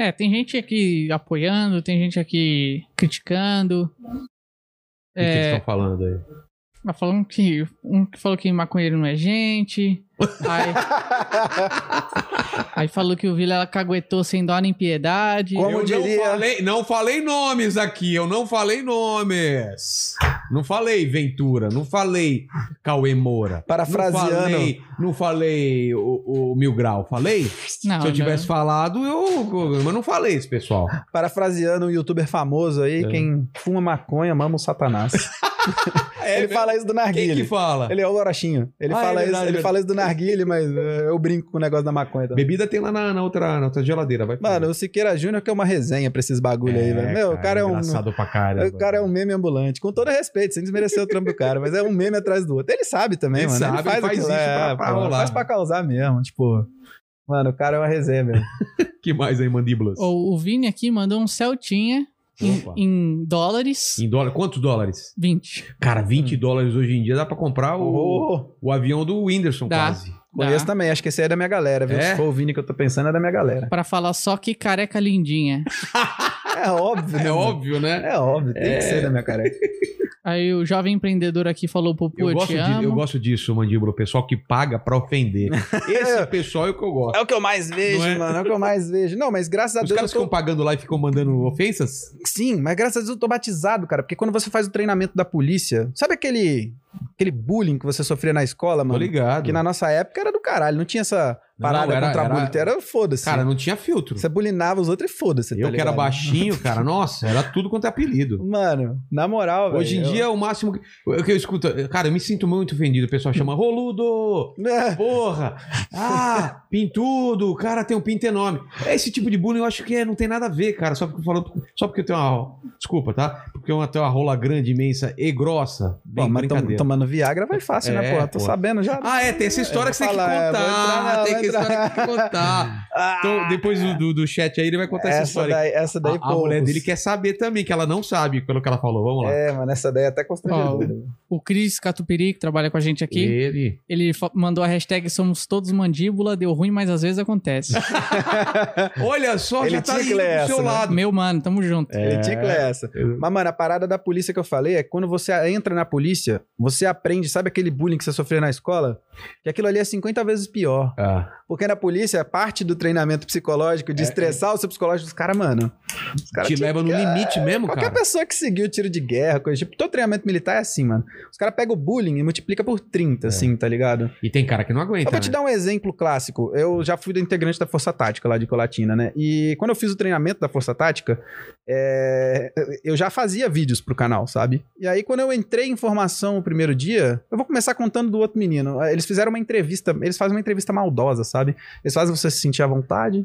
É, tem gente aqui apoiando, tem gente aqui criticando.
O que que eles
É,
estão falando aí?
mas falando que um que falou que maconheiro não é gente. Aí, aí falou que o Vila caguetou sem dó nem piedade.
Como
eu
diria-
não falei, não falei nomes aqui, eu não falei nomes. Não falei Ventura, não falei Cauê Moura.
Parafraseando.
Não falei, não falei o, o Mil Grau, falei?
Não,
Se eu
não.
tivesse falado, eu. Mas não falei esse pessoal.
Parafraseando um youtuber famoso aí,
É.
quem fuma maconha, mama o satanás.
É
ele
mesmo?
fala isso do
Quem
narguile.
que fala?
Ele é o Borachinho. Ele,
Ah, é
fala,
verdade,
isso, ele
verdade.
fala isso do narguile, mas é, eu brinco com o negócio da maconha também.
Bebida tem lá na, na outra, na outra geladeira, vai.
Mano, o Siqueira Júnior que é uma resenha pra esses bagulho aí, velho. Meu, o cara é um.
Engraçado pra caralho.
O cara é um meme ambulante, com todo respeito, sem desmerecer o trampo do cara, mas é um meme atrás do outro. Ele sabe também,
Ele
mano.
sabe,
ele faz,
faz
aquilo,
isso
é,
pra- pra
pô,
rolar.
Faz pra causar mesmo, tipo. Mano, o cara é uma resenha mesmo.
Que mais aí, mandíbulas?
O, o Vini aqui mandou um Celtinha
Opa.
em, em dólares.
Em dólar, quantos dólares?
20.
Cara, 20 dólares hoje em dia dá pra comprar É o,
Hum. Oh,
o avião do Whindersson,
Dá.
quase.
conheço
Dá.
também, acho que esse aí é da minha galera, viu?
É?
Se for o Vini que eu tô pensando, é da minha galera.
Pra falar só que careca lindinha.
É óbvio, né?
É
mano?
óbvio, né?
É óbvio, tem
É.
que ser da minha cara.
Aí o jovem empreendedor aqui falou, Pupu, eu,
Eu gosto,
te
de-
amo.
eu gosto disso, mandíbula. O pessoal que paga pra ofender. Esse pessoal é o que eu gosto.
É o que eu mais vejo,
Não é?
mano. É o que eu mais vejo. Não, mas graças a
Os
Deus.
caras
eu tô-
ficam pagando lá e ficam mandando ofensas?
Sim, mas graças a Deus eu tô batizado, cara. Porque quando você faz o treinamento da polícia, sabe aquele, aquele bullying que você sofria na escola,
Tô
mano?
ligado.
Que na nossa época era do caralho, não tinha essa
Não,
parada
era-
contra
era-
bullying. Era foda-se.
Cara, não tinha filtro.
Você bulinava os outros e foda-se. tá
eu que era
ligado?
baixinho, cara, nossa, era tudo quanto é apelido.
Mano, na moral, velho.
Hoje em
eu-
dia, o máximo que o que eu escuto, cara, eu me sinto muito ofendido. O pessoal chama Roludo,
É,
porra, ah, pintudo, o cara tem um pinto enorme. Esse tipo de bullying eu acho que é, não tem nada a ver, cara, só porque, eu falo- só porque eu tenho uma. Desculpa, tá? Porque eu tenho uma rola grande, imensa e grossa. Bem,
Pô, mas tom-
brincadeira.
tomando Viagra vai fácil,
É,
né, porra? Tô
pô.
sabendo já.
Ah, é, tem essa história
Eu
que você tem que
vou falar, é, vou
contar.
entrar,
tem
vou
que história
entrar.
que tem que contar.
Ah,
Então, depois do, do, do chat aí, ele vai contar essa,
essa,
história.
daí, essa daí, é
a, a mulher
poucos.
dele quer saber também, que ela não sabe pelo que ela falou. Vamos lá.
É, mano, essa daí é até constrangedora.
O Cris Catupiri, que trabalha com a gente aqui,
Ele.
ele fa- mandou a hashtag somos todos mandíbula, deu ruim, mas às vezes acontece.
Olha só,
Ele
já tá
tinha
ali
que ler
do seu
essa, né?
lado.
Meu mano, tamo junto.
Ele tinha que
É.
ler É. essa. Mas, mano, a parada da polícia que eu falei é que quando você entra na polícia, você aprende, sabe aquele bullying que você sofreu na escola? Que aquilo ali é 50 vezes pior.
Ah,
Porque na polícia, parte do treinamento psicológico, de estressar o seu psicológico dos caras, mano. Os caras
te leva no limite mesmo,
Qualquer
cara.
pessoa que seguiu tiro de guerra, coisa tipo, todo treinamento militar é assim, mano. Os caras pegam o bullying e multiplica por 30, assim, tá ligado?
E tem cara que não
Eu
aguenta. né?
vou te dar um exemplo clássico. Eu já fui integrante da Força Tática lá de Colatina, né? E quando eu fiz o treinamento da Força Tática, é, eu já fazia vídeos pro canal, sabe? E aí, quando eu entrei em formação o primeiro dia, eu vou começar contando do outro menino. Eles fizeram uma entrevista, eles fazem uma entrevista maldosa, sabe? Eles fazem você se sentir à vontade.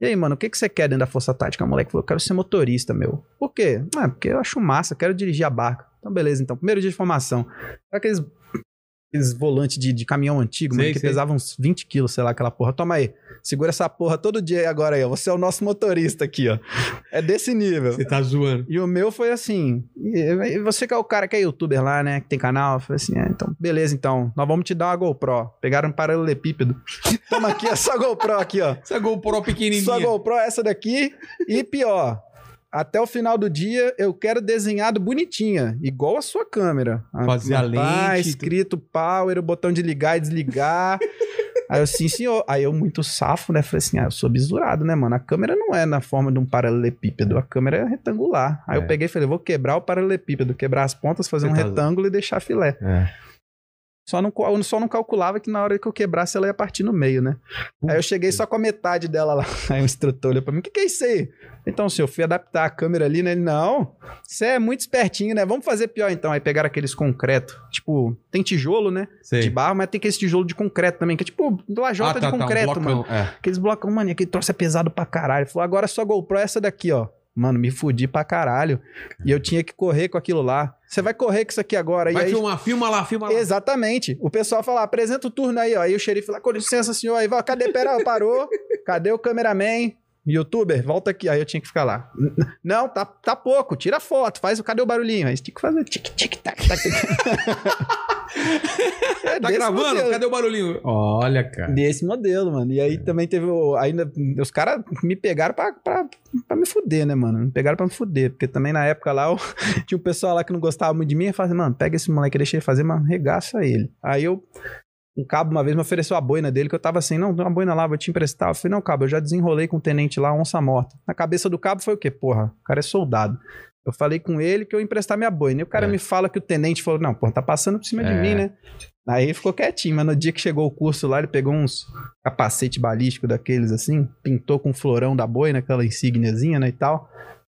E aí, mano, o que, que você quer dentro da Força Tática? O moleque falou, eu quero ser motorista, meu. Por quê? Ah, porque eu acho massa, eu quero dirigir a barca. Então, beleza, então. Primeiro dia de formação. Aqueles, aqueles volantes de, de caminhão antigo, mano,
Sei,
que
sei.
pesavam uns 20 quilos, sei lá, aquela porra. Toma aí, segura essa porra todo dia agora aí, ó. Você é o nosso motorista aqui, ó. É desse nível.
Você tá zoando.
E o meu foi assim. e- e Você que é o cara que é youtuber lá, né? Que tem canal. Eu falei assim: é, então, beleza, então. Nós vamos te dar uma GoPro. Pegaram um paralelepípedo. Toma aqui essa GoPro aqui, ó.
Essa GoPro pequenininha.
Sua GoPro é essa daqui. E pior. Até o final do dia, eu quero desenhado bonitinha, igual a sua câmera.
Fazer a
Pá,
lente,
escrito power, o botão de ligar e desligar. Aí eu, sim, senhor. Aí eu, muito safo, né? Falei assim, ah, eu sou bisurado, né, mano? A câmera não é na forma de um paralelepípedo, a câmera é retangular. Aí
É.
eu peguei e falei, vou quebrar o paralelepípedo, quebrar as pontas, fazer
Você
um
tá-
retângulo e deixar filé.
É.
Só não, co- eu só não calculava que na hora que eu quebrasse ela ia partir no meio, né? Aí eu cheguei só com a metade dela lá. Aí o instrutor olhou pra mim, o que, que é isso aí? Então, senhor, eu fui adaptar a câmera ali, né? Ele, não, você é muito espertinho, né? Vamos fazer pior então. Aí pegaram aqueles concreto, tipo, tem tijolo, né?
Sei.
de barro, mas tem que esse tijolo de concreto também, que é tipo lajota
Ah, tá,
de
tá, um
concreto,
blocão,
mano.
é.
Aqueles blocos, mano, e aquele troço é pesado pra caralho. Ele Falou, agora só GoPro é essa daqui, ó. Mano, me fudi pra caralho. E eu tinha que correr com aquilo lá. Você vai correr com isso aqui agora.
Vai
e aí,
filmar, filma lá, filma lá.
Exatamente. O pessoal fala, apresenta o turno aí, ó. Aí o xerife fala, com licença, senhor. Aí vai, cadê? Pera, parou. Cadê o cameraman? Youtuber, volta aqui. Aí eu tinha que ficar lá. Não, tá, tá pouco. Tira foto. Faz o... Cadê o barulhinho? Aí tinha que fazer tic, tic, tac, tac. É
Tá
desse
gravando?
modelo.
Cadê É. o barulhinho? Olha, cara.
Desse modelo, mano. E aí também teve. o- Ainda, os caras me pegaram pra, pra, pra me fuder, né, mano? Me pegaram pra me fuder. Porque também na época lá eu- tinha um pessoal lá que não gostava muito de mim e falava assim, mano, pega esse moleque, deixa ele fazer, mas regaça ele. Aí eu. Um cabo uma vez me ofereceu a boina dele, que eu tava assim, não, dá uma boina lá, vou te emprestar. Eu falei, não, cabo, eu já desenrolei com o tenente lá, onça morta. Na cabeça do cabo foi o quê? Porra, o cara é soldado. Eu falei com ele que eu ia emprestar minha boina. E o cara
É.
me fala que o tenente falou, não, porra, tá passando por cima de
É.
mim, né? Aí ele ficou quietinho, mas no dia que chegou o curso lá, ele pegou uns um capacete balístico daqueles assim, pintou com o florão da boina, aquela insígniazinha, né, e tal.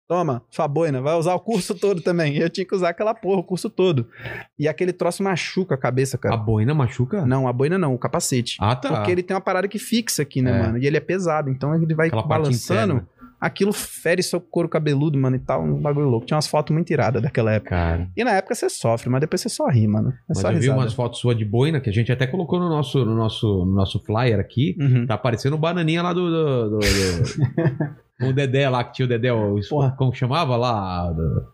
Toma, sua boina, vai usar o curso todo também. E eu tinha que usar aquela porra, o curso todo. E aquele troço machuca a cabeça,
A
cara.
boina machuca?
Não, a boina não, o capacete.
Ah, tá.
Porque ele tem uma parada que fixa aqui, né,
É.
mano? E ele é pesado, então ele vai
Aquela parte
balançando.
interna.
aquilo fere seu couro cabeludo, mano, e tal. Um bagulho louco. Tinha umas fotos muito iradas daquela época.
Cara,
E na época você sofre, mas depois você só ri, mano. É
mas
só
eu vi
risada.
umas fotos sua de boina que a gente até colocou no nosso, no nosso, no nosso flyer aqui.
Uhum.
Tá aparecendo o bananinha lá do. do, do- do- o Dedé lá, que tinha o Dedé, o,
Porra.
como que chamava lá? Do-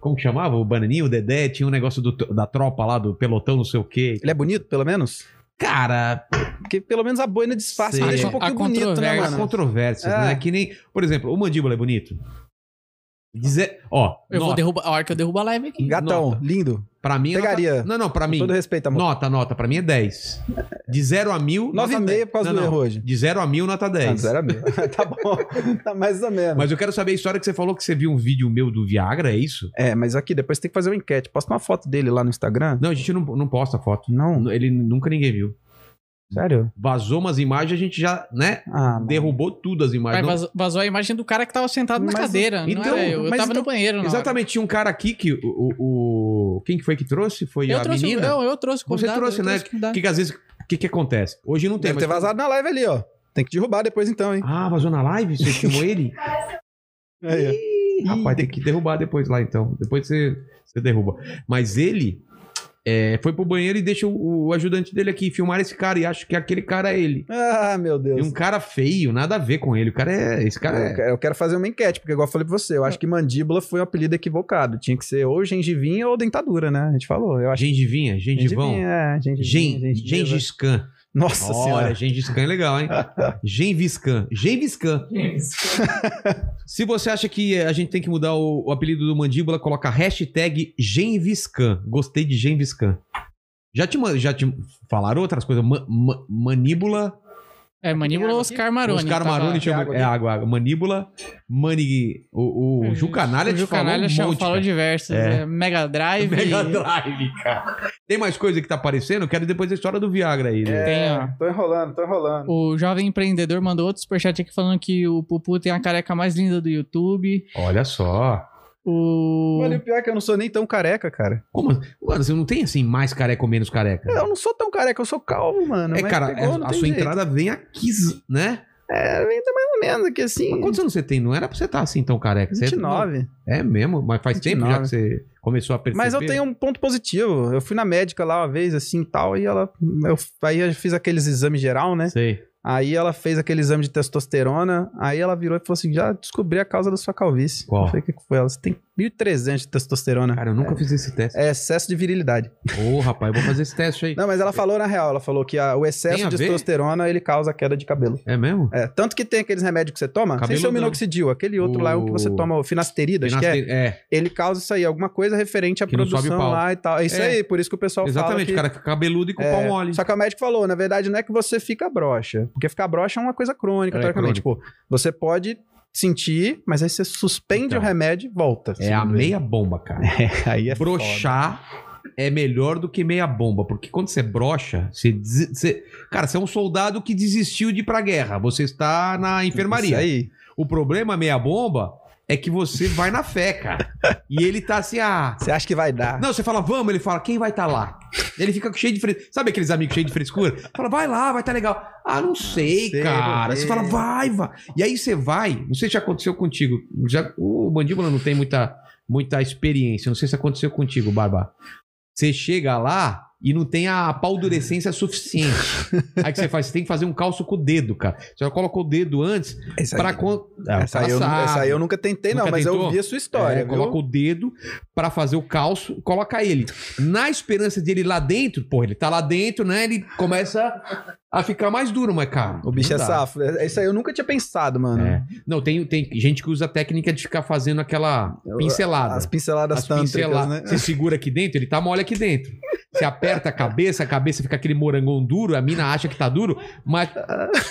como que chamava? O bananinho, o Dedé, tinha um negócio do, da tropa lá, do pelotão, não sei o quê.
Ele é bonito, pelo menos?
Cara,
Porque pelo menos a boina disfarça.
Sim.
Ele deixa um
A
pouquinho bonito, né,
há
controvérsia.
mano?
controvérsias,
É.
né? Que nem, por exemplo, o mandíbula é bonito. Dizer, ó,
Eu vou
nota,
derrubar. A hora que eu derrubo a live aqui.
Gatão,
Nota.
lindo.
pra mim. é
Pegaria.
Nota, não, não, pra
Com
mim.
todo respeito, amor.
Nota, nota, pra mim é 10. De 0 a 1000, nota
9,5
10.
por causa
Não,
do
não.
erro hoje.
De 0 a 1000, nota 10.
Ah, zero a meio. tá bom. Tá mais ou menos.
Mas eu quero saber a história que você falou que você viu um vídeo meu do Viagra, é isso?
É, mas aqui, depois tem que fazer uma enquete. Posta uma foto dele lá no Instagram?
Não, a gente não, não posta foto.
Não.
Ele nunca ninguém viu.
Sério?
Vazou umas imagens, a gente já, né?
Ah, mano.
Derrubou tudo as
Vai,
imagens. Não-
vazou, vazou a imagem do cara que tava sentado na
Mas-
cadeira.
então,
não era eu. Eu
mas
tava
então-
no banheiro, na hora.
Exatamente, tinha um cara aqui que o, o- o- Quem que foi que trouxe? Foi
Eu
a
trouxe, um
menina?
não, eu trouxe
Você
o convidado.
trouxe,
eu
né?
o convidado.
Que, que às vezes. O que, que acontece? Hoje não tem. um
Deve ter
mas-
vazado na live ali, ó. Tem que derrubar depois então, hein?
Ah, vazou na live? Você filmou ele?
Aí, ó.
Ih, Rapaz, tem que derrubar depois lá, então. Depois você, você derruba. Mas ele é, foi pro banheiro e deixa o, o ajudante dele aqui filmar esse cara e acho que aquele cara é ele.
Ah, meu Deus.
E um cara feio, nada a ver com ele. O cara é. Esse cara
Eu,
é.
quero, eu quero fazer uma enquete, porque igual eu falei pra você, eu acho que mandíbula foi um apelido equivocado. Tinha que ser ou gengivinha ou dentadura, né? A gente falou. Eu acho
Gengivinha,
que
gengivão.
é, gengivinha,
Gen,
gengiva.
Gengis Khan.
Nossa
Olha,
senhora.
Gengis Khan é legal, hein? Genvis Khan. Genvis Khan. Se você acha que a gente tem que mudar o, o apelido do Mandíbula, coloca hashtag Genvis Khan. Gostei de Genvis Khan. Já te, ma- já te falaram outras coisas? Ma, ma- maníbula.
É, Maníbula
água
Oscar Maroni.
Oscar
tava-
Maroni
Tem
chama.
água
é
aqui.
água, água. Maníbula. Mani. O, o, Ju Canalha
Hum, O
te
Ju
falou
Canalha
um
chamou-
monte,
falou
cara.
diversas.
É.
é, Mega Drive.
Mega Drive, cara. Tem mais coisa que tá aparecendo? Quero depois a história do Viagra aí.
É.
né?
Tem, ó.
Tô enrolando, tô enrolando.
O jovem empreendedor mandou outro superchat aqui falando que o Pupu tem a careca mais linda do YouTube.
Olha só.
O.
Olha, o pior é que eu não sou nem tão careca, cara.
Como? Mano, você não tem assim mais careca ou menos careca?
Eu não sou tão careca, eu sou calvo, mano.
É,
mas
cara,
pegou, não
a
tem
sua
jeito.
entrada vem aqui, z- né?
É, vem até mais ou menos aqui assim.
Mas quantos anos você tem? Não era pra você estar assim tão careca. Você é-
29.
É mesmo? Mas faz tempo já
29.
que você começou a perceber.
Mas eu tenho um ponto positivo. Eu fui na médica lá uma vez, assim e tal, e ela. Eu, aí eu fiz aqueles exames geral, né?
Sei.
Aí ela fez aquele exame de testosterona, aí ela virou e falou assim: já descobri a causa da sua calvície.
Qual?
Eu falei, o que que foi? Ela você tem 1.300 de testosterona.
Cara, eu nunca fiz esse teste.
É excesso de virilidade.
Ô, rapaz, eu vou fazer esse teste aí.
Não, mas ela falou na real, ela falou que a- o
Tem
excesso
a
de
ver?
testosterona ele causa queda de cabelo.
É mesmo?
É, tanto que tem aqueles remédios que você toma, sem ser o
Cabeludão.
minoxidil, aquele outro lá, o que você
O-
toma, o finasterida, acho que é,
Finaste- é,
ele causa isso aí, alguma coisa referente à
Que não sobe o
produção
pau.
lá e tal. É isso
É.
aí, por isso que o pessoal
exatamente. O
fala
cara fica cabeludo e com o
É,
pau mole.
Só que o médico falou, na verdade, não é que você fica broxa. Porque ficar broxa é uma coisa crônica,
É,
teoricamente. Pô, você pode sentir, mas aí você suspende
Então.
o remédio e volta.
É a
segundo ele.
meia bomba, cara.
aí assim é foda.
Broxar é melhor do que meia bomba. Porque quando você brocha, você, des- você- Cara, você é um soldado que desistiu de ir pra guerra. Você está na enfermaria.
Isso aí.
O problema, meia bomba, é que você vai na fé, cara. E ele tá assim, ah.
Você acha que vai dar?
Não, você fala, vamos, ele fala, quem vai tá lá? Ele fica cheio de frescura. Sabe aqueles amigos cheios de frescura? Fala, vai lá, vai tá legal. Ah, não sei,
sei,
cara.
vou
Você
ver.
fala, vai, vai. E aí você vai, não sei se já aconteceu contigo. Já, o mandíbula não tem muita, muita experiência. Não sei se aconteceu contigo, Barba. Você chega lá e não tem a paldurecência suficiente. Aí o que você faz? Você tem que fazer um calço com o dedo, cara. Você já colocou o dedo antes Ah,
Essa aí,
para quando
essa aí eu, nu- essa aí eu nunca tentei, não,
Nunca
mas eu
tentou?
vi a sua história. viu?
É, coloca o dedo pra fazer o calço, coloca ele. Na esperança de ele ir lá dentro, porra, ele tá lá dentro, né? Ele começa a ficar mais duro, mas cara.
O bicho é
não dá.
safo. né? É- Isso aí eu nunca tinha pensado, mano.
É. Não, tem, tem gente que usa a técnica de ficar fazendo aquela pincelada.
As pinceladas
As
tântricas,
pincela-
né?
Você segura aqui dentro, ele tá mole aqui dentro. Você aperta a cabeça, a cabeça fica aquele morangão duro, a mina acha que tá duro, mas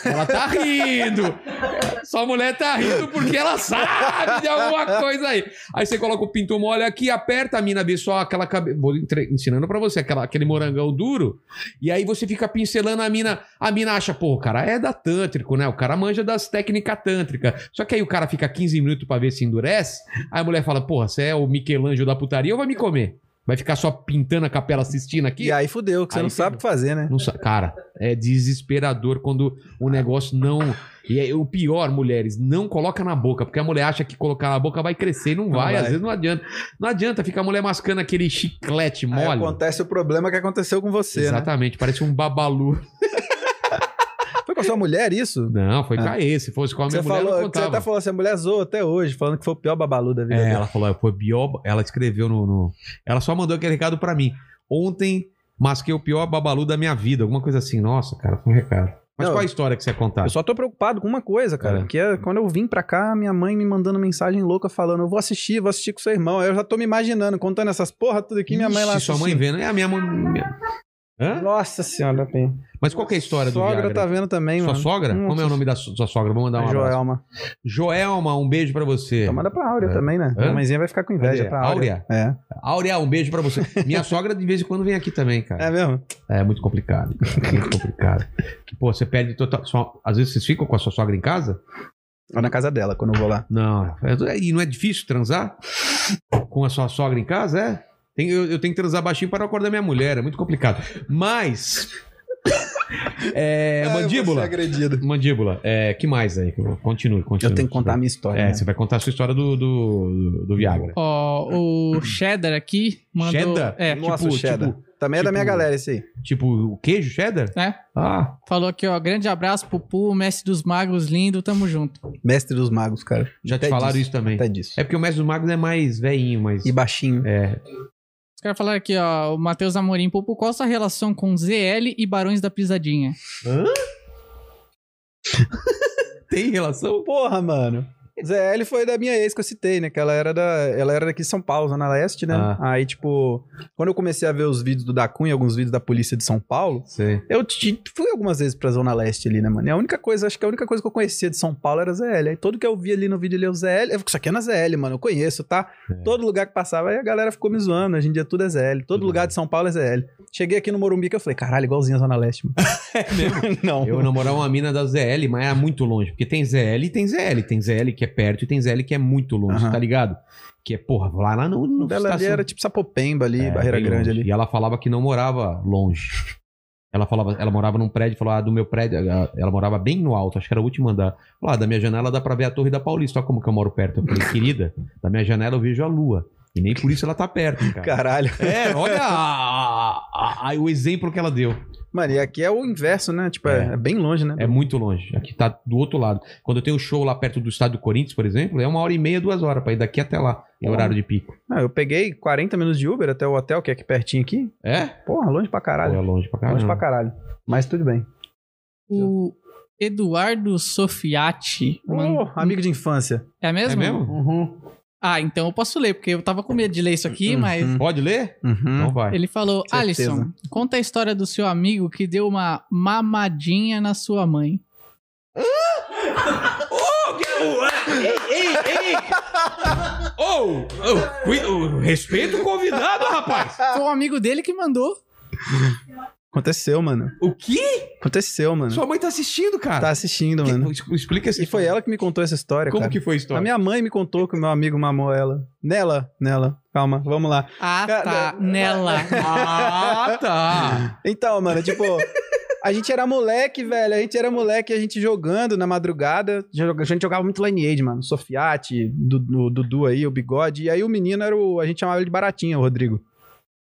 ela tá rindo. Sua mulher tá rindo porque ela sabe de alguma coisa aí. Aí você coloca o pinto mole aqui, aperta a mina, vê só aquela cabeça. Vou entre- ensinando pra você, aquela- aquele morangão duro. E aí você fica pincelando a mina. A mina acha, pô, o cara é da tântrico, né? O cara manja das técnicas tântricas. Só que aí o cara fica 15 minutos pra ver se endurece. Aí a mulher fala, porra, você é o Michelangelo da putaria ou vai me comer? Vai ficar só pintando a capela assistindo aqui?
E aí fudeu, que você
Aí
não
fudeu.
sabe o que fazer, né?
Não sa- cara, é desesperador quando o negócio não. E é o pior, mulheres, não coloca na boca, porque a mulher acha que colocar na boca vai crescer e não, vai,
vai.
Às vezes não adianta. Não adianta ficar a mulher mascando aquele chiclete
Aí
mole.
acontece o problema que aconteceu com você, né?
Exatamente, parece um babalu.
Foi com a sua mulher isso?
Não, foi
É.
cair. Se fosse com a minha
Você,
mulher, eu
falou,
não
você
contava.
até falou assim, a mulher zoa até hoje, falando que foi o pior babalu da vida
É,
dela.
ela falou, foi pior. Ela escreveu no, no- Ela só mandou aquele recado pra mim. Ontem masquei o pior babalu da minha vida. Alguma coisa assim. Nossa, cara, foi um recado. Mas
Não.
qual a história que você ia contar?
Eu só tô preocupado com uma coisa, cara.
É.
Que é quando eu vim pra cá, minha mãe me mandando mensagem louca falando: Eu vou assistir, vou assistir com seu irmão. Aí Eu já tô me imaginando, contando essas porra tudo aqui, minha mãe lá.
Ixi, sua mãe
assistindo.
vendo. É a minha mãe. minha- Hã?
Nossa senhora, tem.
Mas qual que é a história do
sogra
Viagra?
tá vendo também,
Sua
mano.
sogra?
Hum,
Como é o nome da su- sua sogra? Vou mandar um abraço.
Joelma.
Joelma, um beijo pra você.
Então manda pra Áurea
É.
também, né?
Hã?
A mãezinha vai ficar com inveja
Cadê?
pra Áurea.
Áurea.
É.
Áurea, um beijo pra você. Minha sogra de vez em quando vem aqui também, cara.
É mesmo?
É, muito complicado. cara. É muito complicado. Que, Pô, você perde total. só- Às vezes vocês ficam com a sua sogra em casa?
Ou Tá na casa dela, quando eu vou lá.
Não. é- E não é difícil transar com a sua sogra em casa? É? Tem- eu, eu tenho que transar baixinho para não acordar minha mulher. É muito complicado. Mas. É, mandíbula.
agredida.
Mandíbula. É, que mais aí? Continue, continue.
Eu tenho que contar a minha história.
É,
né?
você vai contar a sua história do, do, do Viagra.
Ó, o Cheddar aqui mandou.
Cheddar?
É,
Nossa, o cheddar. também é da
tipo-
minha galera esse aí.
Tipo, o queijo cheddar?
É.
Ah,
falou aqui, ó. Grande abraço, Pupu, mestre dos magos, lindo, tamo junto.
Mestre dos magos, cara.
já te
Até
falaram
disso,
isso também.
Até disso.
É porque o Mestre dos Magos é mais velhinho, mas...
E baixinho.
Os caras falaram aqui, ó. O Matheus Amorim, Pupu, qual a sua relação com ZL e Barões da Pisadinha?
Tem relação?
Porra, mano. ZL foi da minha ex que eu citei, né? Que ela era, da, ela era daqui de São Paulo, Zona Leste, né?
Ah.
Aí, tipo, quando eu comecei a ver os vídeos do Dacunha, alguns vídeos da polícia de São Paulo,
Sei.
eu te- fui algumas vezes pra Zona Leste ali, né, mano? E a única coisa, acho que a única coisa que eu conhecia de São Paulo era ZL. Aí todo que eu via ali no vídeo ali é o ZL. Eu, fico, isso aqui é na ZL, mano, eu conheço, tá?
É.
Todo lugar que passava, aí a galera ficou me zoando. Hoje em dia tudo é ZL. Todo
Tudo
lugar
bem.
de São Paulo é ZL. Cheguei aqui no Morumbi que eu falei, caralho, igualzinho a Zona Leste, mano.
É mesmo.
Não.
Eu namorava uma mina da ZL, mas era muito longe. Porque tem ZL e tem ZL. Tem ZL que é perto e tem ZL que é muito longe,
Aham.
tá ligado? Que é, porra, lá, lá no... no
Dela ali
estação-
era tipo Sapopemba ali,
É,
Barreira
bem
Grande
longe.
ali.
E ela falava que não morava longe. Ela falava, ela morava num prédio, falou, ah, do meu prédio, ela, ela morava bem no alto, acho que era o último andar. Falou, ah, da minha janela dá pra ver a Torre da Paulista, olha como que eu moro perto. Eu falei, querida, da minha janela eu vejo a lua. E nem por isso ela tá perto, cara.
Caralho.
É, olha a- a- a- o exemplo que ela deu.
Mano, e aqui é o inverso, né? Tipo, é,
É.
é bem longe, né?
É muito longe. Aqui tá do outro lado. Quando eu tenho show lá perto do estádio do Corinthians, por exemplo, é uma hora e meia, duas horas pra ir daqui até lá. É horário de pico.
Ah, eu peguei 40 minutos de Uber até o hotel, que é aqui pertinho aqui.
É?
Porra, longe pra
Ou
caralho.
é longe pra caralho.
longe pra caralho. Mas tudo bem.
O Eduardo Sofiati.
Oh, amigo de infância.
É mesmo?
É mesmo?
Uhum.
Ah, então eu posso ler, porque eu tava com medo de ler isso aqui,
Uhum.
mas.
Pode ler? Então vai.
Ele falou:
Certeza.
Alisson, conta a história do seu amigo que deu uma mamadinha na sua mãe.
Ei, ei! Ô! ô, cui- ô, respeita o convidado, rapaz!
Ah.
Foi um amigo dele que mandou.
Aconteceu, mano.
O quê?
Aconteceu, mano.
Sua mãe tá assistindo,
Tá
cara.
assistindo, mano.
Explica assim.
E foi ela que me contou essa história,
Como
cara.
que foi a história?
A minha mãe me contou que o meu amigo mamou ela. Nela, nela. Calma, vamos lá.
Ah,
Cara,
tá. Nela.
Ah, tá.
Então, mano, tipo, a gente era moleque, velho. A gente era moleque, a gente jogando na madrugada. joga- A gente jogava muito Lineage, mano. Sofiati, Dudu, Dudu aí, o Bigode. E aí o menino era o. A gente chamava ele de Baratinha, o Rodrigo.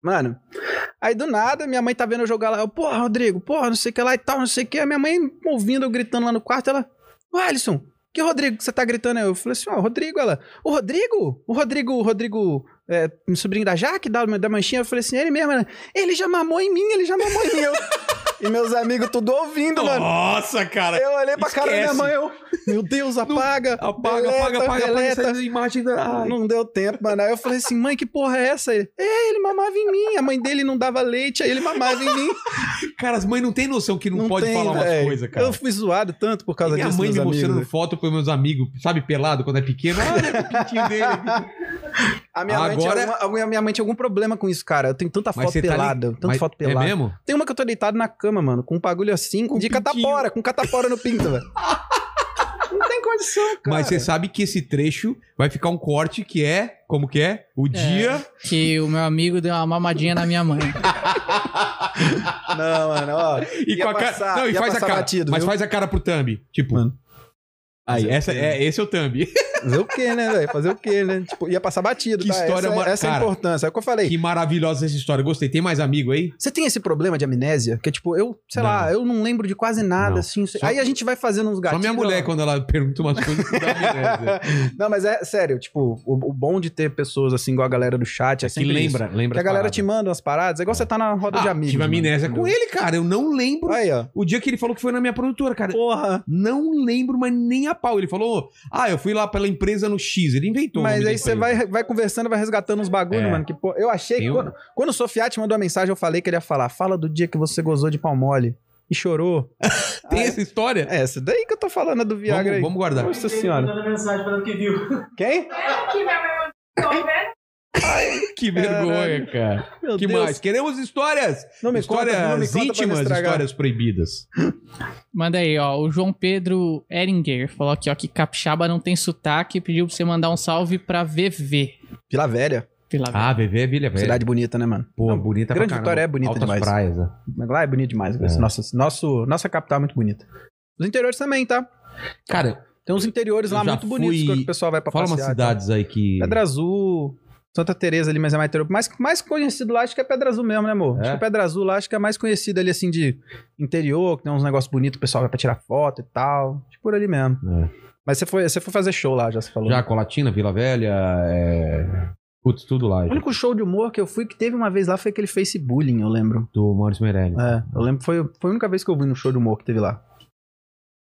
Mano, aí do nada minha mãe tá vendo eu jogar lá. eu, Porra, Rodrigo, porra, não sei o que lá e tal, não sei o que. A minha mãe ouvindo eu gritando lá no quarto, ela. Ô, Alisson, que Rodrigo que você tá gritando? aí?" Eu falei assim, ó, Rodrigo, ela. O Rodrigo? O Rodrigo, o Rodrigo, é, um sobrinho da Jaque, da, da manchinha. Eu falei assim, ele mesmo, ela. Ele já mamou em mim, ele já mamou em mim. Eu- e meus amigos tudo ouvindo, mano.
Nossa, cara.
Eu olhei pra cara da minha
esquece.
mãe, eu, meu Deus, apaga,
Apaga,
deleta,
apaga, apaga, apaga
deleta.
essa imagem da. Ah, Ai.
Não deu tempo, mano. Aí eu falei assim, mãe, que porra é essa? Ele, é, ele mamava em mim. A mãe dele não dava leite, aí ele mamava em mim.
Cara, as mães não têm noção que não, pode
tem,
falar umas
velho.
coisas, cara.
Eu fui zoado tanto por
E
causa
minha
disso.
mãe
meus
me
amigos,
mostrando
né?
Ah, né, foto pros meus amigos, sabe, pelado quando é pequeno. Olha o pintinho dele.
A minha, mãe tinha
Agora-
alguma- a minha- minha mãe tinha algum problema com isso, cara. Eu tenho tanta
Mas
foto
você tá
pelada.
ali-
Tanta
mas-
foto pelada.
É mesmo?
Tem uma que eu tô deitado na cama, mano, com um bagulho assim,
Com
de
pintinho.
catapora, com catapora no pinto, velho. Não tem condição, cara.
Mas você sabe que esse trecho vai ficar um corte que é, como que é? O dia.
Que o meu amigo deu uma mamadinha na minha mãe.
Não, mano, ó.
E
Ia
com a cara.
passar-
não, e
ia
faz a
passar
cara.
batido,
mas
viu?
faz a cara pro thumb. Tipo.
Mano.
Aí, essa, é, esse é o thumb.
Fazer o quê, né, velho? Fazer o quê, né? Tipo, ia passar batido,
Que
tá?
história
essa,
mar-
essa é a
cara.
importância. É o que eu falei.
que maravilhosa essa história. Gostei. Tem mais amigo aí?
Você tem esse problema de amnésia? Que é tipo, eu, sei
Não.
lá, eu não lembro de quase nada,
Não.
assim. sei-
Só-
Aí a gente vai fazendo uns
Só
gatilhos.
minha mulher, quando ela pergunta umas coisas, que dá amnésia.
não, mas é sério, tipo, o, o bom de ter pessoas assim, igual a galera do chat, é
que
sempre isso.
lembra, lembra.
Que a
as
galera
paradas.
te manda umas paradas. É igual você tá na roda
Ah,
de amigos.
Tive
mano,
amnésia com
entendeu?
ele, cara. Eu não lembro
Aí, ó.
o dia que ele falou que foi na minha produtora, cara.
Porra.
Não lembro, mas nem a pau. Ele falou, ah, eu fui lá pela empresa no X. Ele inventou. o nome
Mas
da
aí você
empresa.
vai, vai conversando, vai resgatando uns bagulho,
É.
mano. Que, pô, eu achei que
Tem um-
quando, quando o Sofiati mandou a mensagem, eu falei que ele ia falar. Fala do dia que você gozou de pau mole e chorou.
Tem
Aí-
essa história?
É, essa daí que eu tô falando é do Viagra
Vamos,
aí.
vamos guardar.
Nossa senhora.
Mandando mensagem falando que viu.
Quem?
Que vergonha, cara.
Meu
que
Deus.
mais? Queremos histórias.
Não me
histórias
conta, não me conta pra não
íntimas,
estragar.
histórias proibidas.
Manda aí, ó. O João Pedro Eringer falou aqui, ó, que capixaba não tem sotaque e pediu pra você mandar um salve pra VV.
Vila Velha.
Pela
Ah, bebê é velha, velha.
Cidade bonita, né, mano?
Pô,
Não,
bonita
Grande
pra caramba.
Vitória é bonita
Altas
demais.
praias, né?
Mas Lá é bonito demais. cara.
É.
Nossa, nosso, nossa capital é muito bonita. Os interiores também, tá?
Cara,
Tem uns interiores
Eu
lá
já
muito bonitos
fui-
que o pessoal vai pra
fala umas
passear e tal.
cidades aí que...
Pedra Azul, Santa Teresa ali, mas é mais interior. Mais, mais conhecido lá, acho que é Pedra Azul mesmo, né, amor?
É?
Acho que Pedra Azul lá, acho que é mais conhecido ali, assim, de interior, que tem uns negócios bonitos, o pessoal vai pra tirar foto e tal. Acho que por ali mesmo.
É.
Mas você foi, você foi fazer show lá, já se falou.
Já,
né?
Colatina, Vila Velha, é... Putz, tudo lá.
O único show de humor que eu fui que teve uma vez lá foi aquele Face Bullying, eu lembro.
Do Maurício Meirelles.
É, eu lembro, foi, foi a única vez que eu vi no show de humor que teve lá.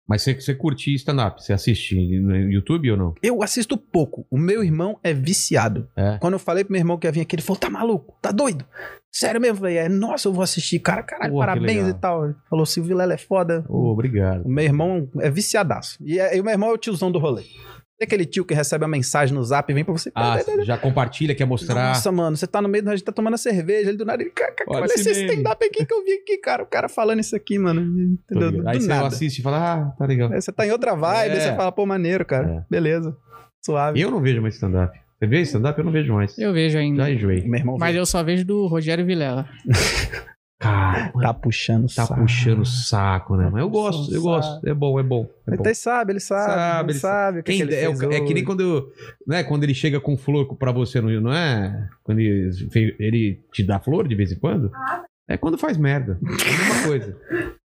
Mas você, você curte stand-up? Você assiste no YouTube ou não?
Eu assisto pouco. O meu irmão é viciado.
É.
Quando eu falei pro meu irmão que ia vir aqui, ele falou: tá maluco? Tá doido? Sério mesmo? Eu falei: é, nossa, eu vou assistir, cara. Caralho,
Pô, que
parabéns e
legal.
tal. Ele falou: Silvio Lela é foda.
Ô, obrigado.
O meu irmão é viciadaço. E, é- e o meu irmão é o tiozão do rolê. Tem aquele tio que recebe a mensagem no zap e vem pra você. é
Ah, já compartilha, quer mostrar.
Nossa, mano, você tá no meio, a gente tá tomando a cerveja, ele do nada, ele, cara, cara,
Olha
olha
esse
esse
meme."
stand-up aqui que eu vi aqui, cara, o cara falando isso aqui, mano,
Tô
entendeu?
ligado.
Do
Aí você
nada.
assiste e fala, ah, tá legal.
Aí você tá em outra vibe,
É.
aí você fala, pô, maneiro, cara, beleza, suave.
Eu não vejo mais stand-up. Você vê stand-up? Eu não vejo mais.
Eu vejo ainda.
Já é, enjoei.
Meu irmão
Mas eu só vejo do Rogério Vilela.
Cara,
tá puxando
tá
saco.
puxando o saco, né? Mas eu
puxando
gosto, eu
saco.
gosto. É bom, é bom. É
Ele
bom.
até sabe, ele
Sabe,
sabe, ele
ele
sabe. o que
Quem
que ele
é, o-
fez
é que nem
hoje.
quando, né, quando ele chega com flor pra você, não, não é? Quando ele, fe- ele te dá flor de vez em quando? É quando faz merda. É a mesma coisa.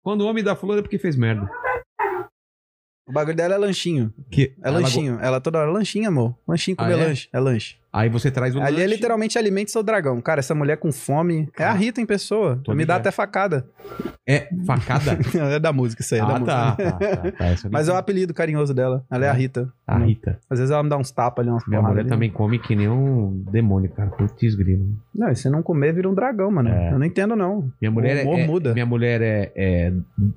Quando o homem dá flor é porque fez merda.
O bagulho dela é lanchinho.
Que
É
ela go-
lanchinho. Ela toda hora lanchinho, amor. Lanchinho
Ah,
comer
é?
lanche. É lanche.
Aí você traz o
Ali é
lanche.
literalmente alimenta seu dragão. Cara, essa mulher com fome. É a Rita em pessoa.
Tô
Me dá
ligado.
até facada.
É facada.
é da música isso aí, é da
ah,
música.
tá, tá, tá, tá. Essa eu nem
Mas é o
sei.
apelido carinhoso dela. Ela é a Rita.
A Rita.
Às vezes ela me dá uns tapas ali, umas
Minha
porradas
mulher
ali.
também come que nem um demônio, cara. Putz, grilo.
Não, e se não comer, vira um dragão, mano.
É.
Eu não entendo, não.
Minha mulher
humor
é,
muda.
Minha mulher é, é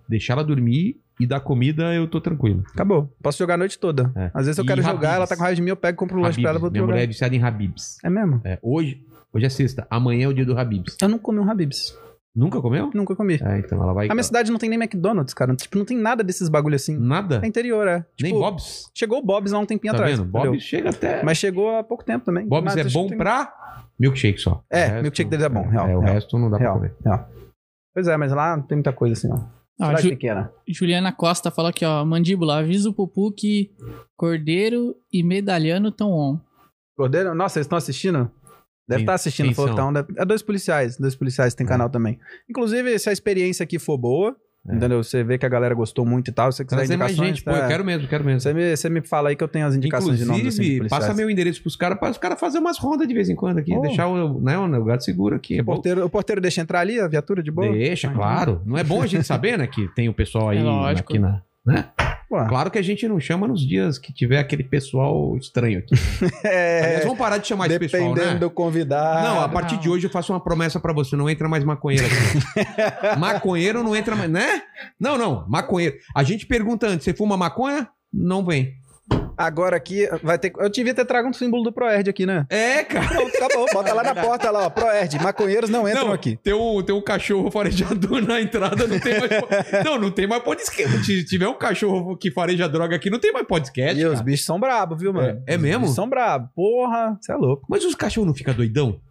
deixar ela dormir e dar comida, eu tô tranquilo.
Acabou. Posso jogar a noite toda.
É.
Às vezes eu
E
quero jogar,
Habib's.
ela tá com raiva de mim, eu pego, compro um lanche pra ela e
Habib's.
vou
Minha
jogar.
mulher é viciada em Habibs.
É mesmo?
É, hoje, hoje é sexta, amanhã é o dia do Habibs.
Eu não comi um Habib's.
Nunca comeu?
Nunca comi.
É, então ela vai.
A minha cidade não tem nem McDonald's, cara. Tipo, não tem nada desses bagulho assim.
Nada?
É interior, é. Tipo,
nem Bob's.
Chegou o Bob's há um tempinho
Tá
atrás.
vendo?
entendeu?
Bob's chega até.
Mas chegou há pouco tempo também.
Bob's
Mas
é
acho que
bom
tem-
pra milkshake só.
É,
O resto-
milkshake deles é bom, real,
É, o
real,
resto não dá
real.
pra comer.
Pois é, mas lá não tem muita coisa assim, não.
Ah,
Ó,
Cidade
Ju-
pequena.
Juliana Costa falou aqui, ó. Mandíbula, avisa o Pupu que Cordeiro e Medalhano tão on.
Cordeiro? Nossa, eles estão assistindo?
Quem-
Deve estar assistindo,
quem
falou que tá
são?
um. deve- É dois policiais, dois policiais tem canal também. Inclusive, se a experiência aqui for boa,
É.
entendeu? Você vê que a galera gostou muito e tal, se você quiser
Trazer mais
indicações...
gente, pô, eu
tá?
quero mesmo, quero mesmo.
Você me, você me fala aí que eu tenho as indicações de nome dos cinco
Inclusive,
policiais.
passa meu endereço pros caras, para os caras fazer umas rondas de vez em quando aqui.
Oh.
Deixar o, né, o lugar seguro aqui. É
O
bom.
porteiro, o porteiro deixa entrar ali a viatura de boa?
Deixa,
Ah,
claro. Não é bom a gente saber, né, que tem o pessoal aí
É lógico.
aqui na...
Pô,
Claro que a gente não chama nos dias que tiver aquele pessoal estranho aqui.
é,
Aliás, vamos parar de chamar esse pessoal,
dependendo
né?
do convidado.
Não, a partir
não.
de hoje eu faço uma promessa pra você, não entra mais maconheiro aqui. maconheiro não entra mais, né? Não, não, maconheiro. A gente pergunta antes, você fuma maconha? Não vem.
Agora aqui vai ter. Eu devia ter trago um símbolo do Proerd aqui, né?
É, cara.
Pronto, acabou. Bota lá na porta lá, ó. Proerd. Maconheiros não entram
Não,
aqui.
Tem um, tem um cachorro farejador na entrada, não tem mais. po- não, não tem mais podcast. Se tiver um cachorro que fareja droga aqui, não tem mais podcast.
E os
cara.
bichos são brabos, viu, mano?
É, é mesmo?
Eles são brabos. Porra, você é louco.
Mas os cachorros não ficam doidão?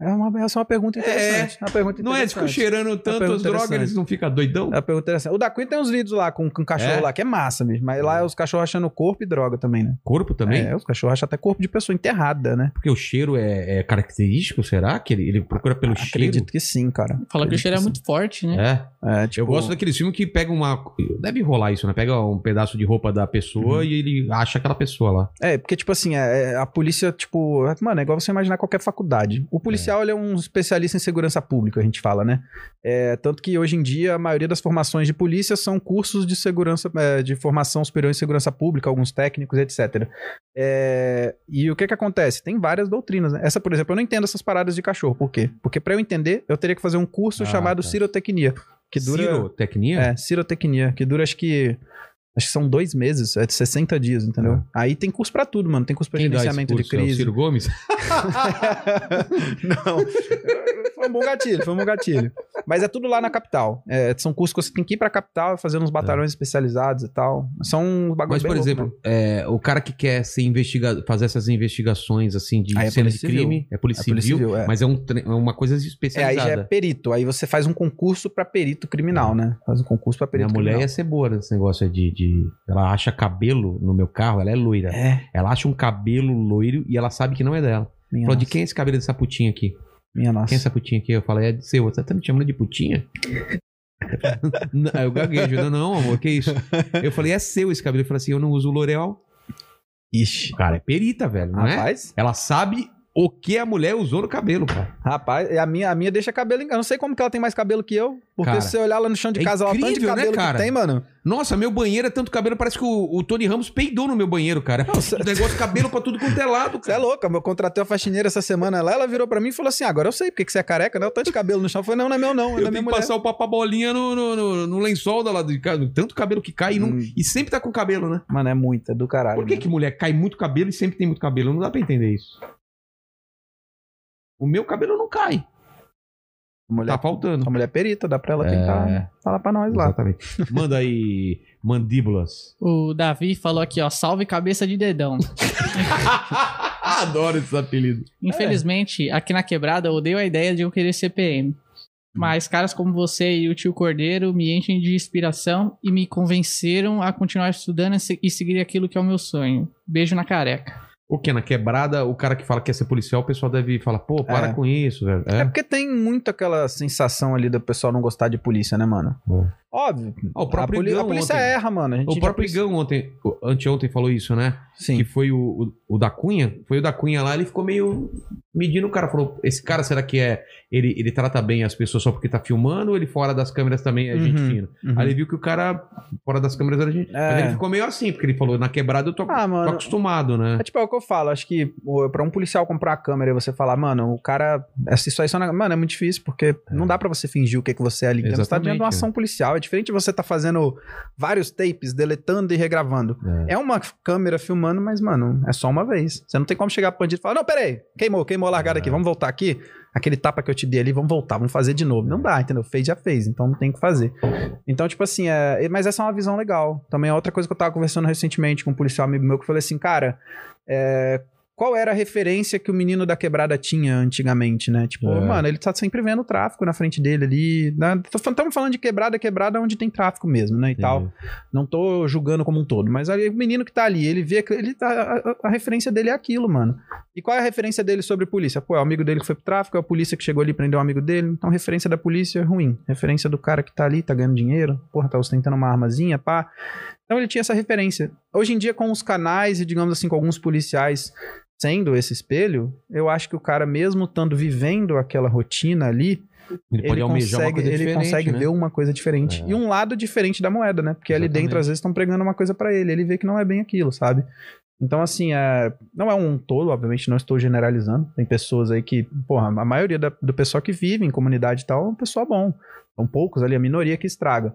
É uma, essa é uma pergunta interessante. É, uma pergunta
Não é? Eles ficam
interessante.
cheirando tanto as
pergunta
drogas,
interessante.
eles não ficam doidão?
É uma pergunta interessante. O da Queen tem uns vídeos lá com, com cachorro
É?
lá, que é massa mesmo. Mas lá é os cachorros achando corpo e droga também, né?
Corpo também?
É, os cachorros acham até corpo de pessoa enterrada, né?
Porque o cheiro é, é característico, será? Que ele, ele procura pelo
Acredito que sim, cara.
Fala que o cheiro é muito forte, né?
cheiro? É.
É, tipo,
Eu gosto daqueles filmes que pega uma. Deve rolar isso, né? Pega um pedaço de roupa da pessoa e ele acha aquela pessoa lá.
É, porque, tipo assim, é- é, a polícia, tipo. é- Mano, é igual você imaginar qualquer faculdade. O policial, ele é um especialista em segurança pública, a gente fala, né? É, tanto que hoje em dia, a maioria das formações de polícia são cursos de segurança, é, de formação superior em segurança pública, alguns técnicos, etc. É, e o que que acontece? Tem várias doutrinas, né? Essa, por exemplo, eu não entendo essas paradas de cachorro. Por quê? Porque pra eu entender, eu teria que fazer um curso
Ah,
chamado
tá.
cirotecnia. Que dura.
Cirotecnia?
É, cirotecnia, que dura acho que. Acho que são dois meses, é de 60 dias, entendeu?
É.
Aí tem curso pra tudo, mano. Tem curso pra
Quem dá esse
gerenciamento de
curso? É o
crise.
Ciro Gomes?
Não. foi um bom gatilho, foi um bom gatilho. Mas é tudo lá na capital. É, são cursos que você tem que ir pra capital, fazer uns batalhões especializados e tal. São uns bagulho
Mas,
bem
por
louco, né?
exemplo,
mano.
é, o cara que quer ser investigado, fazer essas investigações assim de
Aí é
cena de
polícia civil.
crime, é polícia
É polícia
civil,
civil, é.
mas é, um tre- é uma coisa
É, aí já é
especializada.
perito. Aí você faz um concurso pra perito criminal, né? Faz um concurso pra
Minha
perito
mulher ia
criminal.
ser boa nesse negócio de, de- Ela acha cabelo no meu carro, ela é loira.
É,
Ela acha um cabelo loiro e ela sabe que não é dela.
minha
Falou, de
nossa,
quem é esse cabelo dessa putinha aqui? Quem
Minha
é
nossa.
essa putinha aqui? Eu falei, é de seu. Você tá me chamando de putinha? Não, Aí eu gaguejo. Não, não, amor, que isso? Eu falei, é seu esse cabelo. Ele falou assim, eu não uso L'Oreal.
Ixi.
Cara, é perita, velho, não é?
Rapaz,
Ela sabe o que a mulher usou no cabelo, cara.
Rapaz, e a minha, a minha deixa cabelo. em- Eu não sei como que ela tem mais cabelo que eu. Porque
Cara,
se você olhar lá no chão de
é
casa, ela tanto de
incrível, né,
cabelo
cara?
que tem, mano.
Nossa, meu banheiro é tanto cabelo, parece que o, o Tony Ramos peidou no meu banheiro, cara.
Nossa.
O negócio de cabelo pra tudo quanto é lado,
Você é
cara.
louca, eu contratei uma faxineira essa semana lá, ela virou pra mim e falou assim: agora eu sei porque que você é careca, né? Eu tanto de cabelo no chão. Eu falei, não, não é meu, não, é
Eu
da minha
tenho que
mulher.
passar o papabolinha no, no, no, no lençol da lá de casa. Tanto cabelo que cai e, não-
Hum.
e sempre tá com cabelo, né?
Mano, é muita, do caralho.
Por que, que mulher cai muito cabelo e sempre tem muito cabelo? Não dá pra entender isso. O meu cabelo não cai.
A mulher,
Tá faltando.
a mulher é perita, dá pra ela tentar
É,
falar pra nós lá.
exatamente. Manda aí mandíbulas.
O Davi falou aqui, ó, salve cabeça de dedão.
Adoro esses apelidos.
Infelizmente, aqui na quebrada, eu odeio a ideia de eu querer ser PM. Mas caras como você e o tio Cordeiro me enchem de inspiração e me convenceram a continuar estudando e se- e seguir aquilo que é o meu sonho. Beijo na careca.
O que? Na quebrada, o cara que fala que quer ser policial, o pessoal deve falar, pô, para
É.
com isso, velho.
É.
É.
porque tem muito aquela sensação ali do pessoal não gostar de polícia, né, mano?
Bom.
Óbvio.
É. Ó, o
A,
próprio
poli- a
Igão
polícia
ontem-
erra, mano. A gente
O
já
próprio
precisa-
Igão ontem, o- anteontem falou isso, né?
Sim.
que foi o, o, o da Cunha, foi o da Cunha lá, ele ficou meio medindo o cara, falou, esse cara será que é, ele, ele trata bem as pessoas só porque tá filmando ou ele fora das câmeras também é gente
Uhum.
fina?
Uhum.
Aí ele viu que o cara fora das câmeras era gente,
É.
mas ele ficou meio assim, porque ele falou, na quebrada eu tô,
Ah,
tô
mano.
acostumado, né?
É tipo, é o que eu falo, acho que pô, pra um policial comprar a câmera e você falar, mano, o cara. essa- Isso aí só. na- Mano, é muito difícil, porque não dá pra você fingir o que, que você é ali. dentro. Você tá diante de uma
Exatamente,
ação policial. É diferente de você tá fazendo vários tapes, deletando e regravando. É uma câmera filmando, mas, mano, é só uma vez. Você não tem como chegar pro bandido e falar, não, peraí, queimou, queimou a largada aqui, vamos voltar aqui. Aquele tapa que eu te dei ali, vamos voltar, vamos fazer de novo. Não dá, entendeu? Fez, já fez, então não tem o que fazer. Então, tipo assim, é, mas essa é uma visão legal. Também é outra coisa que eu tava conversando recentemente com um policial amigo meu que eu falei assim, cara, é, qual era a referência que o menino da quebrada tinha antigamente, né? Tipo,
É.
mano, ele tá sempre vendo o tráfico na frente dele ali. Né? Estamos falando de quebrada, quebrada é onde tem tráfico mesmo, né? E tal.
É,
Não tô julgando como um todo, mas aí o menino que tá ali, ele vê que ele tá, a- a, a referência dele é aquilo, mano. E qual é a referência dele sobre polícia? Pô, é o amigo dele que foi pro tráfico, é a polícia que chegou ali e prendeu um amigo dele. Então, referência da polícia é ruim. Referência do cara que tá ali, tá ganhando dinheiro, porra, tá ostentando uma armazinha, pá. Então, ele tinha essa referência. Hoje em dia, com os canais e, digamos assim, com alguns policiais sendo esse espelho, eu acho que o cara, mesmo estando vivendo aquela rotina ali,
Ele pode almejar uma coisa
ele
diferente,
consegue
né?
ver uma coisa diferente.
É.
E um lado diferente da moeda, né? Porque ali
Exatamente.
dentro, às vezes, estão pregando uma coisa pra ele. Ele vê que não é bem aquilo, sabe? Então, assim, é, não é um tolo, obviamente, não estou generalizando. Tem pessoas aí que, porra, a maioria da- do pessoal que vive em comunidade e tal é um pessoal bom. São poucos ali, a minoria que estraga.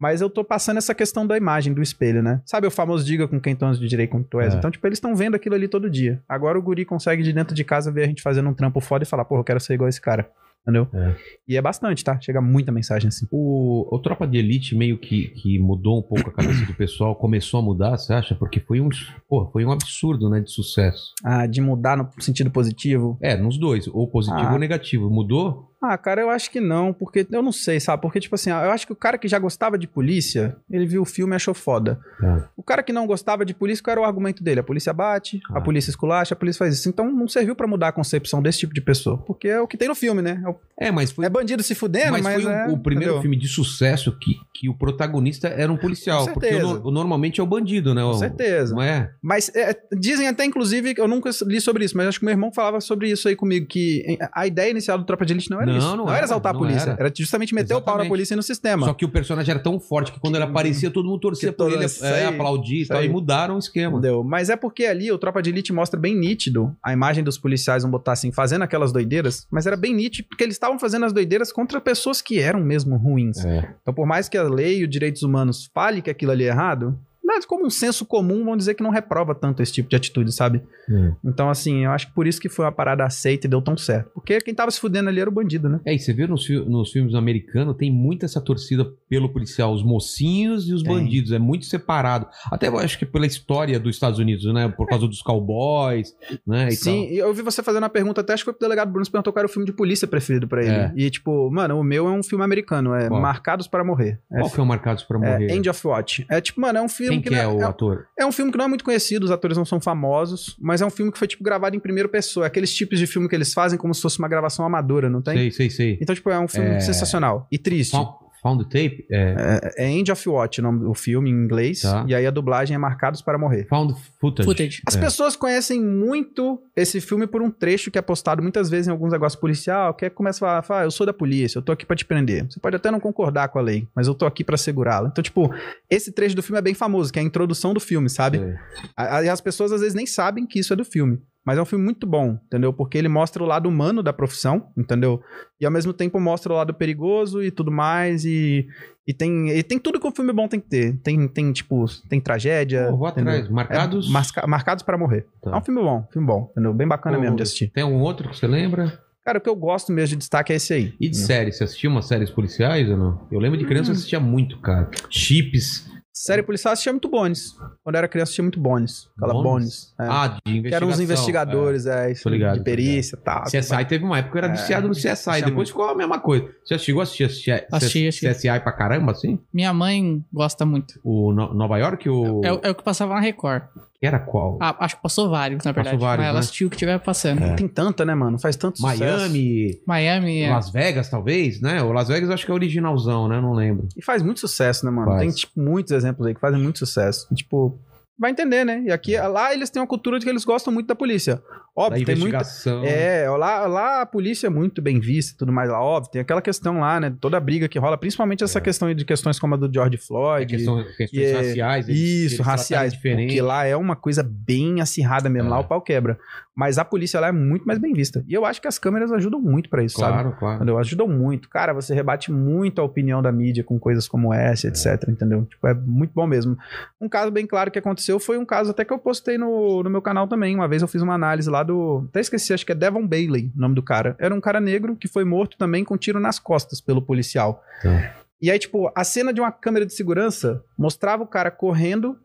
Mas eu tô passando essa questão da imagem, do espelho, né? Sabe o famoso diga com quem tu andas de direito com tu és?
É.
Então, tipo, eles estão vendo aquilo ali todo dia. Agora o guri consegue de dentro de casa ver a gente fazendo um trampo foda e falar, porra, eu quero ser igual esse cara. Entendeu?
É.
E é bastante, tá? Chega muita mensagem assim.
O, o Tropa de Elite meio que, que mudou um pouco a cabeça do pessoal, começou a mudar, você acha? Porque foi um, porra, foi um absurdo, né, de sucesso.
Ah, de mudar no sentido positivo.
É, nos dois, ou positivo
Ah.
ou negativo. Mudou?
Ah, cara, eu acho que não, porque eu não sei, sabe? Porque, tipo assim, eu acho que o cara que já gostava de polícia, ele viu o filme e achou foda.
Tá.
O cara que não gostava de polícia, qual era o argumento dele? A polícia bate,
Ah.
a polícia esculacha, a polícia faz isso. Então não serviu pra mudar a concepção desse tipo de pessoa. Porque é o que tem no filme, né? É o-
É, mas foi,
É bandido se fudendo, mas,
mas foi um-
é,
o, o primeiro
entendeu?
filme de sucesso que, que o protagonista era um policial.
Com
Porque o,
certeza.
no- o normalmente é o bandido, né?
Com
o-
certeza.
Não é?
Mas é, dizem até, inclusive, que eu nunca li sobre isso, mas acho que meu irmão falava sobre isso aí comigo, que a ideia inicial do Tropa de Elite não era
Não,
isso.
não
Não,
era,
era exaltar
não
a polícia.
era.
Era, justamente meter o pau na
Exatamente.
polícia e no sistema.
Só que o personagem era tão forte que quando ele aparecia, todo mundo torcia
É, Que
por
todo-
ele,
isso
é,
aí,
aplaudir e
isso
tal, e
aí.
mudaram o esquema.
Entendeu? Mas é porque ali o Tropa de Elite mostra bem nítido a imagem dos policiais, vamos botar assim, fazendo aquelas doideiras, mas era bem nítido porque eles estavam fazendo as doideiras contra pessoas que eram mesmo ruins.
É.
Então, por mais que a lei e os direitos humanos fale que aquilo ali é errado, mas como um senso comum vão dizer que não reprova tanto esse tipo de atitude, sabe?
é.
Então, assim, eu acho que por isso que foi uma parada aceita e deu tão certo. Porque quem tava se fudendo ali era o bandido, né?
É, e você viu nos, fi- nos filmes americanos, tem muito essa torcida pelo policial, os mocinhos e os
Tem.
bandidos, é muito separado. Até eu acho que pela história dos Estados Unidos, né? Por causa dos cowboys, né? e
Sim, e eu ouvi você fazendo uma pergunta até, acho que foi pro delegado Bruno, você perguntou qual era o filme de polícia preferido pra ele.
É.
E tipo, mano, o meu é um filme americano, é
Qual?
Marcados para Morrer.
tal.
É
Qual foi o Marcados pra Morrer?
É, End of Watch. É tipo, mano, é um filme
Quem
que,
que,
não
é o
é,
ator?
é um filme que não é muito conhecido, os atores não são famosos, mas é um filme que foi tipo gravado em primeira pessoa, É aqueles tipos de filme que eles fazem como se fosse uma gravação amadora, não tem?
Sei, sei, sei.
Então, tipo, é um filme
É.
sensacional e triste.
Found, Found Tape? É,
É é End of Watch o nome do filme em inglês,
Tá.
e aí a dublagem é Marcados para Morrer.
Found Footage.
Footage.
As
É.
pessoas conhecem muito esse filme por um trecho que é postado muitas vezes em alguns negócios policial, que é começa a falar, fala, eu sou da polícia, eu tô aqui pra te prender. Você pode até não concordar com a lei, mas eu tô aqui pra segurá-la. Então, tipo, esse trecho do filme é bem famoso, que é a introdução do filme, sabe?
É.
A- a- E as pessoas às vezes nem sabem que isso é do filme. Mas é um filme muito bom, entendeu? Porque ele mostra o lado humano da profissão, entendeu? E ao mesmo tempo mostra o lado perigoso e tudo mais. E, e, tem, e tem tudo que um filme bom tem que ter. Tem, tem tipo, tem tragédia.
Pô, vou
entendeu?
atrás.
É,
Marcados.
marca- marcados para morrer.
Tá.
É um filme bom, filme bom, entendeu? Bem bacana
Pô,
mesmo de assistir.
Tem um outro que você lembra?
Cara, o que eu gosto mesmo de destaque é esse aí.
E de
entendeu?
série? Você assistia umas séries policiais ou não? Eu lembro de
Hum.
criança, eu assistia muito, cara. Chips.
Série policial eu assistia muito Bones. Quando eu era criança, eu assistia muito Bones. Aquela Bones.
Ah,
é.
de investigação.
que eram os
é.
investigadores, é, isso,
Tô ligado,
de perícia e tal.
CSI teve uma época que eu era
Tá, É,
viciado no CSI,
assistia
depois ficou a mesma coisa. Você chegou a assistir, assistir,
Assisti, assisti.
CSI pra caramba, assim?
Minha mãe gosta muito.
O No- Nova York, o...
É, o- é o que passava na Record.
que era qual?
Ah, acho que passou vários, na verdade.
vários,
Mas ela
né?
assistiu o que tiver passando.
Tem tanta, né, mano? Faz tanto sucesso.
É. Miami,
Miami é.
Las Vegas, talvez, né? O Las Vegas eu acho que é originalzão, né? Não lembro.
E faz muito sucesso, né, mano?
Faz.
Tem, tipo, muitos exemplos aí que fazem muito sucesso. E, tipo, vai entender, né? E aqui, lá eles têm uma cultura de que eles gostam muito da polícia.
da
Óbvio, tem muita...
investigação.
É, lá, lá a polícia é muito bem vista e tudo mais lá, óbvio. Tem aquela questão lá, né? Toda a briga que rola, principalmente essa
É.
questão aí de questões como a do George
É
Floyd.
questão- questões
e é-
raciais. eles-
Isso,
eles tratarem
raciais.
diferente.
Porque lá é uma coisa bem acirrada mesmo,
É.
lá o pau quebra. Mas a polícia lá é muito mais bem vista. E eu acho que as câmeras ajudam muito pra isso, sabe?
Claro, claro.
Entendeu? Ajudam muito. Cara, você rebate muito a opinião da mídia com coisas como essa, etc. Entendeu? Tipo, é muito bom mesmo. Um caso bem claro que aconteceu foi um caso até que eu postei no, no meu canal também. Uma vez eu fiz uma análise lá do. Até esqueci, acho que é Devon Bailey, o nome do cara. Era um cara negro que foi morto também com tiro nas costas pelo policial.
Tá.
E aí, tipo, a cena de uma câmera de segurança mostrava o cara correndo.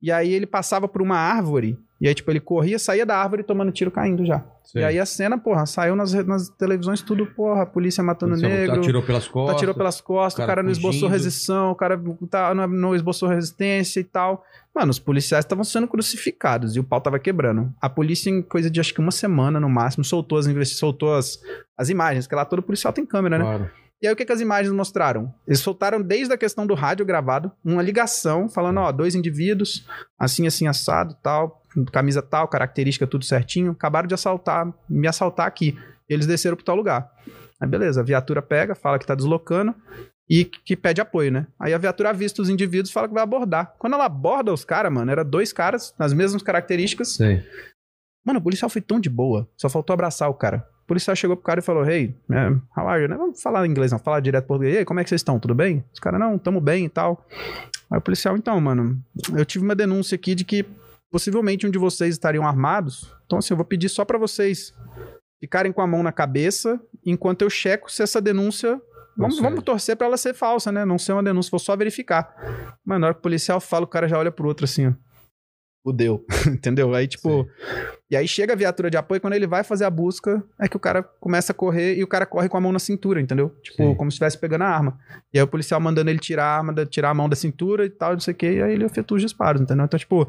E aí ele passava por uma árvore. E aí, tipo, ele corria, saía da árvore tomando tiro caindo já.
Sei.
E aí a cena, porra, saiu nas, re- nas televisões tudo, porra, a polícia matando
Policial
tá negro, tá
Atirou pelas costas.
atirou pelas costas, o
cara
cara, não esboçou
fugindo.
resistência, o cara tá, não, não esboçou resistência e tal. Mano, os policiais estavam sendo crucificados e o pau tava quebrando. A polícia, em coisa de acho que uma semana no máximo, soltou as, investi- soltou as, as imagens, que lá todo policial tem câmera, né?
Claro.
E aí o que, que as imagens mostraram? Eles soltaram desde a questão do rádio gravado uma ligação falando, ó, dois indivíduos, assim, assim, assado, tal, camisa tal, característica, tudo certinho, acabaram de assaltar, me assaltar aqui. Eles desceram pro tal lugar. Aí beleza, a viatura pega, fala que tá deslocando. e que pede apoio, né? Aí a viatura avista os indivíduos e fala que vai abordar. Quando ela aborda os caras, mano, era dois caras nas mesmas características.
É
Sei. Ah,
Mano, o policial foi tão de boa, só faltou abraçar o cara. O policial chegou pro cara e falou: Hey, é, how are you? Não vamos falar em inglês, não, falar direto português. E aí, como é que vocês estão? Tudo bem? Os caras, não, tamo bem e tal. Aí o policial, então, mano, eu tive uma denúncia aqui de que possivelmente um de vocês estariam armados. Então, assim, eu vou pedir só pra vocês ficarem com a mão na cabeça enquanto eu checo se essa denúncia. Vamos,
sei.
vamos torcer pra ela ser falsa, né? Não ser uma denúncia, vou só verificar. Mano, na hora que o policial fala, o cara já olha pro outro assim, ó. Fudeu. Entendeu? Aí, tipo. E aí chega a viatura de apoio, quando ele vai fazer a busca, é que o cara começa a correr e o cara corre com a mão na cintura, entendeu? Tipo,
Sim.
como se estivesse pegando a arma. E aí o policial mandando ele tirar a arma, da- tirar a mão da cintura e tal, não sei o quê, e aí ele efetua os disparos, entendeu? Então, tipo.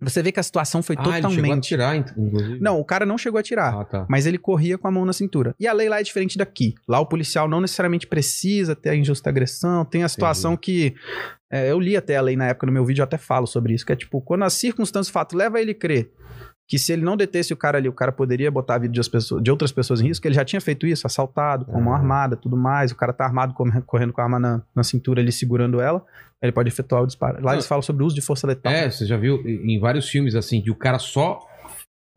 Você vê que a situação foi
Ah, ele chegou a
totalmente.
tirar, inclusive.
Não, o cara não chegou a tirar.
Ah, tá.
Mas ele corria com a mão na cintura. E a lei lá é diferente daqui. Lá o policial não necessariamente precisa ter a injusta agressão. Tem a situação que. é, eu li até a lei na época no meu vídeo, eu até falo sobre isso. Que é tipo, quando a circunstância, o fato leva ele a crer que se ele não detesse o cara ali, o cara poderia botar a vida de, as pessoas- de outras pessoas em risco, que ele já tinha feito isso, assaltado, com a mão
Ah.
armada, tudo mais. O cara tá armado, corre- correndo com a arma na, na cintura ali, segurando ela. Ele pode efetuar o disparo. Lá
Ah.
eles falam sobre o uso de força letal.
É, você já viu em em vários filmes assim, de o cara só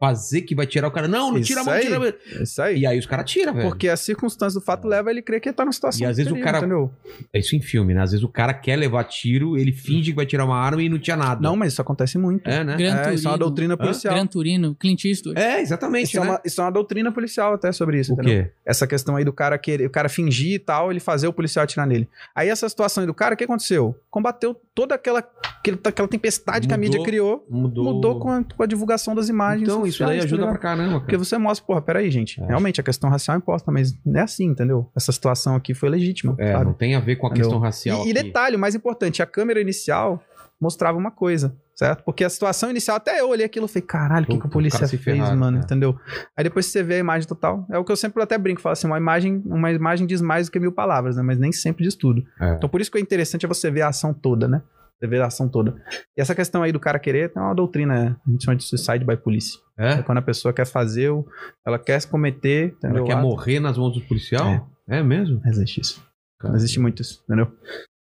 fazer que vai tirar o cara. Não, não
Isso
tira a mão,
aí.
tira a mão.
Isso aí.
E aí os caras tiram, velho.
Porque a circunstância do fato leva ele a crer que ele tá na situação.
é. E às
de
vezes o
perigo,
cara-
Entendeu?
É isso em filme, né? Às vezes o cara quer levar tiro, ele finge que vai tirar uma arma e não tinha nada.
Não, mas isso acontece muito.
É, né?
Gran
É, isso é uma
Turino.
doutrina policial.
Gran Turino, Clint Eastwood.
É, exatamente,
Isso, é
né?
uma, isso é uma doutrina policial até sobre isso,
O
entendeu?
quê?
Essa questão aí do cara querer, o cara fingir e tal, ele fazer o policial atirar nele. Aí essa situação aí do cara, o que aconteceu? Combateu toda aquela, aquele- aquela tempestade que a
Mudou.
mídia criou,
Mudou.
mudou com a, com a divulgação das imagens.
Então, isso daí
oficiais, tá
ajuda
ligado?
pra caramba,
Porque
cara.
você mostra, porra, peraí, gente,
É.
realmente a questão racial importa, mas não é assim, entendeu? Essa situação aqui foi legítima,
É,
sabe?
não tem a ver com a
Entendeu?
questão racial
E, e
aqui.
detalhe, o mais importante, a câmera inicial mostrava uma coisa, certo? Porque a situação inicial, até eu olhei aquilo e falei, caralho, o que,
Pô,
que a
os
polícia
caras se
fez,
ferraram,
mano,
né?
entendeu? Aí depois você vê a imagem total, é o que eu sempre até brinco, falo assim, uma imagem, uma imagem diz mais do que mil palavras, né? Mas nem sempre diz tudo.
É.
Então por isso que é interessante é você ver a ação toda, né? Você ver a ação toda. E essa questão aí do cara querer, tem uma doutrina, né? a gente chama de suicide by police.
É?
É quando a pessoa quer fazer, o- ela quer cometer, entendeu?
Ela quer
O ato.
morrer nas mãos do policial? É, mesmo?
Existe isso.
Cara,
Existe muito isso, entendeu?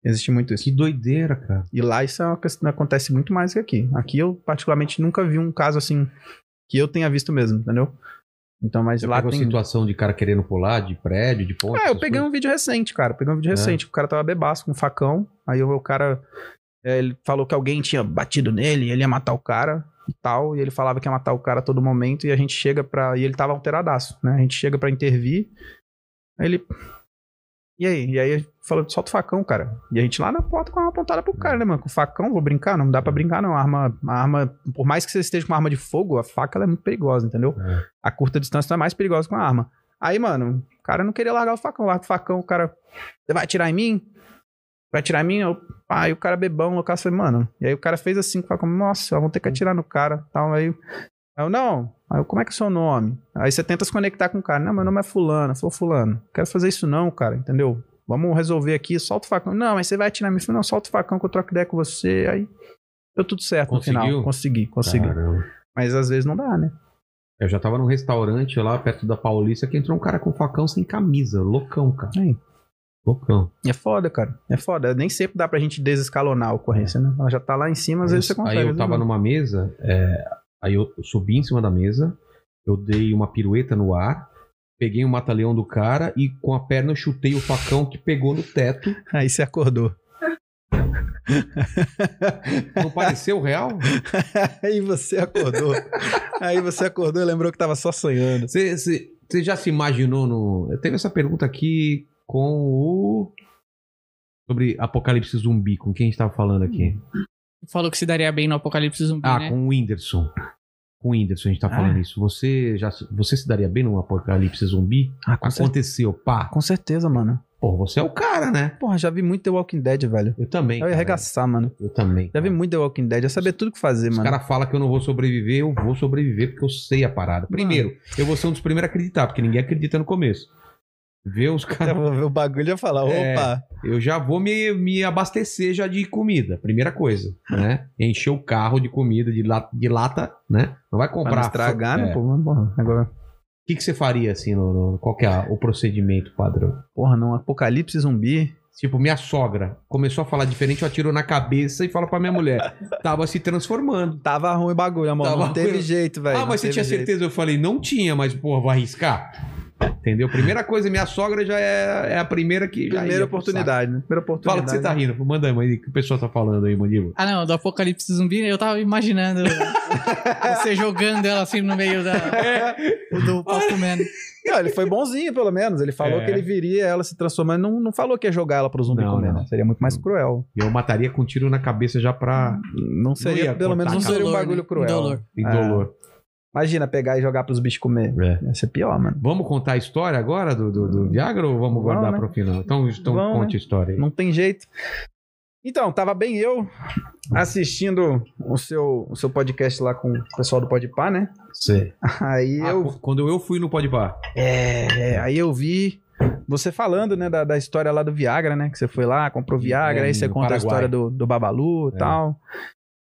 Existe muito isso.
Que doideira, cara.
E lá isso é uma questão- acontece muito mais que aqui. Aqui eu, particularmente, nunca vi um caso assim que eu tenha visto mesmo, entendeu? Então, mas
Você
lá
pegou
tem.
situação de cara querendo pular, de prédio, de ponte?
Ah, eu
essas
peguei um vídeo recente, cara. Peguei um vídeo
É.
recente. O cara tava bebaço com um facão. Aí o cara. é, ele falou que alguém tinha batido nele, ele ia matar o cara e tal. E ele falava que ia matar o cara a todo momento. E a gente chega pra. E ele tava alteradaço, né? A gente chega pra intervir. Aí ele. E aí? E aí falou, solta o facão, cara. E a gente lá na porta com uma apontada pro cara, né, mano? Com o facão, vou brincar? Não dá pra brincar, não. A arma, a arma, por mais que você esteja com uma arma de fogo, a faca ela é muito perigosa, entendeu?
É.
A curta distância é mais perigosa com a arma. Aí, mano, o cara não queria largar o facão. Larga o facão, o cara. Você vai atirar em mim? Vai atirar em mim? Eu, pá, e o cara bebão, o cara falei, mano. E aí o cara fez assim, com o facão, nossa, vão ter que atirar no cara. Tal, aí. Aí eu, não. Aí eu, como é que é o seu nome? Aí você tenta se conectar com o cara. Não, meu nome é Fulano. Falou, Fulano, não quero fazer isso não, cara, entendeu? Vamos resolver aqui, solta o facão. Não, mas você vai atirar em mim. Eu falei, não, solta o facão que eu troco ideia com você. Aí deu tudo certo no
Conseguiu?
final. Consegui, consegui.
Caramba.
Mas às vezes não dá, né?
É, Eu já tava num restaurante lá perto da Paulista que entrou um cara com facão sem camisa. Loucão, cara.
Aí.
Loucão.
É foda, cara. É foda. Nem sempre dá pra gente desescalonar a ocorrência, né? Ela já tá lá em cima, às vezes você consegue.
Aí eu
às vezes
tava
não.
numa mesa, é, aí eu subi em cima da mesa, eu dei uma pirueta no ar, peguei o mata-leão do cara e com a perna eu chutei o facão que pegou no teto.
Aí você acordou.
Não pareceu real?
Aí você acordou. Aí você acordou e lembrou que tava só sonhando.
Você- Você você já se imaginou no. Teve essa pergunta aqui com o. Sobre apocalipse zumbi, com quem a gente tava falando aqui?
Falou que se daria bem no Apocalipse Zumbi,
Ah,
né?
com o Whindersson. Com o Whindersson a gente tá
Ah.
falando isso. Você já se- você se daria bem num apocalipse zumbi?
Ah, com, cer-
Aconteceu, pá.
com certeza, mano.
Pô, você é o cara, né?
Porra, já vi muito The Walking Dead, velho.
Eu também.
Eu ia
cara.
arregaçar, mano.
Eu também.
Já vi
cara.
muito The Walking Dead. Eu sabia tudo o que fazer,
Os
mano.
caras falam que eu não vou sobreviver, eu vou sobreviver porque eu sei a parada. Primeiro, eu vou ser um dos primeiros a acreditar, porque ninguém acredita no começo. Vê os
Eu
caras.
vou ver o bagulho e ia falar,
É.
opa.
Eu já vou me, me abastecer já de comida, primeira coisa, né? Encher o carro de comida, de, la- de lata, né? Não vai
Pra não
comprar.
estragar,
é.
né? Pô, mano, porra. Agora,
O que, que você faria assim? No, no- qual que é o procedimento padrão?
porra, num apocalipse zumbi,
Tipo, minha sogra começou a falar diferente, eu atiro na cabeça e falo pra minha mulher. Tava se transformando.
Tava ruim o bagulho, amor.
Tava
não teve
ruim.
jeito, velho.
ah,
não
mas você
teve
tinha
jeito.
certeza? Eu falei, não tinha, mas, porra, vou arriscar. Entendeu? Primeira coisa, minha sogra já é, é a primeira que. já ia
Primeira
pro saco.
oportunidade, né? Primeira oportunidade.
Fala que você tá rindo. Manda aí, mas o que o pessoal tá falando aí, Mandíbula?
Ah, não, do Apocalipse Zumbi, eu tava imaginando você jogando ela assim no meio da,
É.
do palco man.
Não, ele foi bonzinho, pelo menos. Ele falou
É.
que ele viria ela se transformando. Não, não falou que ia jogar ela pro zumbi
Não,
comer,
não.
né? Seria muito mais cruel.
Eu mataria com tiro na cabeça já pra.
Não seria,
ia
pelo menos, não
cortar,
seria um bagulho
né?
cruel.
Dolor.
em
Ah.
dolor.
Imagina pegar e jogar pros bichos comer. Ia ser pior, mano.
Vamos contar a história agora do, do, do Viagra ou vamos
Vamos,
guardar
né?
pro final? Então, então
Vamos, né?
conte a história aí.
Não tem jeito. Então, tava bem eu assistindo o seu, o seu podcast lá com o pessoal do Podpah, né?
Sei.
Aí
Ah,
eu
qu- Quando eu fui no Podpah.
É, aí eu vi você falando, né, da, da história lá do Viagra, né? Que você foi lá, comprou Viagra,
É,
aí você
no
conta
Paraguai.
a história do, do Babalu e
É.
tal.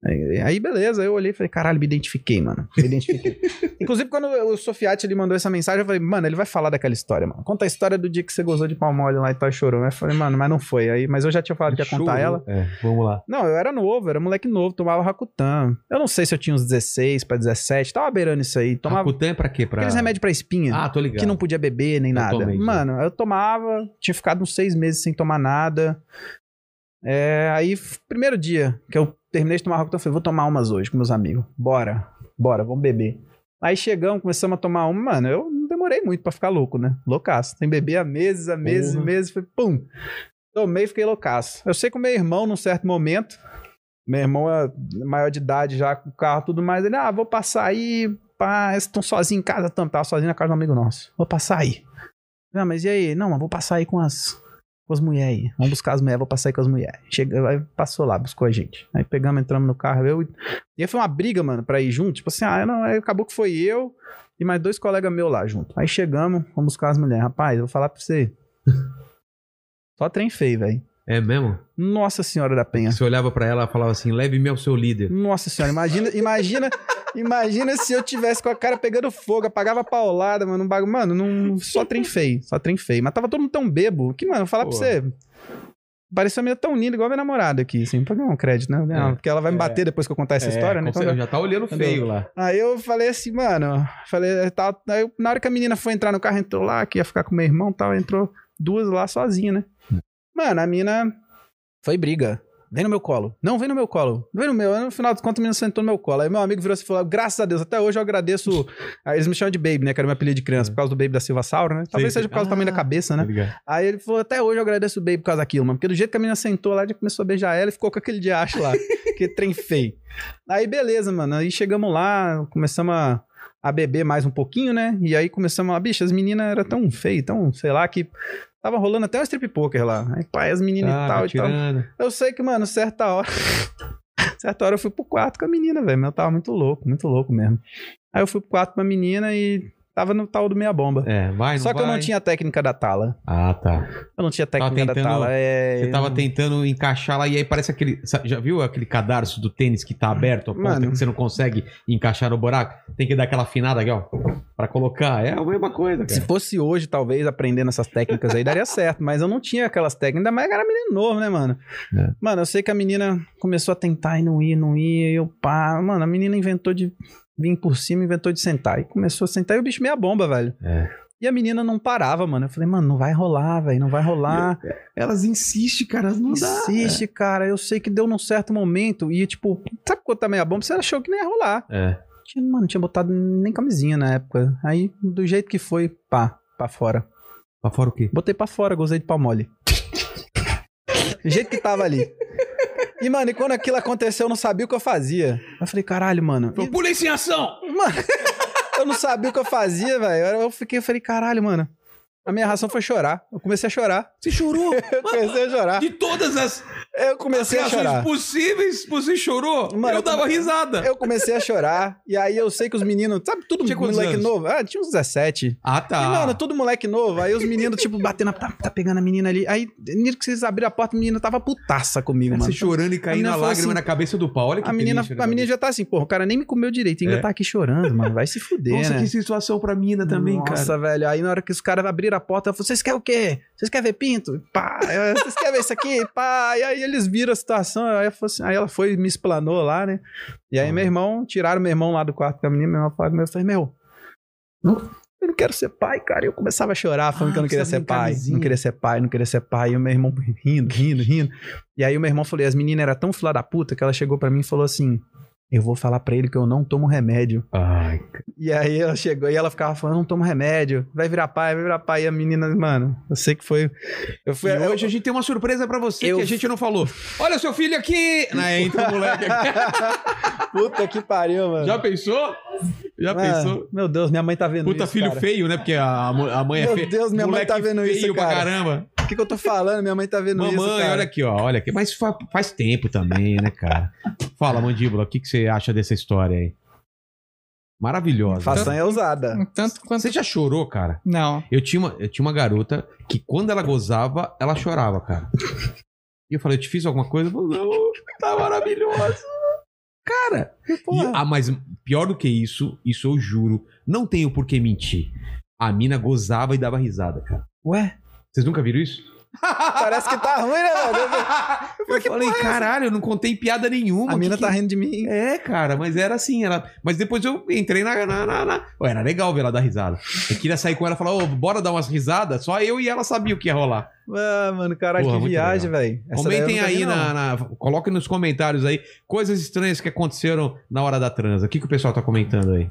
Aí, aí beleza, aí eu olhei e falei, caralho, me identifiquei, mano. Me identifiquei. Inclusive, quando o Sofiati ele mandou essa mensagem, eu falei, mano, ele vai falar daquela história, mano. Conta a história do dia que você gozou de pau mole lá e tal, e chorou. Aí eu falei, mano, mas não foi. Aí, mas eu já tinha falado que ia
Chorou.
contar ela.
É, vamos lá.
Não, eu era novo, era moleque novo, tomava Rakutan. Eu não sei se eu tinha uns 16 pra 17, tava beirando isso aí. Tomava
Rakutan é pra quê? Pra...
aqueles remédios pra espinha
Ah, tô ligado.
que não podia beber nem
Eu
nada.
tomei, já.
Mano, eu tomava, tinha ficado uns seis meses sem tomar nada. É, aí, f- primeiro dia que eu terminei de tomar Rockton, eu falei, vou tomar umas hoje com meus amigos. Bora, bora, vamos beber. Aí chegamos, começamos a tomar uma, mano, eu não demorei muito pra ficar louco, né? Loucaço. Sem beber há meses, há meses,
Porra.
meses, foi pum. Tomei e fiquei loucaço. Eu sei que o meu irmão, num certo momento, meu irmão é maior de idade já, com o carro e tudo mais, ele, ah, vou passar aí, pá, estão sozinho em casa, tam, tava sozinho na casa de um amigo nosso. Vou passar aí. Não, mas e aí? Não, mas vou passar aí com as, com as mulheres aí. Vamos buscar as mulheres, vou passar aí com as mulheres. Chega, aí passou lá, buscou a gente. Aí pegamos, entramos no carro, eu e. E aí foi uma briga, mano, pra ir junto. Tipo assim, ah, não, aí acabou que foi eu e mais dois colegas meus lá junto. Aí chegamos, vamos buscar as mulheres. Rapaz, eu vou falar pra você. Só trem feio, velho.
É mesmo?
Nossa Senhora da Penha.
Você olhava pra ela e falava assim: leve-me ao seu líder.
Nossa senhora, imagina, imagina, imagina se eu tivesse com a cara pegando fogo, apagava a paulada, mano, um bagulho, mano, não, só trem feio, só trem feio. Mas tava todo mundo tão bebo, que, mano, falar pra
Pô.
você, parecia uma menina tão linda, igual a minha namorada aqui, assim, pra ganhar um crédito, né? Não,
É.
Porque ela vai me bater depois que eu contar essa história,
com
né? Então,
certeza, já tá olhando
Entendeu?
feio lá.
Aí eu falei assim, mano, falei, tá, aí eu- na hora que a menina foi entrar no carro, entrou lá, que ia ficar com meu irmão e tal, entrou duas lá sozinha, né? Mano, a mina foi briga. Vem no meu colo. Não, vem no meu colo. Vem no meu. Aí, No final das contas, a menina sentou no meu colo. Aí meu amigo virou assim e falou: graças a Deus, até hoje eu agradeço. Aí eles me chamam de Baby, né? Que era meu apelido de criança, por causa do Baby da Silva Sauro, né? Talvez
Sim,
seja
sim.
por causa do tamanho da
Ah.
cabeça, né?
Tá ligado?
Aí ele falou, até hoje eu agradeço o Bey por causa daquilo, mano. Porque do jeito que a menina sentou lá, ele começou a beijar ela e ficou com aquele diacho lá. que trem feio. Aí beleza, mano. Aí chegamos lá, começamos a, a beber mais um pouquinho, né? E aí começamos a... Bicho, as meninas eram tão feias, tão, sei lá, que... Tava rolando até um strip poker lá. Aí, pai, as meninas
Tava
e tal e tal.
tirando.
Eu sei que, mano, certa hora. certa hora eu fui pro quarto com a menina, velho. Mas eu tava muito louco, muito louco mesmo. Aí eu fui pro quarto com a menina e tava no tal do meia bomba.
É, vai,
Só que eu não
vai?
tinha a técnica da tala.
Ah, tá.
Eu não tinha
Tava
técnica da
tentando-
tala. É,
Você tava
eu-
tentando encaixar lá e aí parece aquele. sa- Já viu aquele cadarço do tênis que tá aberto, a ponta,
Mano.
que você não consegue encaixar no buraco? Tem que dar aquela afinada aqui, ó. Pra colocar. É a mesma coisa,
Se
cara.
fosse hoje, talvez, aprendendo essas técnicas aí, daria certo. Mas eu não tinha aquelas técnicas. Ainda mais que era menino novo, né, mano?
É.
Mano, eu sei que a menina começou a tentar e não ia, não ia. E eu, pá... Mano, a menina inventou de... Vim por cima, inventou de sentar. E começou a sentar e o bicho meia bomba, velho.
É.
E a menina não parava, mano. Eu falei, mano, não vai rolar, velho. Não vai rolar.
Elas insistem, cara. Elas não é.
Insiste, cara. Eu sei que deu num certo momento. E, tipo, sabe quando tá meia bomba? Você achou que não ia rolar.
É.
Tinha, mano, tinha botado nem camisinha na época. Aí, do jeito que foi, pá, pra fora.
Pra fora o quê?
Botei pra fora, gozei de pau mole. do jeito que tava ali. E, mano, e quando aquilo aconteceu, eu não sabia o que eu fazia. Eu falei, caralho, mano. E-
Polícia em ação!
mano, eu não sabia o que eu fazia, velho. Eu fiquei, eu falei, caralho, mano. A minha reação foi chorar. Eu comecei a chorar.
Você chorou?
Eu comecei a chorar.
De todas as
Eu comecei a chorar.
possíveis, você chorou?
Mano, eu come-
risada.
Eu comecei a chorar. E aí eu sei que os meninos. Sabe, tudo
Tinha quantos
moleque
anos?
novo? Ah, tinha uns 17.
Ah, tá.
E, mano, todo moleque novo. Aí os meninos, tipo, batendo, a- tá, tá pegando a menina ali. Aí, nisso que vocês abriram a porta, a menina tava putaça comigo,
Você
mano.
chorando e caindo
menina
a
falou
lágrima
assim,
na cabeça do pau. Olha que
A menina,
triste, né,
a menina
mano?
já tá assim, porra, o cara nem me comeu direito, ainda
É.
tá aqui chorando, mano. Vai se fuder,
Nossa,
né?
que situação pra mina também,
Nossa,
cara.
velho. Aí na hora que os caras abriram a porta, eu falei, vocês querem o quê? Vocês Vocês querem ver pinto? Pá, eh, vocês querem ver isso aqui? Pá, e aí eles viram a situação, aí, eu falei assim- aí ela foi e me explanou lá, né? E
Ah.
aí meu irmão, tiraram meu irmão lá do quarto com a menina, meu irmão falou comigo, eu falei, meu, não- eu não quero ser pai, cara. E eu começava a chorar, falando
Ah,
que eu não queria
você
ser
tava em
pai,
camisinha.
não queria ser pai, não queria ser pai. E o meu irmão rindo, rindo, rindo. E aí o meu irmão falou, e as meninas eram tão fila da puta que ela chegou pra mim e falou assim, eu vou falar pra ele que eu não tomo remédio.
Ai,
E aí ela chegou e ela ficava falando, não toma remédio, vai virar pai, vai virar pai. E a menina, mano, eu sei que foi. Eu fui.
E
eu-
hoje a gente tem uma surpresa pra você
Eu-
que a gente não falou. Olha o seu filho aqui! Na entra o moleque aqui.
Puta que pariu, mano.
Já pensou? Já
Mano,
pensou?
Meu Deus, minha mãe Ah, tá vendo
Puta
isso.
filho
cara.
feio, né? Porque a, mo- a mãe é
Meu
feia.
Deus, minha mãe
Moleque
tá vendo
feio
isso,
pra
cara.
caramba.
O que, que eu tô falando? Minha mãe tá vendo
Mamãe,
isso. Cara.
olha aqui, ó. Olha aqui. Mas fa- faz tempo também, né, cara? Fala, mandíbula, o que, que você acha dessa história aí? Maravilhosa.
Façanha ousada.
Tanto quanto.
Você já chorou, cara?
Não.
Eu tinha, uma, eu tinha uma garota que quando ela gozava, ela chorava, cara. E eu falei, eu te fiz alguma coisa? Ela falou, Não, tá maravilhoso. Cara, E-
Porra.
ah, mas pior do que isso, isso eu juro, não tenho por que mentir. A mina gozava e dava risada, cara.
Ué,
Vocês nunca viram isso?
parece que tá ruim, né, mano?
eu falei, caralho, eu não contei piada nenhuma.
é A
que
mina
que-
tá rindo de mim.
É, cara, mas era assim. Ela... Mas depois eu entrei na. na, na, na- Ué, era legal ver ela dar risada. Eu queria sair com ela e falar, ô, bora dar umas risadas. Só eu e ela sabia o que ia rolar.
Ah, mano, caralho,
Porra,
que
muito
viagem, velho. Essa daí eu
Comentem
nunca vi,
aí,
não.
na, na- coloquem nos comentários aí coisas estranhas que aconteceram na hora da transa. O que, que o pessoal tá comentando aí?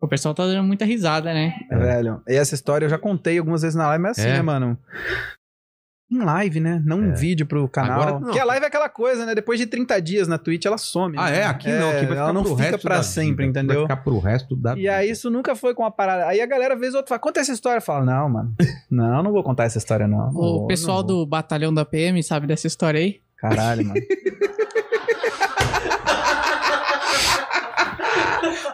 O pessoal tá dando muita risada, né?
É.
Velho, e essa história eu já contei algumas vezes na live, mas assim,
É.
né, mano? Em live, né? Não um
É.
vídeo pro canal.
Agora não.
Porque a live é aquela coisa, né? Depois de 30 dias na Twitch, ela some.
Ah,
né?
é? Aqui não. Aqui vai ficar
ela não
pro
fica
resto
pra
da
sempre,
vida.
entendeu?
Vai ficar pro resto da
E aí isso nunca foi com uma parada. Aí a galera, vez ou outra, fala, conta essa história. Eu falo, não, mano. Não, não vou contar essa história, não. Não
O
vou,
pessoal
não vou.
do batalhão da PM sabe dessa história aí?
Caralho, mano.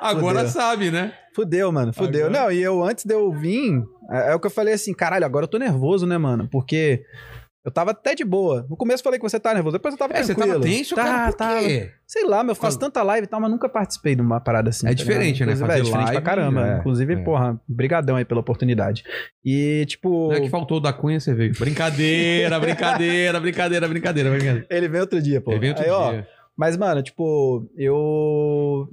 Agora
Fudeu.
sabe, né?
Fudeu, mano, fudeu.
Agora-
Não, e eu antes de eu vir, é, é o que eu falei assim, caralho, agora eu tô nervoso, né, mano? Porque eu tava até de boa. No começo eu falei que você tá nervoso, depois eu tava
É, você
tranquilo.
tava tenso,
tá,
cara.
tá.
quê?
Sei lá, meu, eu faço
Quando-
tanta live e tal, mas nunca participei de uma parada assim.
É
tá
diferente,
ligado?
né?
Inclusive,
Fazer
é diferente
live,
pra caramba.
é,
Inclusive,
é.
porra, brigadão aí pela oportunidade. E, tipo...
Não é que faltou o da cunha, você veio. Brincadeira, brincadeira, brincadeira, brincadeira, brincadeira.
Ele veio outro dia, pô.
Ele veio outro
aí, ó,
dia.
Mas, mano, tipo, eu.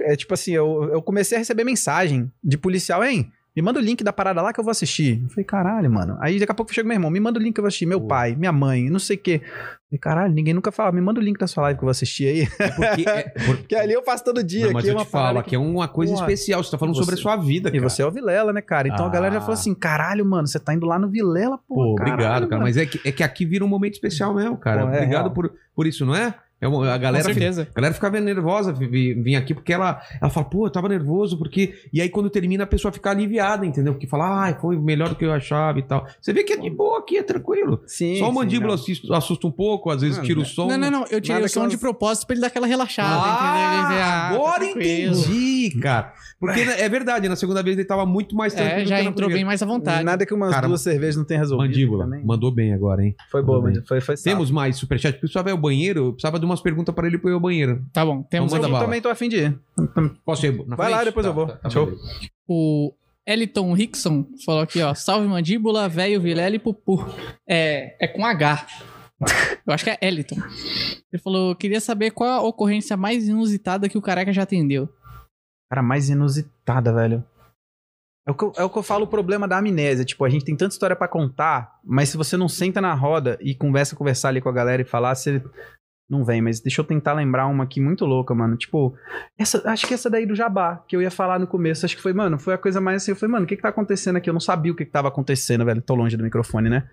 É tipo assim, eu, eu comecei a receber mensagem de policial, hein? Me manda o link da parada lá que eu vou assistir. Eu falei, caralho, mano. Aí daqui a pouco chega meu irmão, me manda o link que eu vou assistir. Meu
Pô.
pai, minha mãe, não sei o quê. Eu falei, caralho, ninguém nunca fala, me manda o link da sua live que eu vou assistir aí.
É porque. É, por-
Porque ali eu faço todo dia.
Não, mas
aqui é
eu
uma
te falo,
parada
aqui é uma coisa
Porra.
especial. Você tá falando
Você-
sobre a sua vida,
E
cara.
você é o Vilela, né, cara? Então a galera
Ah.
já falou assim: caralho, mano, você tá indo lá no Vilela, pô.
Pô,
caralho,
obrigado, cara.
mano."
Mas é que, é que aqui vira um momento especial mesmo, cara.
Pô, é
obrigado
real.
por, por isso, não é? É uma- a
Com
galera fica-
certeza.
A galera ficava nervosa vi- vi- vim aqui porque ela, ela fala, pô, eu tava nervoso porque. E aí quando termina a pessoa fica aliviada, entendeu? Porque fala, ai, foi melhor do que eu achava e tal. Você vê que é de boa aqui, é tranquilo.
Sim,
Só o
sim,
mandíbula
não.
assusta, assusta um pouco, às vezes
Ah,
tira o
né?
som.
não, não, não. Eu tirei
nada
o som
que elas-
de propósito pra ele dar aquela relaxada, entendeu? Ele
Ah,
dizer, ah, tá
agora
tranquilo.
entendi, cara. Porque na- é verdade, na segunda vez ele tava muito mais
É,
tranquilo.
já
que na
entrou bem
primeira.
mais à vontade.
Nada que umas
Cara,
duas cervejas não tenha resolvido.
Mandíbula, Tá.
também.
mandou bem agora, hein?
Foi boa,
Mandou bem.
mas foi, foi sábado.
Temos mais superchat. porque Eu precisava ir ao banheiro, eu precisava de umas perguntas pra ele pra eu ir ao banheiro.
Tá bom, temos
Então manda
aqui
bala.
Eu também tô afim de ir.
Posso ir na
Vai lá,
frente? Tá,
depois eu vou. Show.
beleza.
o Eliton Rickson falou aqui, ó. Salve mandíbula, velho, Vilela e Pupu. É, é com H. Eu acho que é Eliton. Ele falou: queria saber qual a ocorrência mais inusitada que o careca já atendeu.
Cara, mais inusitada, velho. É o, que eu, é o que eu falo o problema da amnésia. Tipo, a gente tem tanta história pra contar, mas se você não senta na roda e conversa, conversar ali com a galera e falar, você não vem. Mas deixa eu tentar lembrar uma aqui muito louca, mano. Tipo, essa, acho que essa daí do Jabá, que eu ia falar no começo. Acho que foi, mano, foi a coisa mais assim. Eu falei, mano, o que que tá acontecendo aqui? Eu não sabia o que que tava acontecendo, velho. Tô longe do microfone, né?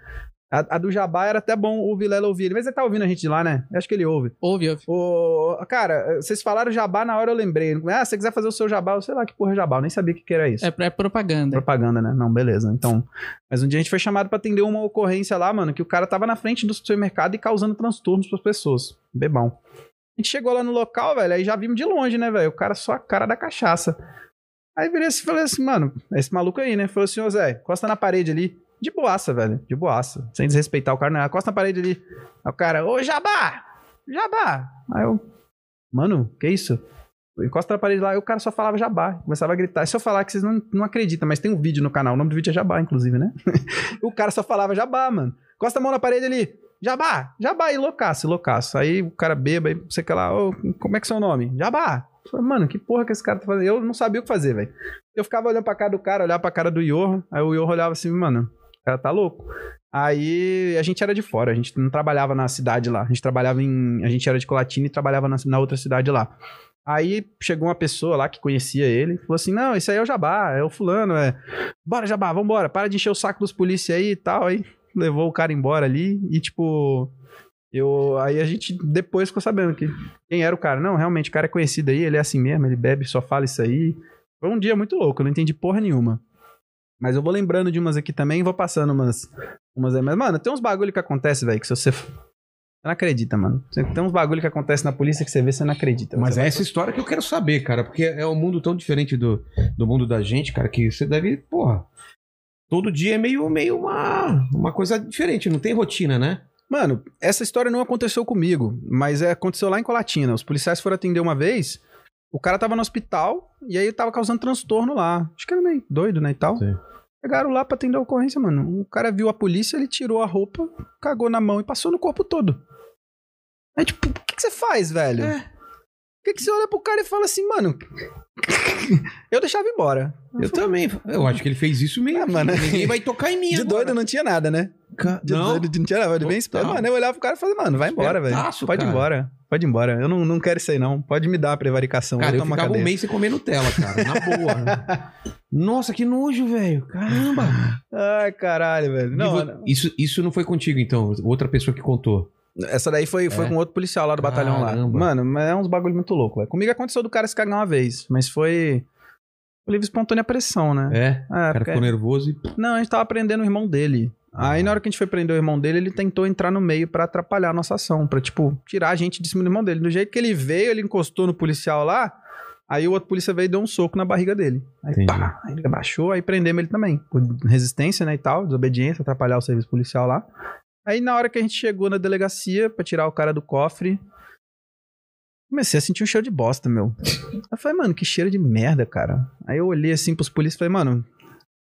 A, a do Jabá era até bom o Vilela ouvir ele. Mas ele tá ouvindo a gente de lá, né? Eu acho que ele ouve.
Ouve, ouve.
Ô, cara, eh, vocês falaram jabá na hora eu lembrei. Ah, se você quiser fazer o seu jabá, eu sei lá que porra é jabá, eu nem sabia o que, que era isso.
É, é propaganda.
Propaganda, né? Não, beleza. Então, mas um dia a gente foi chamado pra atender uma ocorrência lá, mano, que o cara tava na frente do supermercado e causando transtornos pras pessoas. Bebão. A gente chegou lá no local, velho, aí já vimos de longe, né, velho? O cara só a cara da cachaça. Aí virei assim e falei assim, mano, é esse maluco aí, né? Falou assim, ô Zé, encosta na parede ali. De boaça, velho. De boaça. Sem desrespeitar o cara, não. Encosta na parede ali. Aí o cara, ô Jabá! Jabá! Aí eu, mano, que isso? encosta na parede lá, e o cara só falava jabá, começava a gritar. E se eu falar que vocês não, não acreditam, mas tem um vídeo no canal, o nome do vídeo é jabá, inclusive, né? o cara só falava jabá, mano. Encosta a mão na parede ali, jabá, jabá, e loucaço, e loucaço. Aí o cara beba e você que lá, ô, como é que é seu nome? Jabá. Eu falei, Mano, que porra que esse cara tá fazendo? Eu não sabia o que fazer, velho. Eu ficava olhando pra cara do cara, olhava pra cara do Iorro, aí o Iorro olhava assim, mano, o cara tá louco. Aí a gente era de fora, a gente não trabalhava na cidade lá. A gente trabalhava em. A gente era de Colatina e trabalhava na, na outra cidade lá. Aí chegou uma pessoa lá que conhecia ele, falou assim: Não, esse aí é o Jabá, é o Fulano, é. Bora, Jabá, vambora, para de encher o saco dos polícia aí e tal. Aí levou o cara embora ali e, tipo. Eu, aí a gente depois ficou sabendo que quem era o cara. Não, realmente, o cara é conhecido aí, ele é assim mesmo, ele bebe, só fala isso aí. Foi um dia muito louco, eu não entendi porra nenhuma. Mas eu vou lembrando de umas aqui também e vou passando umas, umas aí. Mas, mano, tem uns bagulho que acontece, velho, que se você. Você não acredita, mano. Tem uns bagulho que acontece na polícia que você vê, você não acredita.
Mas
Você
é essa história que eu quero saber, cara, porque é um mundo tão diferente do, do mundo da gente, cara, que você deve, porra. Todo dia é meio, meio uma, uma coisa diferente, não tem rotina, né?
Mano, essa história não aconteceu comigo, mas é, aconteceu lá em Colatina. Os policiais foram atender uma vez, o cara tava no hospital e aí tava causando transtorno lá. Acho que era meio doido, né, e tal.
Sim.
Chegaram lá pra atender a ocorrência, mano. O cara viu a polícia, ele tirou a roupa, cagou na mão e passou no corpo todo. Aí, tipo, o que, que você faz, velho?
É.
O que, que você olha pro cara e fala assim, mano? eu deixava ir embora.
Eu também. Eu acho que ele fez isso mesmo.
Ah, mano.
Ninguém vai tocar em mim
De
agora.
doido não tinha nada, né?
Ca-
De
não.
doido, não tinha nada, bem esperto.
Total.
Mano, eu olhava pro cara e falava, mano, vai embora, velho.
Espertaço,
Pode ir
cara.
embora, pode ir embora. Eu não, não quero isso aí, não. Pode me dar a prevaricação.
Cara, eu
tomo a
ficava um
cadeia.
mês sem comer Nutella, cara. Na boa. Nossa, que nojo, velho. Caramba.
Ai, caralho, velho. Não,
E vo- Isso, isso não foi contigo, então. Outra pessoa que contou.
essa daí foi, foi
É.
com outro policial lá do batalhão lá.
Caramba.
Mano, mas é uns bagulho muito louco, velho. Comigo aconteceu do cara se cagar uma vez, mas foi por livre e espontânea pressão, né?
É. O
Ah,
cara
porque-
ficou nervoso e.
Não, a gente tava prendendo o irmão dele. Aí na hora que a gente foi prender o irmão dele, ele tentou entrar no meio pra atrapalhar a nossa ação, pra tipo tirar a gente de cima do irmão dele. Do jeito que ele veio, ele encostou no policial lá. Aí o outro polícia veio e deu um soco na barriga dele. Aí
Entendi.
pá, aí ele abaixou, aí prendemos ele também, por resistência, né, e tal, desobediência, atrapalhar o serviço policial lá. Aí na hora que a gente chegou na delegacia pra tirar o cara do cofre, comecei a sentir um cheiro de bosta, meu. Eu falei, mano, que cheiro de merda, cara. Aí eu olhei assim pros polícias e falei, mano,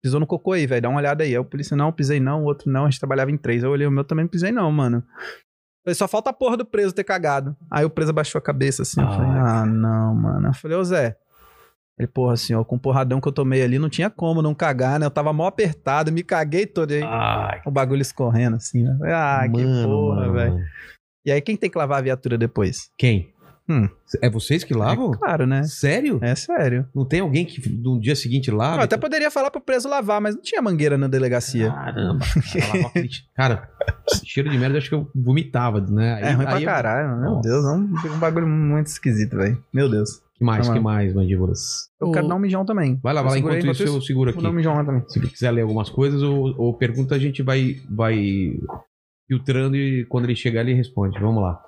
pisou no cocô aí, velho, dá uma olhada aí. Aí o polícia, não, pisei não, o outro não, a gente trabalhava em três. Aí eu olhei, o meu também não pisei não, mano. Falei, só falta a porra do preso ter cagado. Aí o preso abaixou a cabeça assim, eu falei,
Ah,
ah, não, mano. Eu falei, ô Zé. Ele, porra, assim, ó, com o porradão que eu tomei ali, não tinha como não cagar, né? Eu tava mó apertado, me caguei todo. Aí,
Ai,
o bagulho escorrendo assim, né? Ah, que porra,
mano.
velho. E aí, quem tem que lavar a viatura depois?
Quem?
Hum.
É vocês que lavam?
É claro, né?
Sério?
É sério.
Não tem alguém que no dia seguinte
Eu
lava?
até poderia falar pro preso lavar, mas não tinha mangueira na delegacia.
Caramba. Cara, lavar aquele- cara, esse cheiro de merda, acho que eu vomitava, né? Aí-
é ruim
aí
pra
eu-
caralho. Meu
Nossa.
Deus, é um, um bagulho muito esquisito, velho. Meu Deus.
Que mais,
Tá,
que
mano.
mais, mandíbulas?
Eu
O-
quero dar um mijão também.
Vai lá, vai lá.
segurei,
Enquanto isso, eu seguro
vou
aqui.
dar um mijão lá também.
Se quiser ler algumas coisas ou, ou pergunta, a gente vai, vai filtrando e quando ele chegar, ele responde. Vamos lá.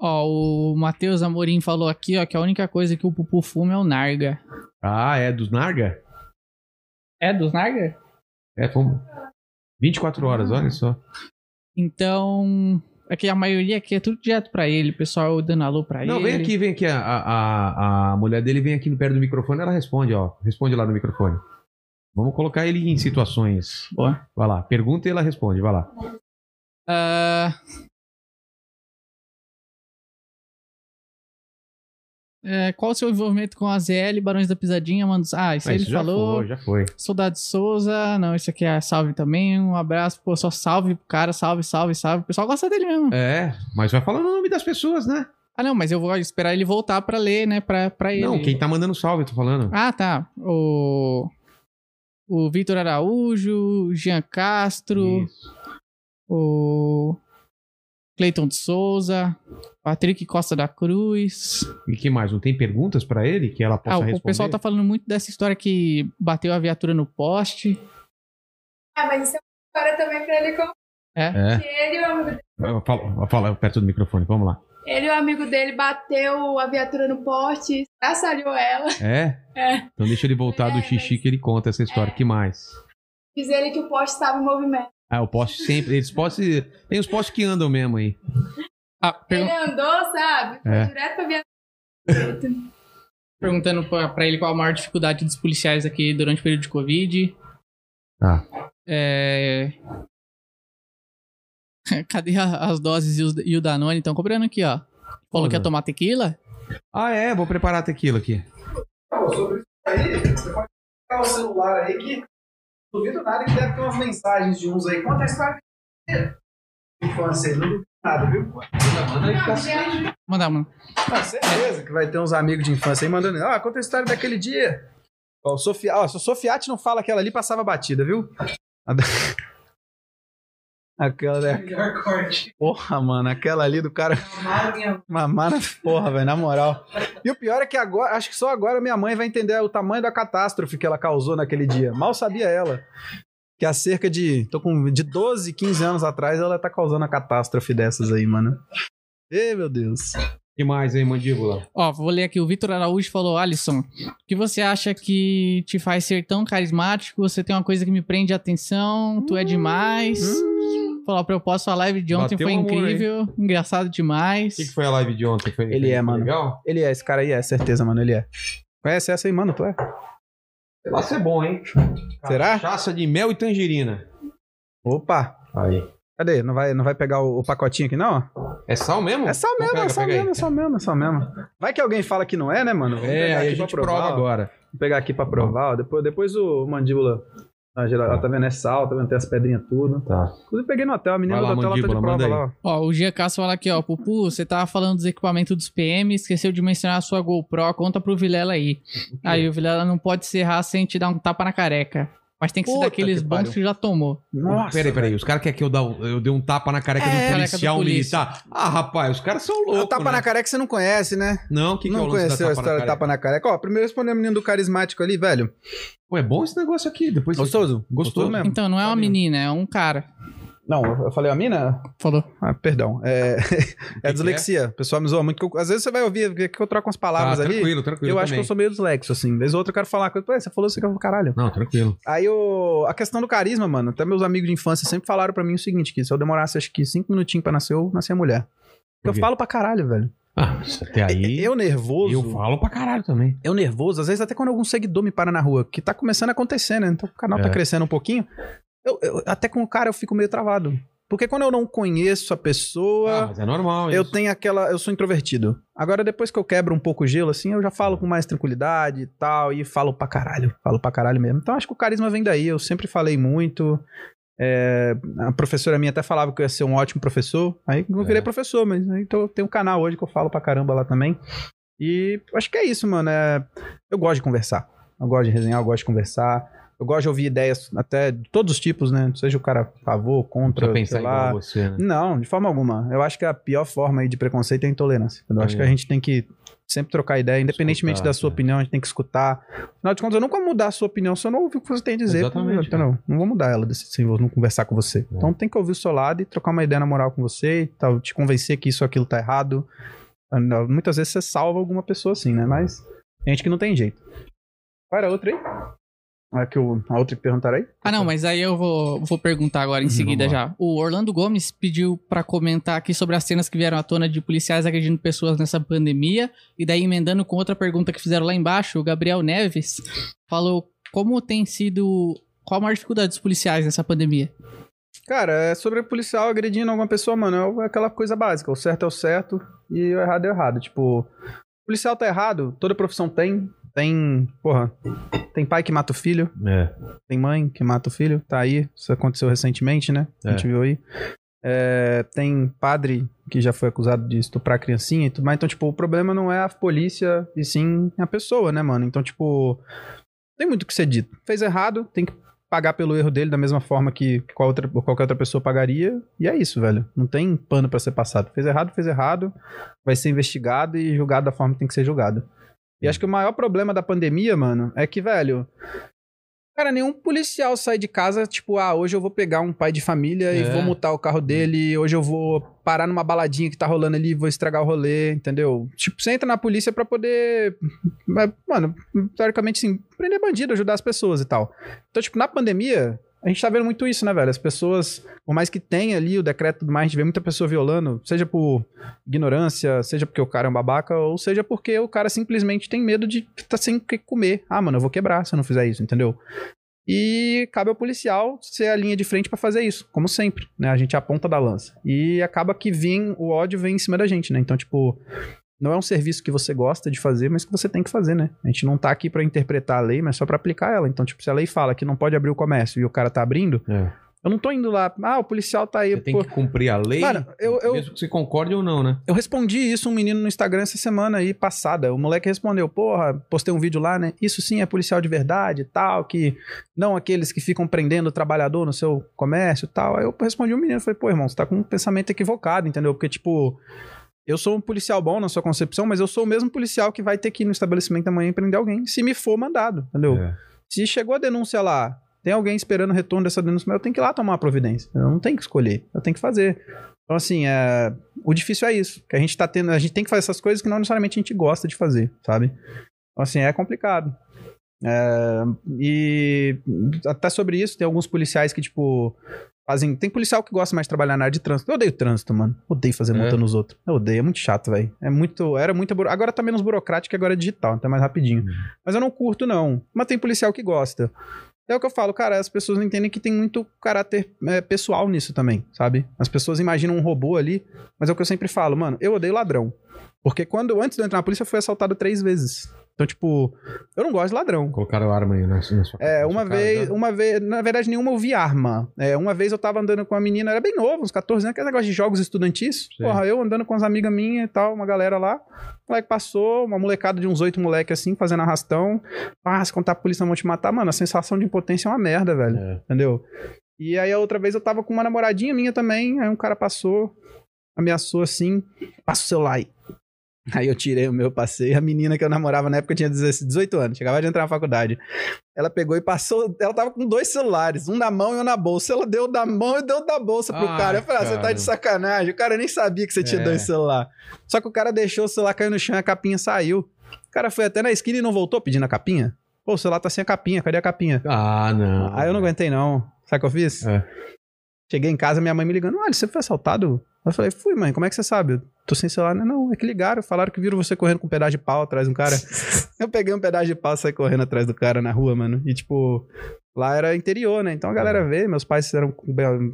Ó, o Matheus Amorim falou aqui, ó, que a única coisa que o Pupu fuma é o Narga.
Ah, é dos Narga?
É dos Narga?
É, fomos. 24
Uhum.
horas, olha só.
Então, é que a maioria aqui é tudo direto pra ele, o pessoal dando alô pra
Não,
ele.
vem aqui, vem aqui. A, a, a- a mulher dele vem aqui no perto do microfone, ela responde, ó. Responde lá no microfone. Vamos colocar ele em situações.
Boa.
Vai lá, pergunta e ela responde, vai lá.
Ah. É, qual o seu envolvimento com a ZL, Barões da Pisadinha, mano? Ah, isso
Ah,
aí
isso
ele
já
falou.
foi, já foi.
Soldado Souza, não, isso aqui é salve também. Um abraço, pô, só salve pro cara, salve, salve, salve. O pessoal gosta dele mesmo.
É, mas vai falando o nome das pessoas, né?
Ah, não, mas eu vou esperar ele voltar pra ler, né? Pra, pra ele.
Não, quem tá mandando salve, eu tô falando.
Ah, tá. O. O Vitor Araújo, o Jean Castro,
Isso.
o. Cleiton de Souza, Patrick Costa da Cruz.
E que mais? Não tem perguntas pra ele que ela possa
Ah, o-
responder?
o pessoal tá falando muito dessa história que bateu a viatura no poste.
Ah, mas isso é uma história também pra ele contar.
É.
que Ele, e o amigo dele-
Fala, fala perto do microfone, vamos lá.
ele e o amigo dele bateu a viatura no poste, assalhou ela.
É?
É.
Então deixa ele voltar do
É,
xixi
mas-
que ele conta essa história.
É.
que mais?
Diz ele que o poste estava em movimento.
Ah, o poste sempre. Eles postes. Tem os postes que andam mesmo aí.
Ah, pergun-
Ele andou, sabe? Foi
É.
direto pra viatura.
Perguntando pra, pra ele qual a maior dificuldade dos policiais aqui durante o período de Covid.
Tá.
É... Cadê a- as doses e, os- e o Danone? Estão cobrando aqui, ó. Falou que ia tomar tequila?
Ah, é, vou preparar a tequila aqui.
sobre isso aí, você pode pegar o celular aí que duvido nada que deve ter umas mensagens de uns aí. Conta a história inteira. Infância, não duvido nada, viu? Tá Manda aí, com
Mandar uma.
Ah, certeza que vai ter uns amigos de infância aí mandando. Ah, conta a história daquele dia. Ó, o Sofia... Ó, se o Sofiati não fala aquela ali, passava batida, viu? A da- Aquela da...
Melhor corte.
Porra, mano, aquela ali do cara
Amado minha
mamar na porra, velho, na moral. E o pior é que agora, acho que só agora minha mãe vai entender o tamanho da catástrofe que ela causou naquele dia. Mal sabia ela que há cerca de, tô com de 12, 15 anos atrás ela tá causando a catástrofe dessas aí, mano. Ei, meu Deus.
que mais, hein, mandíbula?
Ó, vou ler aqui. O Vitor Araújo falou: Alisson, o que você acha que te faz ser tão carismático? Você tem uma coisa que me prende a atenção, tu é demais. Falou: a propósito, a live de ontem
Bateu
foi
um amor,
incrível, engraçado demais.
O que, que foi a live de ontem? Foi,
Ele é,
foi
mano.
Legal?
Ele é, esse cara aí é, certeza, mano, ele é. Conhece essa aí, mano, tu é?
Vai ser é bom, hein?
Será?
Cachaça de mel e tangerina.
Opa.
Aí.
Cadê? Não vai, não vai pegar o, o pacotinho aqui, não?
É sal mesmo?
É só
Então
mesmo,
pega,
é só
pega aí.
mesmo, é só mesmo, é só mesmo. Vai que alguém fala que não é, né, mano? Vamos
É,
pegar
aí a
aqui pra
gente
provar,
prova
ó.
agora.
Vou pegar aqui pra provar, ó. Depois, depois o mandíbula. Ó, geral- ó, tá vendo? É sal, tá vendo? Tem as pedrinhas tudo.
Tá.
Inclusive, peguei no hotel, a menina
Vai lá,
do hotel ela tá de
mandíbula,
prova
manda
lá, ó.
Ó, o Gia Castro fala aqui, ó, Pupu, você tava falando dos equipamentos dos PM, esqueceu de mencionar a sua GoPro, conta pro Vilela aí. Aí o Vilela não pode serrar sem te dar um tapa na careca. Mas tem que ser
Puta
daqueles
que
bons
pariu.
que já tomou.
Nossa.
peraí, peraí. Os caras querem que eu, dá, um- eu dê um tapa na careca
É,
do
careca do
policial
polícia.
militar? Ah, rapaz, os caras são loucos.
o tapa
né?
na careca você não conhece, né?
Não, o que, que é o
não
lance da
conheceu a
tapa na
história do
careca?
tapa na careca. Ó, primeiro respondeu o menino do carismático ali, velho.
Pô, é bom esse negócio aqui. Depois é.
Gostoso?
Gostoso
Gostoso mesmo.
Então, não é uma
Sabia.
menina, é um cara.
Não, eu falei a mina?
Falou.
Ah, perdão. É,
é?
é dislexia. O pessoal me zoa muito. que eu- Às vezes você vai ouvir que eu troco umas
Tá,
palavras ali.
tranquilo, tranquilo.
Eu acho
também.
que eu sou meio dislexo, assim. Vez ou outra eu quero falar uma coisa. Pô, você falou isso aqui, eu falo, caralho.
Não, tranquilo.
Aí o, a questão do carisma, mano. Até meus amigos de infância sempre falaram pra mim o seguinte: que se eu demorasse acho que cinco minutinhos pra nascer, eu nascia mulher.
Por
Eu
quê?
falo pra caralho, velho.
Ah, isso até aí.
Eu nervoso.
eu falo pra caralho também.
Eu nervoso, às vezes até quando algum seguidor me para na rua, que tá começando a acontecer, né? Então o canal tá
É.
crescendo um pouquinho. Eu, eu- até com o cara eu fico meio travado. Porque quando eu não conheço a
Ah,
pessoa,
mas é normal.
eu
isso.
tenho aquela. Eu sou introvertido. Agora, depois que eu quebro um pouco o gelo, assim, eu já falo com mais tranquilidade e tal. E falo pra caralho. Falo pra caralho mesmo. Então acho que o carisma vem daí. Eu sempre falei muito. É, a professora minha até falava que eu ia ser um ótimo professor. Aí eu virei
É.
professor, mas né, então eu tenho um canal hoje que eu falo pra caramba lá também. E acho que é isso, mano. é, eu gosto de conversar. Eu gosto de resenhar, eu gosto de conversar. Eu gosto de ouvir ideias até de todos os tipos, né? Seja o cara a favor,
Pra
contra,
pensar
sei
igual
lá.
a você, né?
Não, de forma alguma. Eu acho que a pior forma aí de preconceito é a intolerância. Eu acho
É.
que a gente tem que sempre trocar ideia, independentemente
Escutar,
da sua
né?
opinião, a gente tem que escutar. Afinal de contas, eu nunca vou mudar a sua opinião se eu não ouvir o que você tem a dizer.
Exatamente,
Então, não, não vou mudar ela desse- se eu não conversar com você. Então tem que ouvir o seu lado e trocar uma ideia na moral com você, e tal, te convencer que isso ou aquilo tá errado. Ah, não, Muitas vezes você salva alguma pessoa assim, né? Mas tem gente que não tem jeito. Qual era a outra aí? A, que eu, a outra que perguntaram aí?
Ah, não, mas aí eu vou, vou perguntar agora em
Uhum, Vamos
seguida
lá.
já. O Orlando Gomes pediu pra comentar aqui sobre as cenas que vieram à tona de policiais agredindo pessoas nessa pandemia. E daí, emendando com outra pergunta que fizeram lá embaixo, o Gabriel Neves falou como tem sido. Qual a maior dificuldade dos policiais nessa pandemia?
Cara, é sobre policial agredindo alguma pessoa, mano. É aquela coisa básica. O certo é o certo e o errado é o errado. Tipo, o policial tá errado, toda profissão tem. Tem. Porra. Tem pai que mata o filho,
É.
tem mãe que mata o filho. Tá aí. Isso aconteceu recentemente, né? A gente viu aí. É, tem padre que já foi acusado de estuprar a criancinha e tudo mais. Então, tipo, o problema não é a polícia e sim a pessoa, né, mano? Então, tipo, tem muito o que ser dito. Fez errado, tem que pagar pelo erro dele da mesma forma que qual outra- qualquer outra pessoa pagaria. E é isso, velho. Não tem pano pra ser passado. Fez errado, fez errado. Vai ser investigado e julgado da forma que tem que ser julgado. E acho que o maior problema da pandemia, mano, é que, velho. Cara, nenhum policial sai de casa, tipo, ah, hoje eu vou pegar um pai de família e
É.
vou multar o carro dele, hoje eu vou parar numa baladinha que tá rolando ali e vou estragar o rolê, entendeu? Tipo, você entra na polícia pra poder. assim, Mas, Mano, teoricamente, sim, prender bandido, ajudar as pessoas e tal. Então, tipo, na pandemia, A gente tá vendo muito isso, né, velho? As pessoas, por mais que tenha ali o decreto e tudo mais, a gente vê muita pessoa violando, seja por ignorância, seja porque o cara é um babaca, ou seja porque o cara simplesmente tem medo de tá sem o que comer. Ah, mano, eu vou quebrar se eu não fizer isso, entendeu? E cabe ao policial ser a linha de frente pra fazer isso, como sempre, né? A gente é a ponta da lança. E acaba que vem, o ódio vem em cima da gente, né? Então, tipo, não é um serviço que você gosta de fazer, mas que você tem que fazer, né? A gente não tá aqui pra interpretar a lei, mas só pra aplicar ela. Então, tipo, se a lei fala que não pode abrir o comércio e o cara tá abrindo,
É.
eu não tô indo lá, ah, o policial tá aí,
Você tem
pô,
que cumprir a lei,
Cara, eu- eu-
mesmo que você concorde ou não, né?
eu respondi isso um menino no Instagram essa semana aí passada. O moleque respondeu: Porra, postei um vídeo lá, né? Isso sim é policial de verdade e tal, que não aqueles que ficam prendendo o trabalhador no seu comércio e tal. Aí eu respondi um menino: Falei, pô, irmão, você tá com um pensamento equivocado, entendeu? Porque, tipo, eu sou um policial bom na sua concepção, mas eu sou o mesmo policial que vai ter que ir no estabelecimento amanhã e prender alguém, se me for mandado, entendeu?
É.
Se chegou a denúncia lá, tem alguém esperando o retorno dessa denúncia, mas eu tenho que ir lá tomar a providência. Eu não tenho que escolher, eu tenho que fazer. Então, assim, é... o difícil é isso. Que a gente tá tendo. A gente tem que fazer essas coisas que não necessariamente a gente gosta de fazer, sabe? Então, assim, é complicado. É, E até sobre isso, tem alguns policiais que, tipo, fazem. Tem policial que gosta mais de trabalhar na área de trânsito. Eu odeio trânsito, mano. Odeio fazer multa
É?
nos outros. Eu odeio, é muito chato, velho. É muito. Era muito. buro- Agora tá menos burocrático e agora é digital, então é mais rapidinho. Mas eu não curto, não. Mas tem policial que gosta. É o que eu falo, cara, as pessoas não entendem que tem muito caráter é, pessoal nisso também, sabe? As pessoas imaginam um robô ali, mas é o que eu sempre falo, mano, eu odeio ladrão. Porque quando, antes de eu entrar na polícia, eu fui assaltado três vezes. Então, tipo, eu não gosto de ladrão.
Colocaram arma aí na, na sua
É,
na
uma
sua casa,
vez,
né?
uma vez, na verdade, nenhuma eu vi arma. É, uma vez eu tava andando com uma menina, era bem novo, uns 14 anos, aquele negócio de jogos estudantis.
Sim.
Porra, eu andando com as amigas minhas e tal, uma galera lá. O moleque passou, uma molecada de uns oito moleque assim, fazendo arrastão. Ah, se contar a polícia não vão te matar, mano, a sensação de impotência é uma merda, velho.
É.
Entendeu? E aí a outra vez eu tava com uma namoradinha minha também, aí um cara passou, ameaçou assim, passa o celular aí. Aí eu tirei o meu, passei. A menina que eu namorava na época tinha 18 anos, chegava de entrar na faculdade. Ela pegou e passou. Ela tava com dois celulares, um na mão e um na bolsa. Ela deu da mão e deu da bolsa pro
Ai,
cara. Eu falei, ah, você tá
cara.
de sacanagem. O cara nem sabia que você tinha
É.
dois celulares. Só que o cara deixou o celular cair no chão e a capinha saiu. O cara foi até na esquina e não voltou pedindo a capinha. Pô, o celular tá sem a capinha, cadê a capinha?
Ah, não.
Aí eu não aguentei, não. Sabe o que eu fiz?
É.
Cheguei em casa, minha mãe me ligando. Olha, você foi assaltado? Eu falei, fui, mãe, como é que você sabe? Eu tô sem celular. Não, não, é que ligaram, falaram que viram você correndo com um pedaço de pau atrás de um cara. eu peguei um pedaço de pau e saí correndo atrás do cara na rua, mano. E, tipo, lá era interior, né? Então a galera
É.
vê, meus pais eram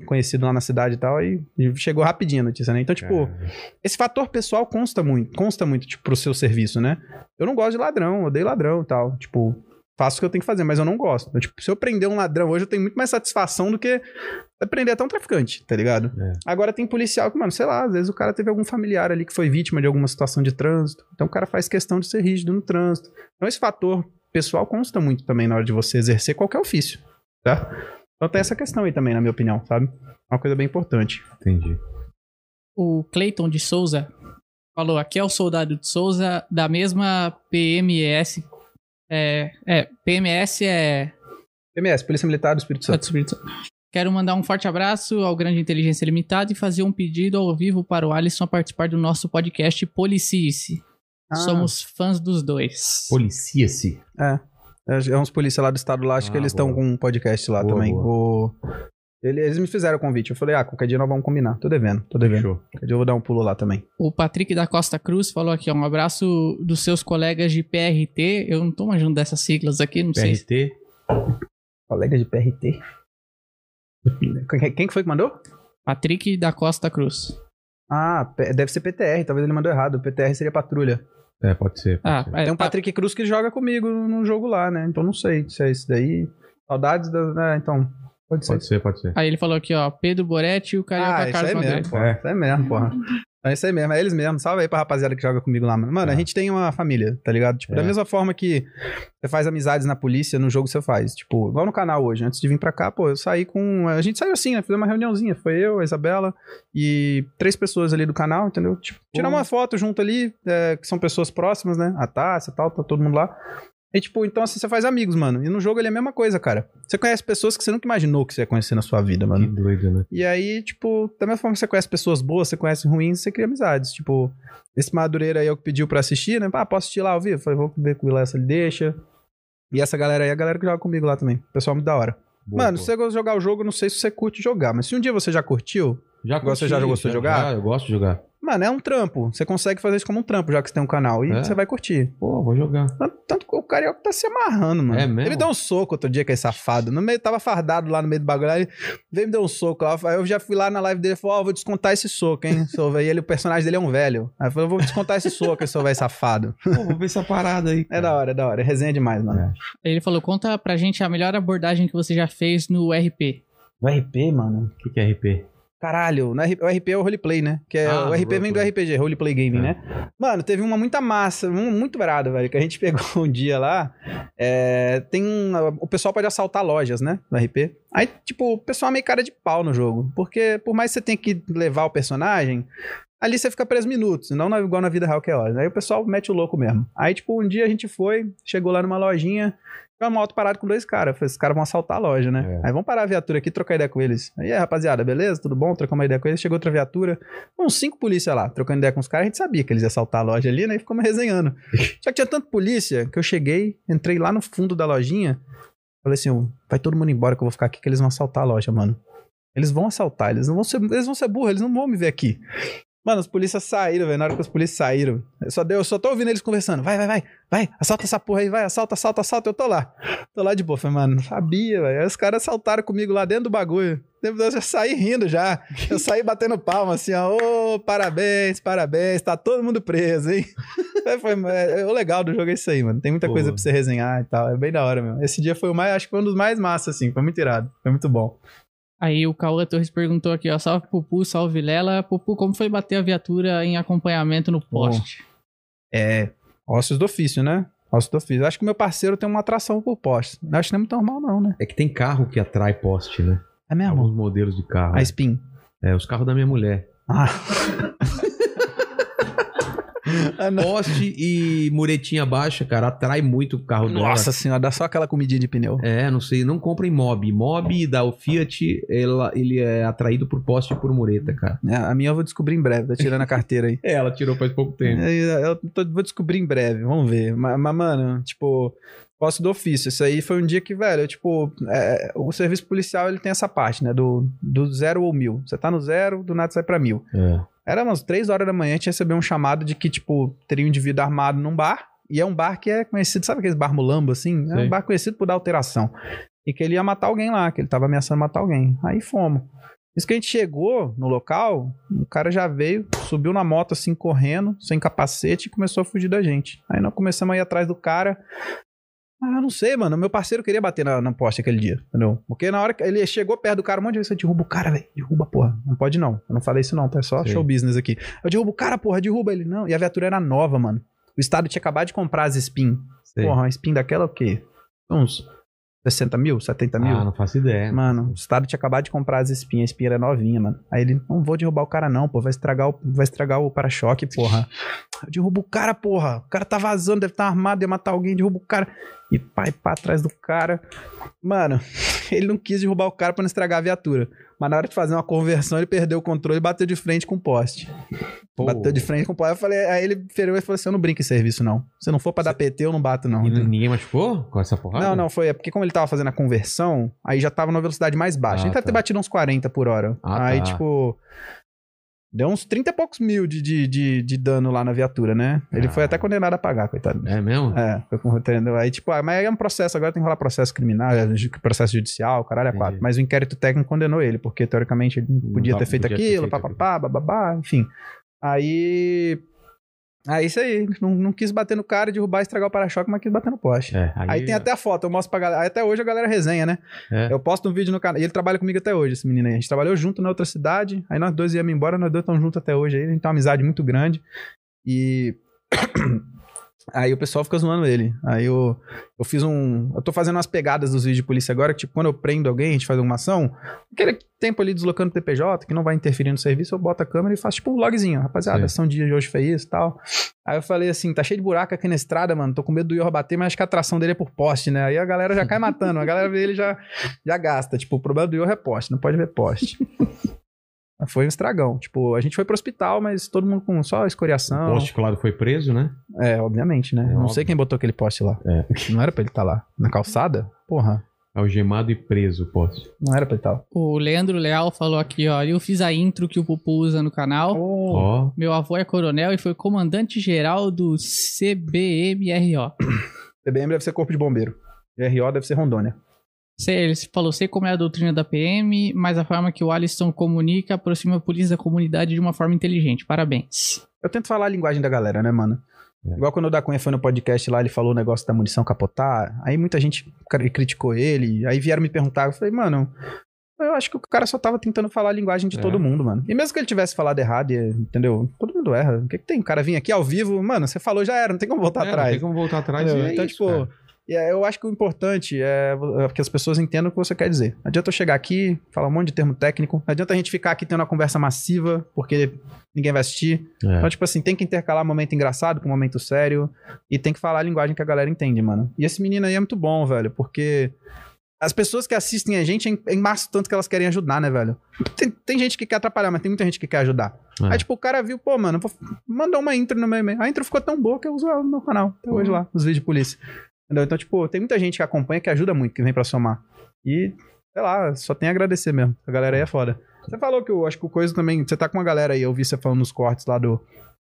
conhecidos lá na cidade e tal, e e chegou rapidinho a notícia, né? Então, tipo,
Cara,
esse fator pessoal consta muito, consta muito, tipo, pro seu serviço, né? Eu não gosto de ladrão, odeio ladrão e tal. Tipo, faço o que eu tenho que fazer, mas eu não gosto. Então, tipo, se eu prender um ladrão hoje, eu tenho muito mais satisfação do que prender até um traficante, tá ligado?
É.
Agora tem policial que, mano, sei lá, às vezes o cara teve algum familiar ali que foi vítima de alguma situação de trânsito. Então o cara faz questão de ser rígido no trânsito. Então esse fator pessoal consta muito também na hora de você exercer qualquer ofício, tá? Então tem essa questão aí também, na minha opinião, sabe? É uma coisa bem importante.
Entendi.
O Clayton de Souza falou: aqui é o soldado de Souza da mesma PMS. É, é PMS é
PMS, Polícia Militar do Espírito Santo.
Santo Espírito Santo. Tá Quero mandar um forte abraço ao Grande Inteligência Limitada e fazer um pedido ao vivo para o Alisson participar do nosso podcast Policice.
Ah.
Somos fãs dos dois.
Policia-se.
É é uns polícia lá do estado lá, acho
Ah,
que eles
boa.
estão com um podcast lá
Boa,
também.
boa.
Vou- Ele- Eles me fizeram o convite. Eu falei, ah, qualquer dia nós vamos combinar. Tô devendo, tô devendo.
Fechou.
Qualquer dia eu vou dar um pulo lá também.
O Patrick da Costa Cruz falou aqui, ó, um abraço dos seus colegas de PRT. Eu não tô manjando dessas siglas aqui, não sei. se-
PRT.
Colega de PRT. Quem quem que foi que mandou?
Patrick da Costa Cruz.
Ah, P- deve ser PTR, talvez ele mandou errado. PTR seria patrulha.
É, pode ser. pode
Ah,
ser.
é,
Tem um
pa-
Patrick Cruz que joga comigo num jogo lá, né? Então não sei se é isso daí. Saudades da. né, então, pode ser.
Pode ser, pode ser.
Aí ele falou aqui, ó, Pedro Boretti e o Carioca
Ah, isso
Carlos
aí
André.
mesmo, porra.
É.
Isso aí mesmo, porra. É isso aí mesmo, é eles mesmo. Salve aí pra rapaziada que joga comigo lá, mano. Mano,
É.
a gente tem uma família, tá ligado? Tipo, da
É.
mesma forma que você faz amizades na polícia, no jogo você faz. Tipo, igual no canal hoje, antes de vir pra cá, pô, eu saí com. A gente saiu assim, né? Fizemos uma reuniãozinha. Foi eu, a Isabela e três pessoas ali do canal, entendeu? Tipo, tirar uma foto junto ali, é, que são pessoas próximas, né? A Tássia e tal, tá todo mundo lá. E, tipo, então assim, você faz amigos, mano. E no jogo ele é a mesma coisa, cara. Você conhece pessoas que você nunca imaginou que você ia conhecer na sua vida, mano.
Que doido, né?
E aí, tipo, da mesma forma que você conhece pessoas boas, você conhece ruins, você cria amizades. Tipo, esse Madureira aí é o que pediu pra assistir, né? Ah, posso assistir lá ao vivo? Falei, vou ver com o Vilela se ele deixa. E essa galera aí é a galera que joga comigo lá também. Pessoal muito da hora.
Boa,
Mano,
boa.
se você gosta de jogar o jogo, não sei se você curte jogar, mas se um dia você já curtiu,
já
Agora você
curti,
já gostou de jogar?
já, eu gosto de jogar.
mano, é um trampo. Você consegue fazer isso como um trampo, já que você tem um canal. E
É.
você vai curtir.
Pô, vou jogar.
Tanto, tanto que o carioca tá se amarrando, mano.
É mesmo?
Ele deu um soco outro dia com esse safado. No meio, tava fardado lá no meio do bagulho. Aí ele veio me dar um soco. lá. Aí eu já fui lá na live dele e falei, ó, vou descontar esse soco, hein, seu velho. E ele, o personagem dele é um velho. Aí eu falei, eu vou descontar esse soco, seu velho safado.
Pô, vou ver essa parada aí.
É da hora, é da hora. Resenha demais, mano.
Ele falou: conta pra gente a melhor abordagem que você já fez no RP.
O RP, mano.
O que, que é RP?
Caralho, no R- o RP é o roleplay, né? Que é,
Ah,
o RP vem do
roleplay.
RPG, roleplay gaming,
É.
né? Mano, teve uma muita massa, um muito brada, velho, que a gente pegou um dia lá. É, tem um, o pessoal pode assaltar lojas, né? No RP. Aí, tipo, o pessoal é meio cara de pau no jogo. Porque por mais que você tenha que levar o personagem, ali você fica preso minutos, não na- igual na vida real que é horas. Aí o pessoal mete o louco mesmo. Aí, tipo, um dia a gente foi, chegou lá numa lojinha, Ficava uma moto parada com dois caras. Eu Falei, esses caras vão assaltar a loja, né? Aí vamos parar a viatura aqui e trocar ideia com eles. Aí, é, rapaziada, beleza? Tudo bom? Trocamos uma ideia com eles. Chegou outra viatura. Uns cinco polícia lá, trocando ideia com os caras. A gente sabia que eles iam assaltar a loja ali, né? E ficamos resenhando. Só que tinha tanto polícia que eu cheguei, entrei lá no fundo da lojinha. Falei assim, "Ô, vai todo mundo embora que eu vou ficar aqui que eles vão assaltar a loja, mano. Eles vão assaltar, eles não vão ser, eles vão ser burros, eles não vão me ver aqui. Mano, os polícias saíram, velho. Na hora que os polícias saíram, eu só, deu, eu só tô ouvindo eles conversando. Vai, vai, vai. Vai, assalta essa porra aí, vai, assalta, assalta, assalta. Eu tô lá. Tô lá de boa. Falei, mano, não sabia, velho. Aí os caras assaltaram comigo lá dentro do bagulho. Depois eu já saí rindo já. Eu saí batendo palma assim, ó. Ô, parabéns, parabéns. Tá todo mundo preso, hein? Aí Foi, é, é o legal do jogo é isso aí, mano. Tem muita
Pô.
coisa pra você resenhar e tal. É bem da hora mesmo. Esse dia foi o mais, acho que foi um dos mais massa, assim. Foi muito irado. Foi muito bom.
Aí o Cauã Torres perguntou aqui, ó. Salve Pupu, salve Lela. Pupu, como foi bater a viatura em acompanhamento no poste?
É. Ossos do ofício, né? Ossos do ofício. Acho que o meu parceiro tem uma atração por postes. Acho que não é muito normal, não, né?
É que tem carro que atrai poste, né?
É mesmo?
Alguns modelos de carro.
A spin.
É, os carros da minha mulher.
Ah. Ah, não.
Poste e muretinha baixa, cara, atrai muito o carro dela.
Nossa senhora, dá só aquela comidinha de pneu.
É, não sei, não comprem Mob. Mob da o Fiat, ela, ele é atraído por poste e por mureta, cara.
É, A minha eu vou descobrir em breve, tá tirando a carteira aí.
É, ela tirou faz pouco tempo.
É, Eu tô- vou descobrir em breve, vamos ver. Mas, mas, mano, tipo, posso do ofício. Isso aí foi um dia que, velho, eu, tipo, é, o serviço policial ele tem essa parte, né? Do, do zero ou mil. Você tá no zero, do nada sai pra mil.
É.
Era umas três horas da manhã, a gente recebeu um chamado de que, tipo, teria um indivíduo armado num bar. E é um bar que é conhecido, sabe aqueles bar mulambo, assim? É
Sei.
um bar conhecido por dar alteração. E que ele ia matar alguém lá, que ele tava ameaçando matar alguém. Aí fomos. Isso que a gente chegou no local, o cara já veio, subiu na moto assim, correndo, sem capacete, e começou a fugir da gente. Aí nós começamos a ir atrás do cara. Ah, não sei, mano. Meu parceiro queria bater na, na poste aquele dia, entendeu? Porque na hora que ele chegou perto do cara, um monte de vezes eu derruba o cara, velho. Derruba, porra. Não pode não. Eu não falei isso não, tá? É só
Sei.
show business aqui. Eu derrubo o cara, porra, derruba ele. Não. E a viatura era nova, mano. O estado tinha acabado de comprar as spin.
Sei.
Porra, uma spin daquela é o quê? Uns 60 mil, 70 mil?
Ah, não faço ideia.
Mano, o Estado tinha acabado de comprar as espinhas, a espinha era novinha, mano. Aí ele, não vou derrubar o cara não, pô, vai estragar o, vai estragar o para-choque, porra. Eu derrubo o cara, porra. O cara tá vazando, deve estar armado, ia matar alguém, derruba o cara. E pai, pá, atrás do cara. Mano, ele não quis derrubar o cara pra não estragar a viatura. Mas na hora de fazer uma conversão, ele perdeu o controle e bateu de frente com o poste.
Pô.
Bateu de frente com o poste. Eu falei, aí ele fereu e falou assim, eu não brinco em serviço, não. Se não for pra dar PT, eu não bato, não.
E n- ninguém machucou com essa porrada?
né? Não, não, foi. É porque como ele tava fazendo a conversão, aí já tava numa velocidade mais baixa.
Ah,
ele deve
tá.
ter batido uns 40 por hora.
Ah,
aí,
tá.
tipo. Deu uns 30 e poucos mil de, de, de, de dano lá na viatura, né? Ele
Ah.
foi até condenado a pagar, coitado.
É mesmo?
É, foi com entendeu? Aí, tipo, ah, mas aí é um processo, agora tem que rolar processo criminal, é, ju- processo judicial, caralho, é
Entendi.
quatro. Mas o inquérito técnico condenou ele, porque teoricamente ele não podia
tá-
ter feito
podia ter
aquilo,
feito
papapá, bababá, enfim. Aí. Aí isso aí, não, não quis bater no cara, derrubar, estragar o para-choque, mas quis bater no poste.
É,
Aí, tem até a foto, eu mostro pra galera. Aí até hoje a galera resenha, né?
É.
Eu posto um vídeo no canal. E ele trabalha comigo até hoje, esse menino aí. A gente trabalhou junto na outra cidade. Aí nós dois íamos embora, nós dois estamos juntos até hoje aí. A gente tem uma amizade muito grande. E. Aí o pessoal fica zoando ele. Aí eu, eu fiz um. Eu tô fazendo umas pegadas dos vídeos de polícia agora, que, tipo, quando eu prendo alguém, a gente faz alguma ação, aquele tempo ali deslocando o TPJ, que não vai interferir no serviço, eu boto a câmera e faço tipo um logzinho. Rapaziada,
Sim.
ação de dia de hoje foi isso e tal. Aí eu falei assim, tá cheio de buraco aqui na estrada, mano. Tô com medo do Ior bater, mas acho que a atração dele é por poste, né? Aí a galera já cai matando. A galera vê ele já, já gasta. Tipo, o problema do Ior é poste, não pode ver poste. Mas foi um estragão. Tipo, a gente foi pro hospital, mas todo mundo com só
O
escoriação.
poste, claro, foi preso, né?
É, obviamente, né?
É
não
óbvio.
É. sei quem botou aquele poste lá. Não era pra ele estar lá. Na tá calçada? Porra.
Algemado e preso, posso.
Não era pra tá tal.
O Leandro Leal falou aqui, ó. Eu fiz a intro que o Pupu usa no canal.
Ó.
Meu avô é coronel e foi comandante geral do CBMRO.
CBM deve ser Corpo de Bombeiro. GRO deve ser Rondônia.
Sei, Ele falou, sei como é a doutrina da PM, mas a forma que o Alisson comunica aproxima a polícia da comunidade de uma forma inteligente. Parabéns.
Eu tento falar a linguagem da galera, né, mano?
É.
Igual quando o da Cunha foi no podcast lá, ele falou o negócio da munição capotar. Aí muita gente cri- criticou ele. Aí vieram me perguntar. Eu falei, mano, eu acho que o cara só tava tentando falar a linguagem de
É.
todo mundo, mano. E mesmo que ele tivesse falado errado, e- entendeu? Todo mundo erra. O que, que tem? O cara vir aqui ao vivo, mano, você falou, já era, não tem como voltar
É, Não
atrás.
tem como voltar atrás.
Entendeu?
e é
então,
isso,
tipo,
cara.
e é, eu acho que o importante é, vo- é que as pessoas entendam o que você quer dizer. Não adianta eu chegar aqui, falar um monte de termo técnico. Não adianta a gente ficar aqui tendo uma conversa massiva, porque ninguém vai assistir.
É.
Então, tipo assim, tem que intercalar momento engraçado com momento sério. E tem que falar a linguagem que a galera entende, mano. E esse menino aí é muito bom, velho, porque. As pessoas que assistem a gente, é em massa o tanto que elas querem ajudar, né, velho? Tem, tem gente que quer atrapalhar, mas tem muita gente que quer ajudar.
É.
Aí, tipo, o cara viu, pô, mano, vou mandar uma intro no meu e-mail. A intro ficou tão boa que eu uso ela no meu canal, até hoje lá, os vídeos de polícia. Entendeu? Então, tipo, tem muita gente que acompanha, que ajuda muito, que vem pra somar. E, sei lá, só tem a agradecer mesmo. A galera aí é foda. Você falou que eu acho que o Coisa também. Você tá com uma galera aí, eu vi você falando nos cortes lá do,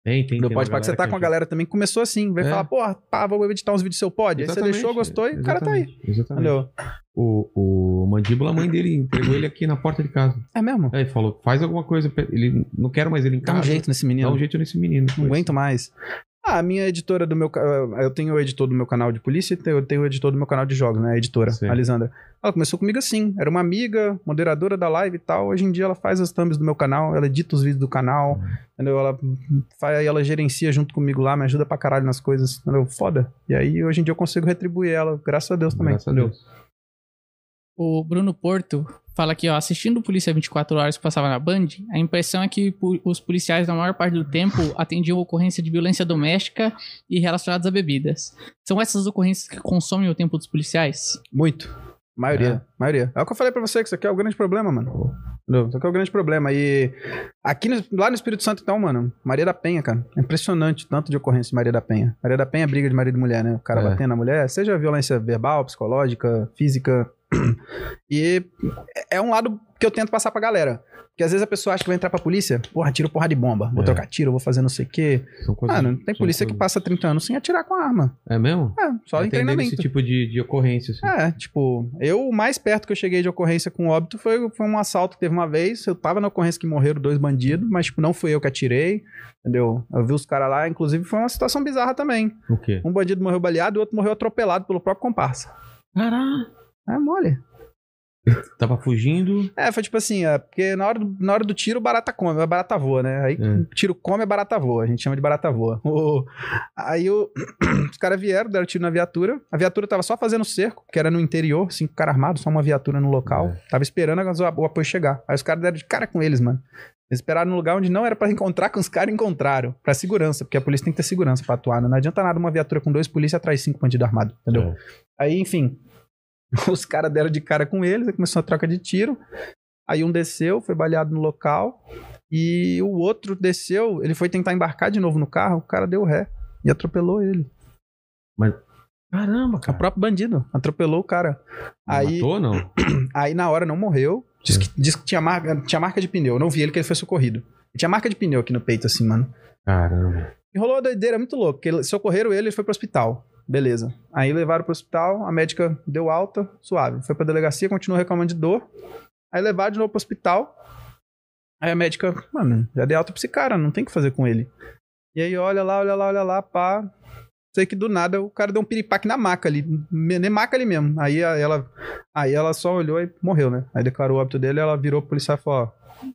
Tem, tem.
do
tem
Pod
uma
Pac. Você tá com uma
que-
galera também que começou assim, vai
É.
falar, porra, pá, vou editar uns vídeos do seu pod. Aí você
Exatamente,
deixou, gostou e o cara tá aí.
exatamente, Exatamente.
Entendeu?
O, o Mandíbula, a mãe dele, entregou ele aqui na porta de casa.
É mesmo.
Aí falou, faz alguma coisa. pra- Ele não quero mais ele em
Dá
casa.
um jeito nesse menino.
Dá um jeito nesse menino.
Não
Pois.
aguento mais. Ah, a minha editora do meu. ca- Eu tenho o editor do meu canal de polícia e eu tenho o editor do meu canal de jogos, né? A editora,
Sim.
a Lisandra. Ela começou comigo assim. Era uma amiga, moderadora da live e tal. Hoje em dia ela faz as thumbs do meu canal, ela edita os vídeos do canal,
Hum.
entendeu? Ela, faz, ela gerencia junto comigo lá, me ajuda pra caralho nas coisas, entendeu? Foda. E aí hoje em dia eu consigo retribuir ela, graças a Deus também.
Graças a
entendeu?
Deus.
O Bruno Porto fala aqui, ó, assistindo Polícia 24 Horas que passava na Band, a impressão é que pu- os policiais, na maior parte do tempo, atendiam ocorrência de violência doméstica e relacionadas a bebidas. São essas ocorrências que consomem o tempo dos policiais?
Muito. Maioria,
É.
maioria. É o que eu falei pra você, que isso aqui é o grande problema, mano. Entendeu? Isso aqui é o grande problema. E aqui, no- lá no Espírito Santo, então, mano, Maria da Penha, cara. É impressionante o tanto de ocorrência de Maria da Penha. Maria da Penha é briga de marido e mulher, né? O cara
É.
batendo na mulher, seja violência verbal, psicológica, física. E é um lado que eu tento passar pra galera. Porque às vezes a pessoa acha que vai entrar pra polícia, porra, tiro porra de bomba, vou
É.
trocar tiro, vou fazer não sei o quê.
São coisas-
Mano, tem
são
polícia que
coisas-
passa 30 anos sem atirar com a arma.
É mesmo?
É, só em
Atendendo
treinamento.
esse tipo de, de ocorrência, assim.
É, tipo, eu, o mais perto que eu cheguei de ocorrência com óbito foi, foi um assalto que teve uma vez. Eu tava na ocorrência que morreram dois bandidos, mas, tipo, não fui eu que atirei, entendeu? Eu vi os caras lá, inclusive foi uma situação bizarra também.
O quê?
Um bandido morreu baleado e o outro morreu atropelado pelo próprio comparsa.
Caraca.
É mole.
Tava fugindo.
É, foi tipo assim, é, porque na hora, do- na hora do tiro, barata come, a barata voa, né? Aí
É.
tiro come, a barata voa. A gente chama de barata voa. O- aí o- os caras vieram, deram tiro na viatura. A viatura tava só fazendo cerco, que era no interior, cinco caras armados, só uma viatura no local. Tava esperando as- o apoio chegar. Aí os caras deram de cara com eles, mano. Eles esperaram no lugar onde não era pra encontrar com os caras, encontraram. Pra segurança, porque a polícia tem que ter segurança pra atuar. né? Não adianta nada uma viatura com dois polícia atrás de cinco bandidos armados, entendeu?
É.
Aí, enfim, os caras deram de cara com eles, aí começou a troca de tiro. Aí um desceu, foi baleado no local. E o outro desceu, ele foi tentar embarcar de novo no carro, o cara deu ré e atropelou ele.
Caramba,
É O próprio bandido atropelou o cara. Aí,
Matou, não?
aí na hora não morreu. Diz que, diz que tinha, marca, tinha marca de pneu. Eu não vi ele que ele foi socorrido. Tinha marca de pneu aqui no peito, assim, mano.
Caramba.
E rolou a doideira muito louco, porque ele- socorreram ele, ele foi pro hospital. Beleza. Aí levaram pro hospital, a médica deu alta, suave. Foi pra delegacia, continuou reclamando de dor. Aí levaram de novo pro hospital. Aí a médica, mano, já deu alta pra esse cara, não tem o que fazer com ele. E aí olha lá, olha lá, olha lá, pá. Sei que do nada o cara deu um piripaque na maca ali, me- nem maca ali mesmo. Aí a- ela, aí ela só olhou e morreu, né? Aí declarou o óbito dele, ela virou pro policial e falou: ó.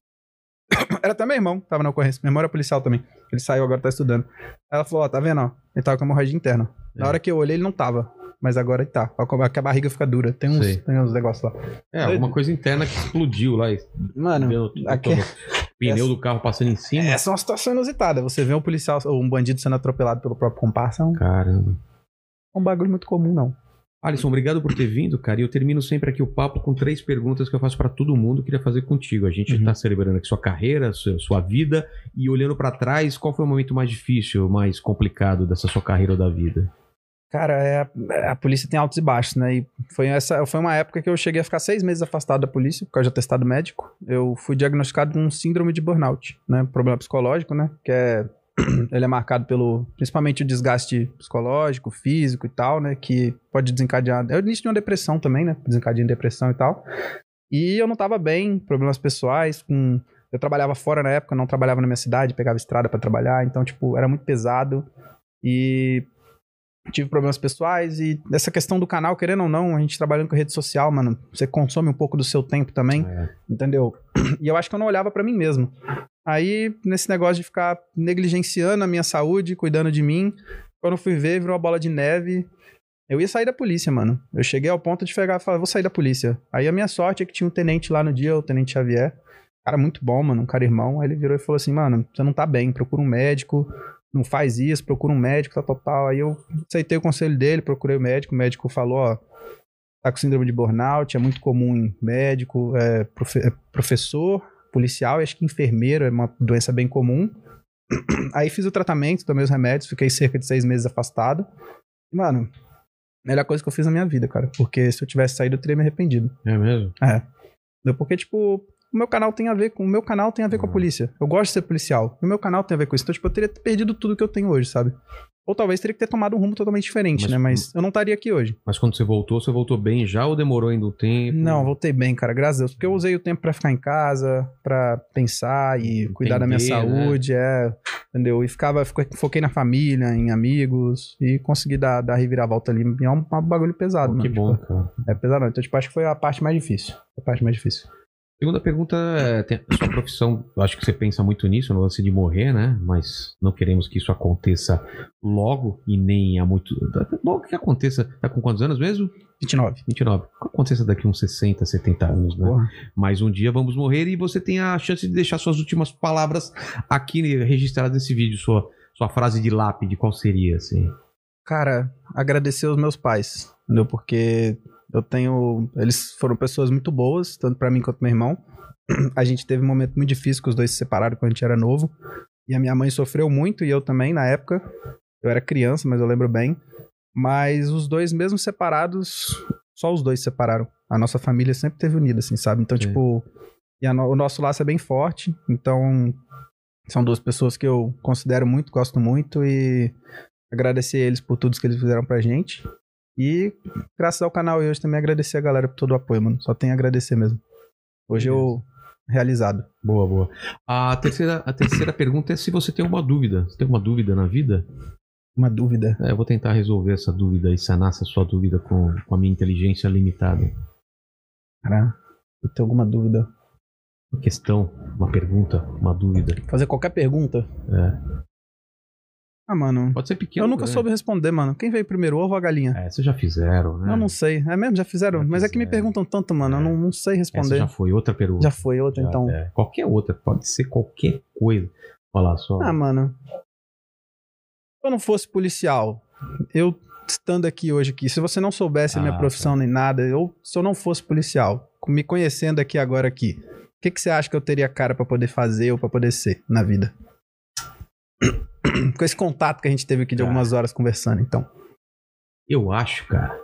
Era até meu irmão, tava na ocorrência, memória policial também. Ele saiu agora, tá estudando. Aí ela falou: Ó, tá vendo, ó? Ele tava com hemorragia interna. Na
É.
hora que eu olhei, ele não tava. Mas agora ele tá. Ó, como é que a barriga fica dura. Tem uns,
Sei.
tem uns negócios lá.
É, alguma coisa interna que explodiu lá. e
Mano,
deu-
aqui-
tomou- Pneu do carro passando em cima.
Essa é uma situação inusitada. Você vê um policial ou um bandido sendo atropelado pelo próprio comparsa. É um,
Caramba.
é um bagulho muito comum, não.
Alisson, obrigado por ter vindo, cara. E eu termino sempre aqui o papo com três perguntas que eu faço pra todo mundo. Queria fazer contigo. A gente
Uhum.
tá celebrando aqui sua carreira, sua, sua vida. E olhando pra trás, qual foi o momento mais difícil, mais complicado dessa sua carreira ou da vida?
Cara, é, a- a polícia tem altos e baixos, né? E foi, essa, foi uma época que eu cheguei a ficar seis meses afastado da polícia, por causa de atestado médico. Eu fui diagnosticado com síndrome de burnout, né? Problema psicológico, né? Que é. Ele é marcado pelo. Principalmente o desgaste psicológico, físico e tal, né? Que pode desencadear. É o início de uma depressão também, né? Desencadeia em depressão e tal. E eu não tava bem, problemas pessoais, com. Eu trabalhava fora na época, não trabalhava na minha cidade, pegava estrada pra trabalhar, então, tipo, era muito pesado. E tive problemas pessoais e essa questão do canal, querendo ou não, a gente trabalhando com rede social, mano, você consome um pouco do seu tempo também,
É.
entendeu? E eu acho que eu não olhava pra mim mesmo. Aí, nesse negócio de ficar negligenciando a minha saúde, cuidando de mim, quando eu fui ver, virou uma bola de neve. Eu ia sair da polícia, mano. Eu cheguei ao ponto de pegar e falar, vou sair da polícia. Aí a minha sorte é que tinha um tenente lá no dia, o tenente Xavier. Cara muito bom, mano, um cara irmão. Aí ele virou e falou assim, mano, você não tá bem, procura um médico, não faz isso, procura um médico, tal, tal, tal. Aí eu aceitei o conselho dele, procurei o médico, o médico falou, ó, tá com síndrome de burnout, é muito comum em médico, é, profe- é professor, policial e acho que enfermeiro, é uma doença bem comum. Aí fiz o tratamento, tomei os remédios, fiquei cerca de seis meses afastado. E, mano, melhor coisa que eu fiz na minha vida, cara, porque se eu tivesse saído eu teria me arrependido.
É mesmo?
Entendeu? Porque, tipo, o meu canal tem a ver com. O meu canal tem a ver com a polícia. Eu gosto de ser policial. O meu canal tem a ver com isso. Então, tipo, eu teria perdido tudo que eu tenho hoje, sabe? Ou talvez teria que ter tomado um rumo totalmente diferente,
Mas-
né? Mas eu não estaria aqui hoje.
Mas quando você voltou, você voltou bem já ou demorou ainda um tempo?
Não, voltei bem, cara, graças a Deus. Porque eu usei o tempo pra ficar em casa, pra pensar e cuidar da minha
Entender, né?
saúde, é. Entendeu? E ficava, fico- foquei na família, em amigos, e consegui dar, dar reviravolta ali. E É um, um bagulho pesado,
Que
mano.
bom,
Tipo,
cara.
é pesado, então, tipo, acho que foi a parte mais difícil. A parte mais difícil.
Segunda pergunta é, tem a sua profissão, eu acho que você pensa muito nisso, no lance de morrer, né? Mas não queremos que isso aconteça logo e nem há muito. Bom, que aconteça. Tá com quantos anos mesmo?
29.
29. Que aconteça daqui uns 60, 70 anos, né?
Porra.
Mas um dia vamos morrer e você tem a chance de deixar suas últimas palavras aqui registradas nesse vídeo, sua, sua frase de lápide, qual seria, assim?
Cara, agradecer aos meus pais, entendeu? Porque eu tenho. Eles foram pessoas muito boas, tanto pra mim quanto meu irmão. A gente teve um momento muito difícil que os dois se separaram quando a gente era novo. E a minha mãe sofreu muito, e eu também, na época. Eu era criança, mas eu lembro bem. Mas os dois, mesmo separados, só os dois se separaram. A nossa família sempre teve unida, assim, sabe? Então,
Sim.
tipo. E a no- o nosso laço é bem forte. Então, são duas pessoas que eu considero muito, gosto muito. E agradecer eles por tudo que eles fizeram pra gente. E graças ao canal e hoje também agradecer a galera por todo o apoio, mano. Só tenho a agradecer mesmo. Hoje eu realizado.
Boa, boa. A terceira, a terceira pergunta é se você tem alguma dúvida. Você tem alguma dúvida na vida?
Uma dúvida.
É, eu vou tentar resolver essa dúvida e sanar essa sua dúvida com, com a minha inteligência limitada.
Cara, eu tenho alguma dúvida.
Uma questão, uma pergunta, uma dúvida.
Fazer qualquer pergunta?
É.
Ah, mano.
Pode ser pequena.
Eu nunca
né?
soube responder, mano. Quem veio primeiro, ovo ou a galinha?
É, vocês já fizeram, né?
Eu não sei. É mesmo? Já fizeram?
Já
Mas é que me
fizeram.
perguntam tanto, mano. Eu
É.
não, não sei
Essa
responder.
já
Já,
foi outra pergunta.
foi outra,
Já,
então.
é. Qualquer outra, pode ser qualquer coisa. Olha lá só.
Ah, mano. Se eu não fosse policial, eu estando aqui hoje aqui, se você não soubesse a minha
Ah,
profissão nem nada, eu se eu não fosse policial, me conhecendo aqui agora aqui, o que, que você acha que eu teria cara pra poder fazer ou pra poder ser na vida? Com esse contato que a gente teve aqui de
Cara.
algumas horas conversando, então.
Eu acho, cara,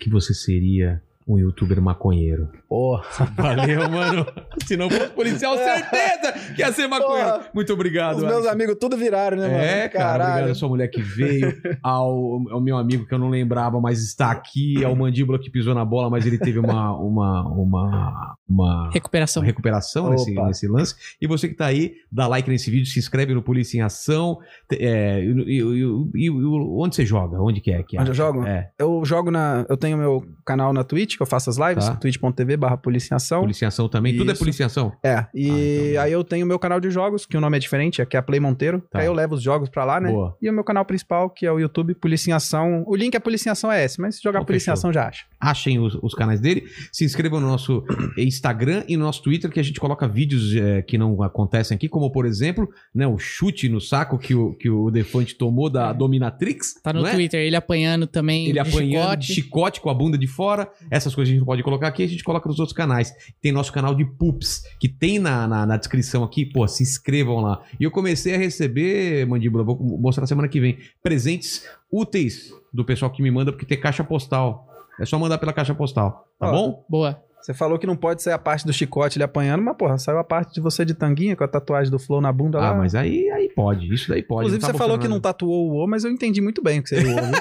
que você seria um youtuber maconheiro.
Porra.
Valeu, mano. Se não fosse policial, certeza que ia ser maconheiro.
É. Porra.
Muito obrigado. Alisson.
Ah, amigos né, tudo viraram,
É, cara, obrigado à sua mulher que veio, ao, ao meu amigo que eu não lembrava, mas está aqui, ao mandíbula que pisou na bola, mas ele teve uma, uma, uma, uma
Recuperação.
recuperação nesse,
Então, Opa.
nesse lance. E você que tá aí, dá like nesse vídeo, se inscreve no Polícia em Ação. te- é, e, e- e- e- onde você joga? Onde que é? Que
Onde
acha?
eu jogo?
É,
Eu jogo na. Eu tenho meu canal na Twitch, que eu faço as lives,
Tá.
twitch.tv barra policiação.
Polícia em Ação também. Tudo é
Isso.
Polícia em Ação?
É,
Ah,
e
então.
aí eu tenho o meu canal de jogos, que o nome é diferente, aqui é a Play Monteiro,
Tá.
que aí eu levo os jogos pra lá, né?
Boa.
E o meu canal principal, que é o YouTube Polícia em Ação. O link é Polícia em Ação é esse, mas se jogar
Então,
Polícia em Ação já acha.
Achem os, os canais dele, se inscrevam no nosso eh, Instagram e no nosso Twitter, que a gente coloca vídeos é, que não acontecem aqui, como por exemplo, né, o chute no saco que o, que o Defante tomou
É.
da Dominatrix.
Tá no
não é?
Twitter, ele apanhando também.
Ele
de
apanhando de
chicote.
chicote com a bunda de fora. Essas coisas a gente não pode colocar aqui, a gente coloca nos outros canais. Tem nosso canal de Pups, que tem na, na, na descrição aqui. Pô, se inscrevam lá. E eu comecei a receber, Mandíbula, vou mostrar semana que vem, presentes úteis do pessoal que me manda, porque tem caixa postal. É só mandar pela caixa postal, tá
Ó.
bom?
Boa.
Você falou que não pode sair a parte do chicote ele apanhando, mas porra, saiu a parte de você de tanguinha com a tatuagem do Flow na bunda
Ah,
lá.
mas aí, aí pode. Isso daí pode.
tá. Inclusive,
não tá
você falou que não
funcionando.
tatuou o O, mas eu entendi muito bem o que você né? viu.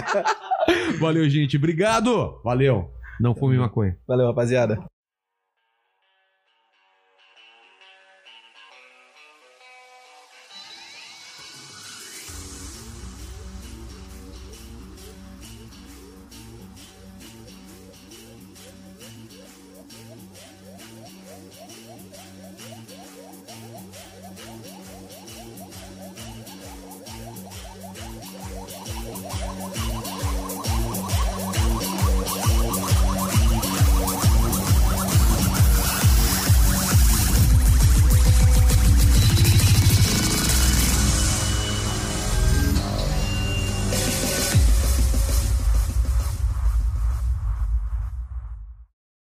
Valeu, gente. Obrigado. Valeu. Não fume maconha.
Valeu, rapaziada.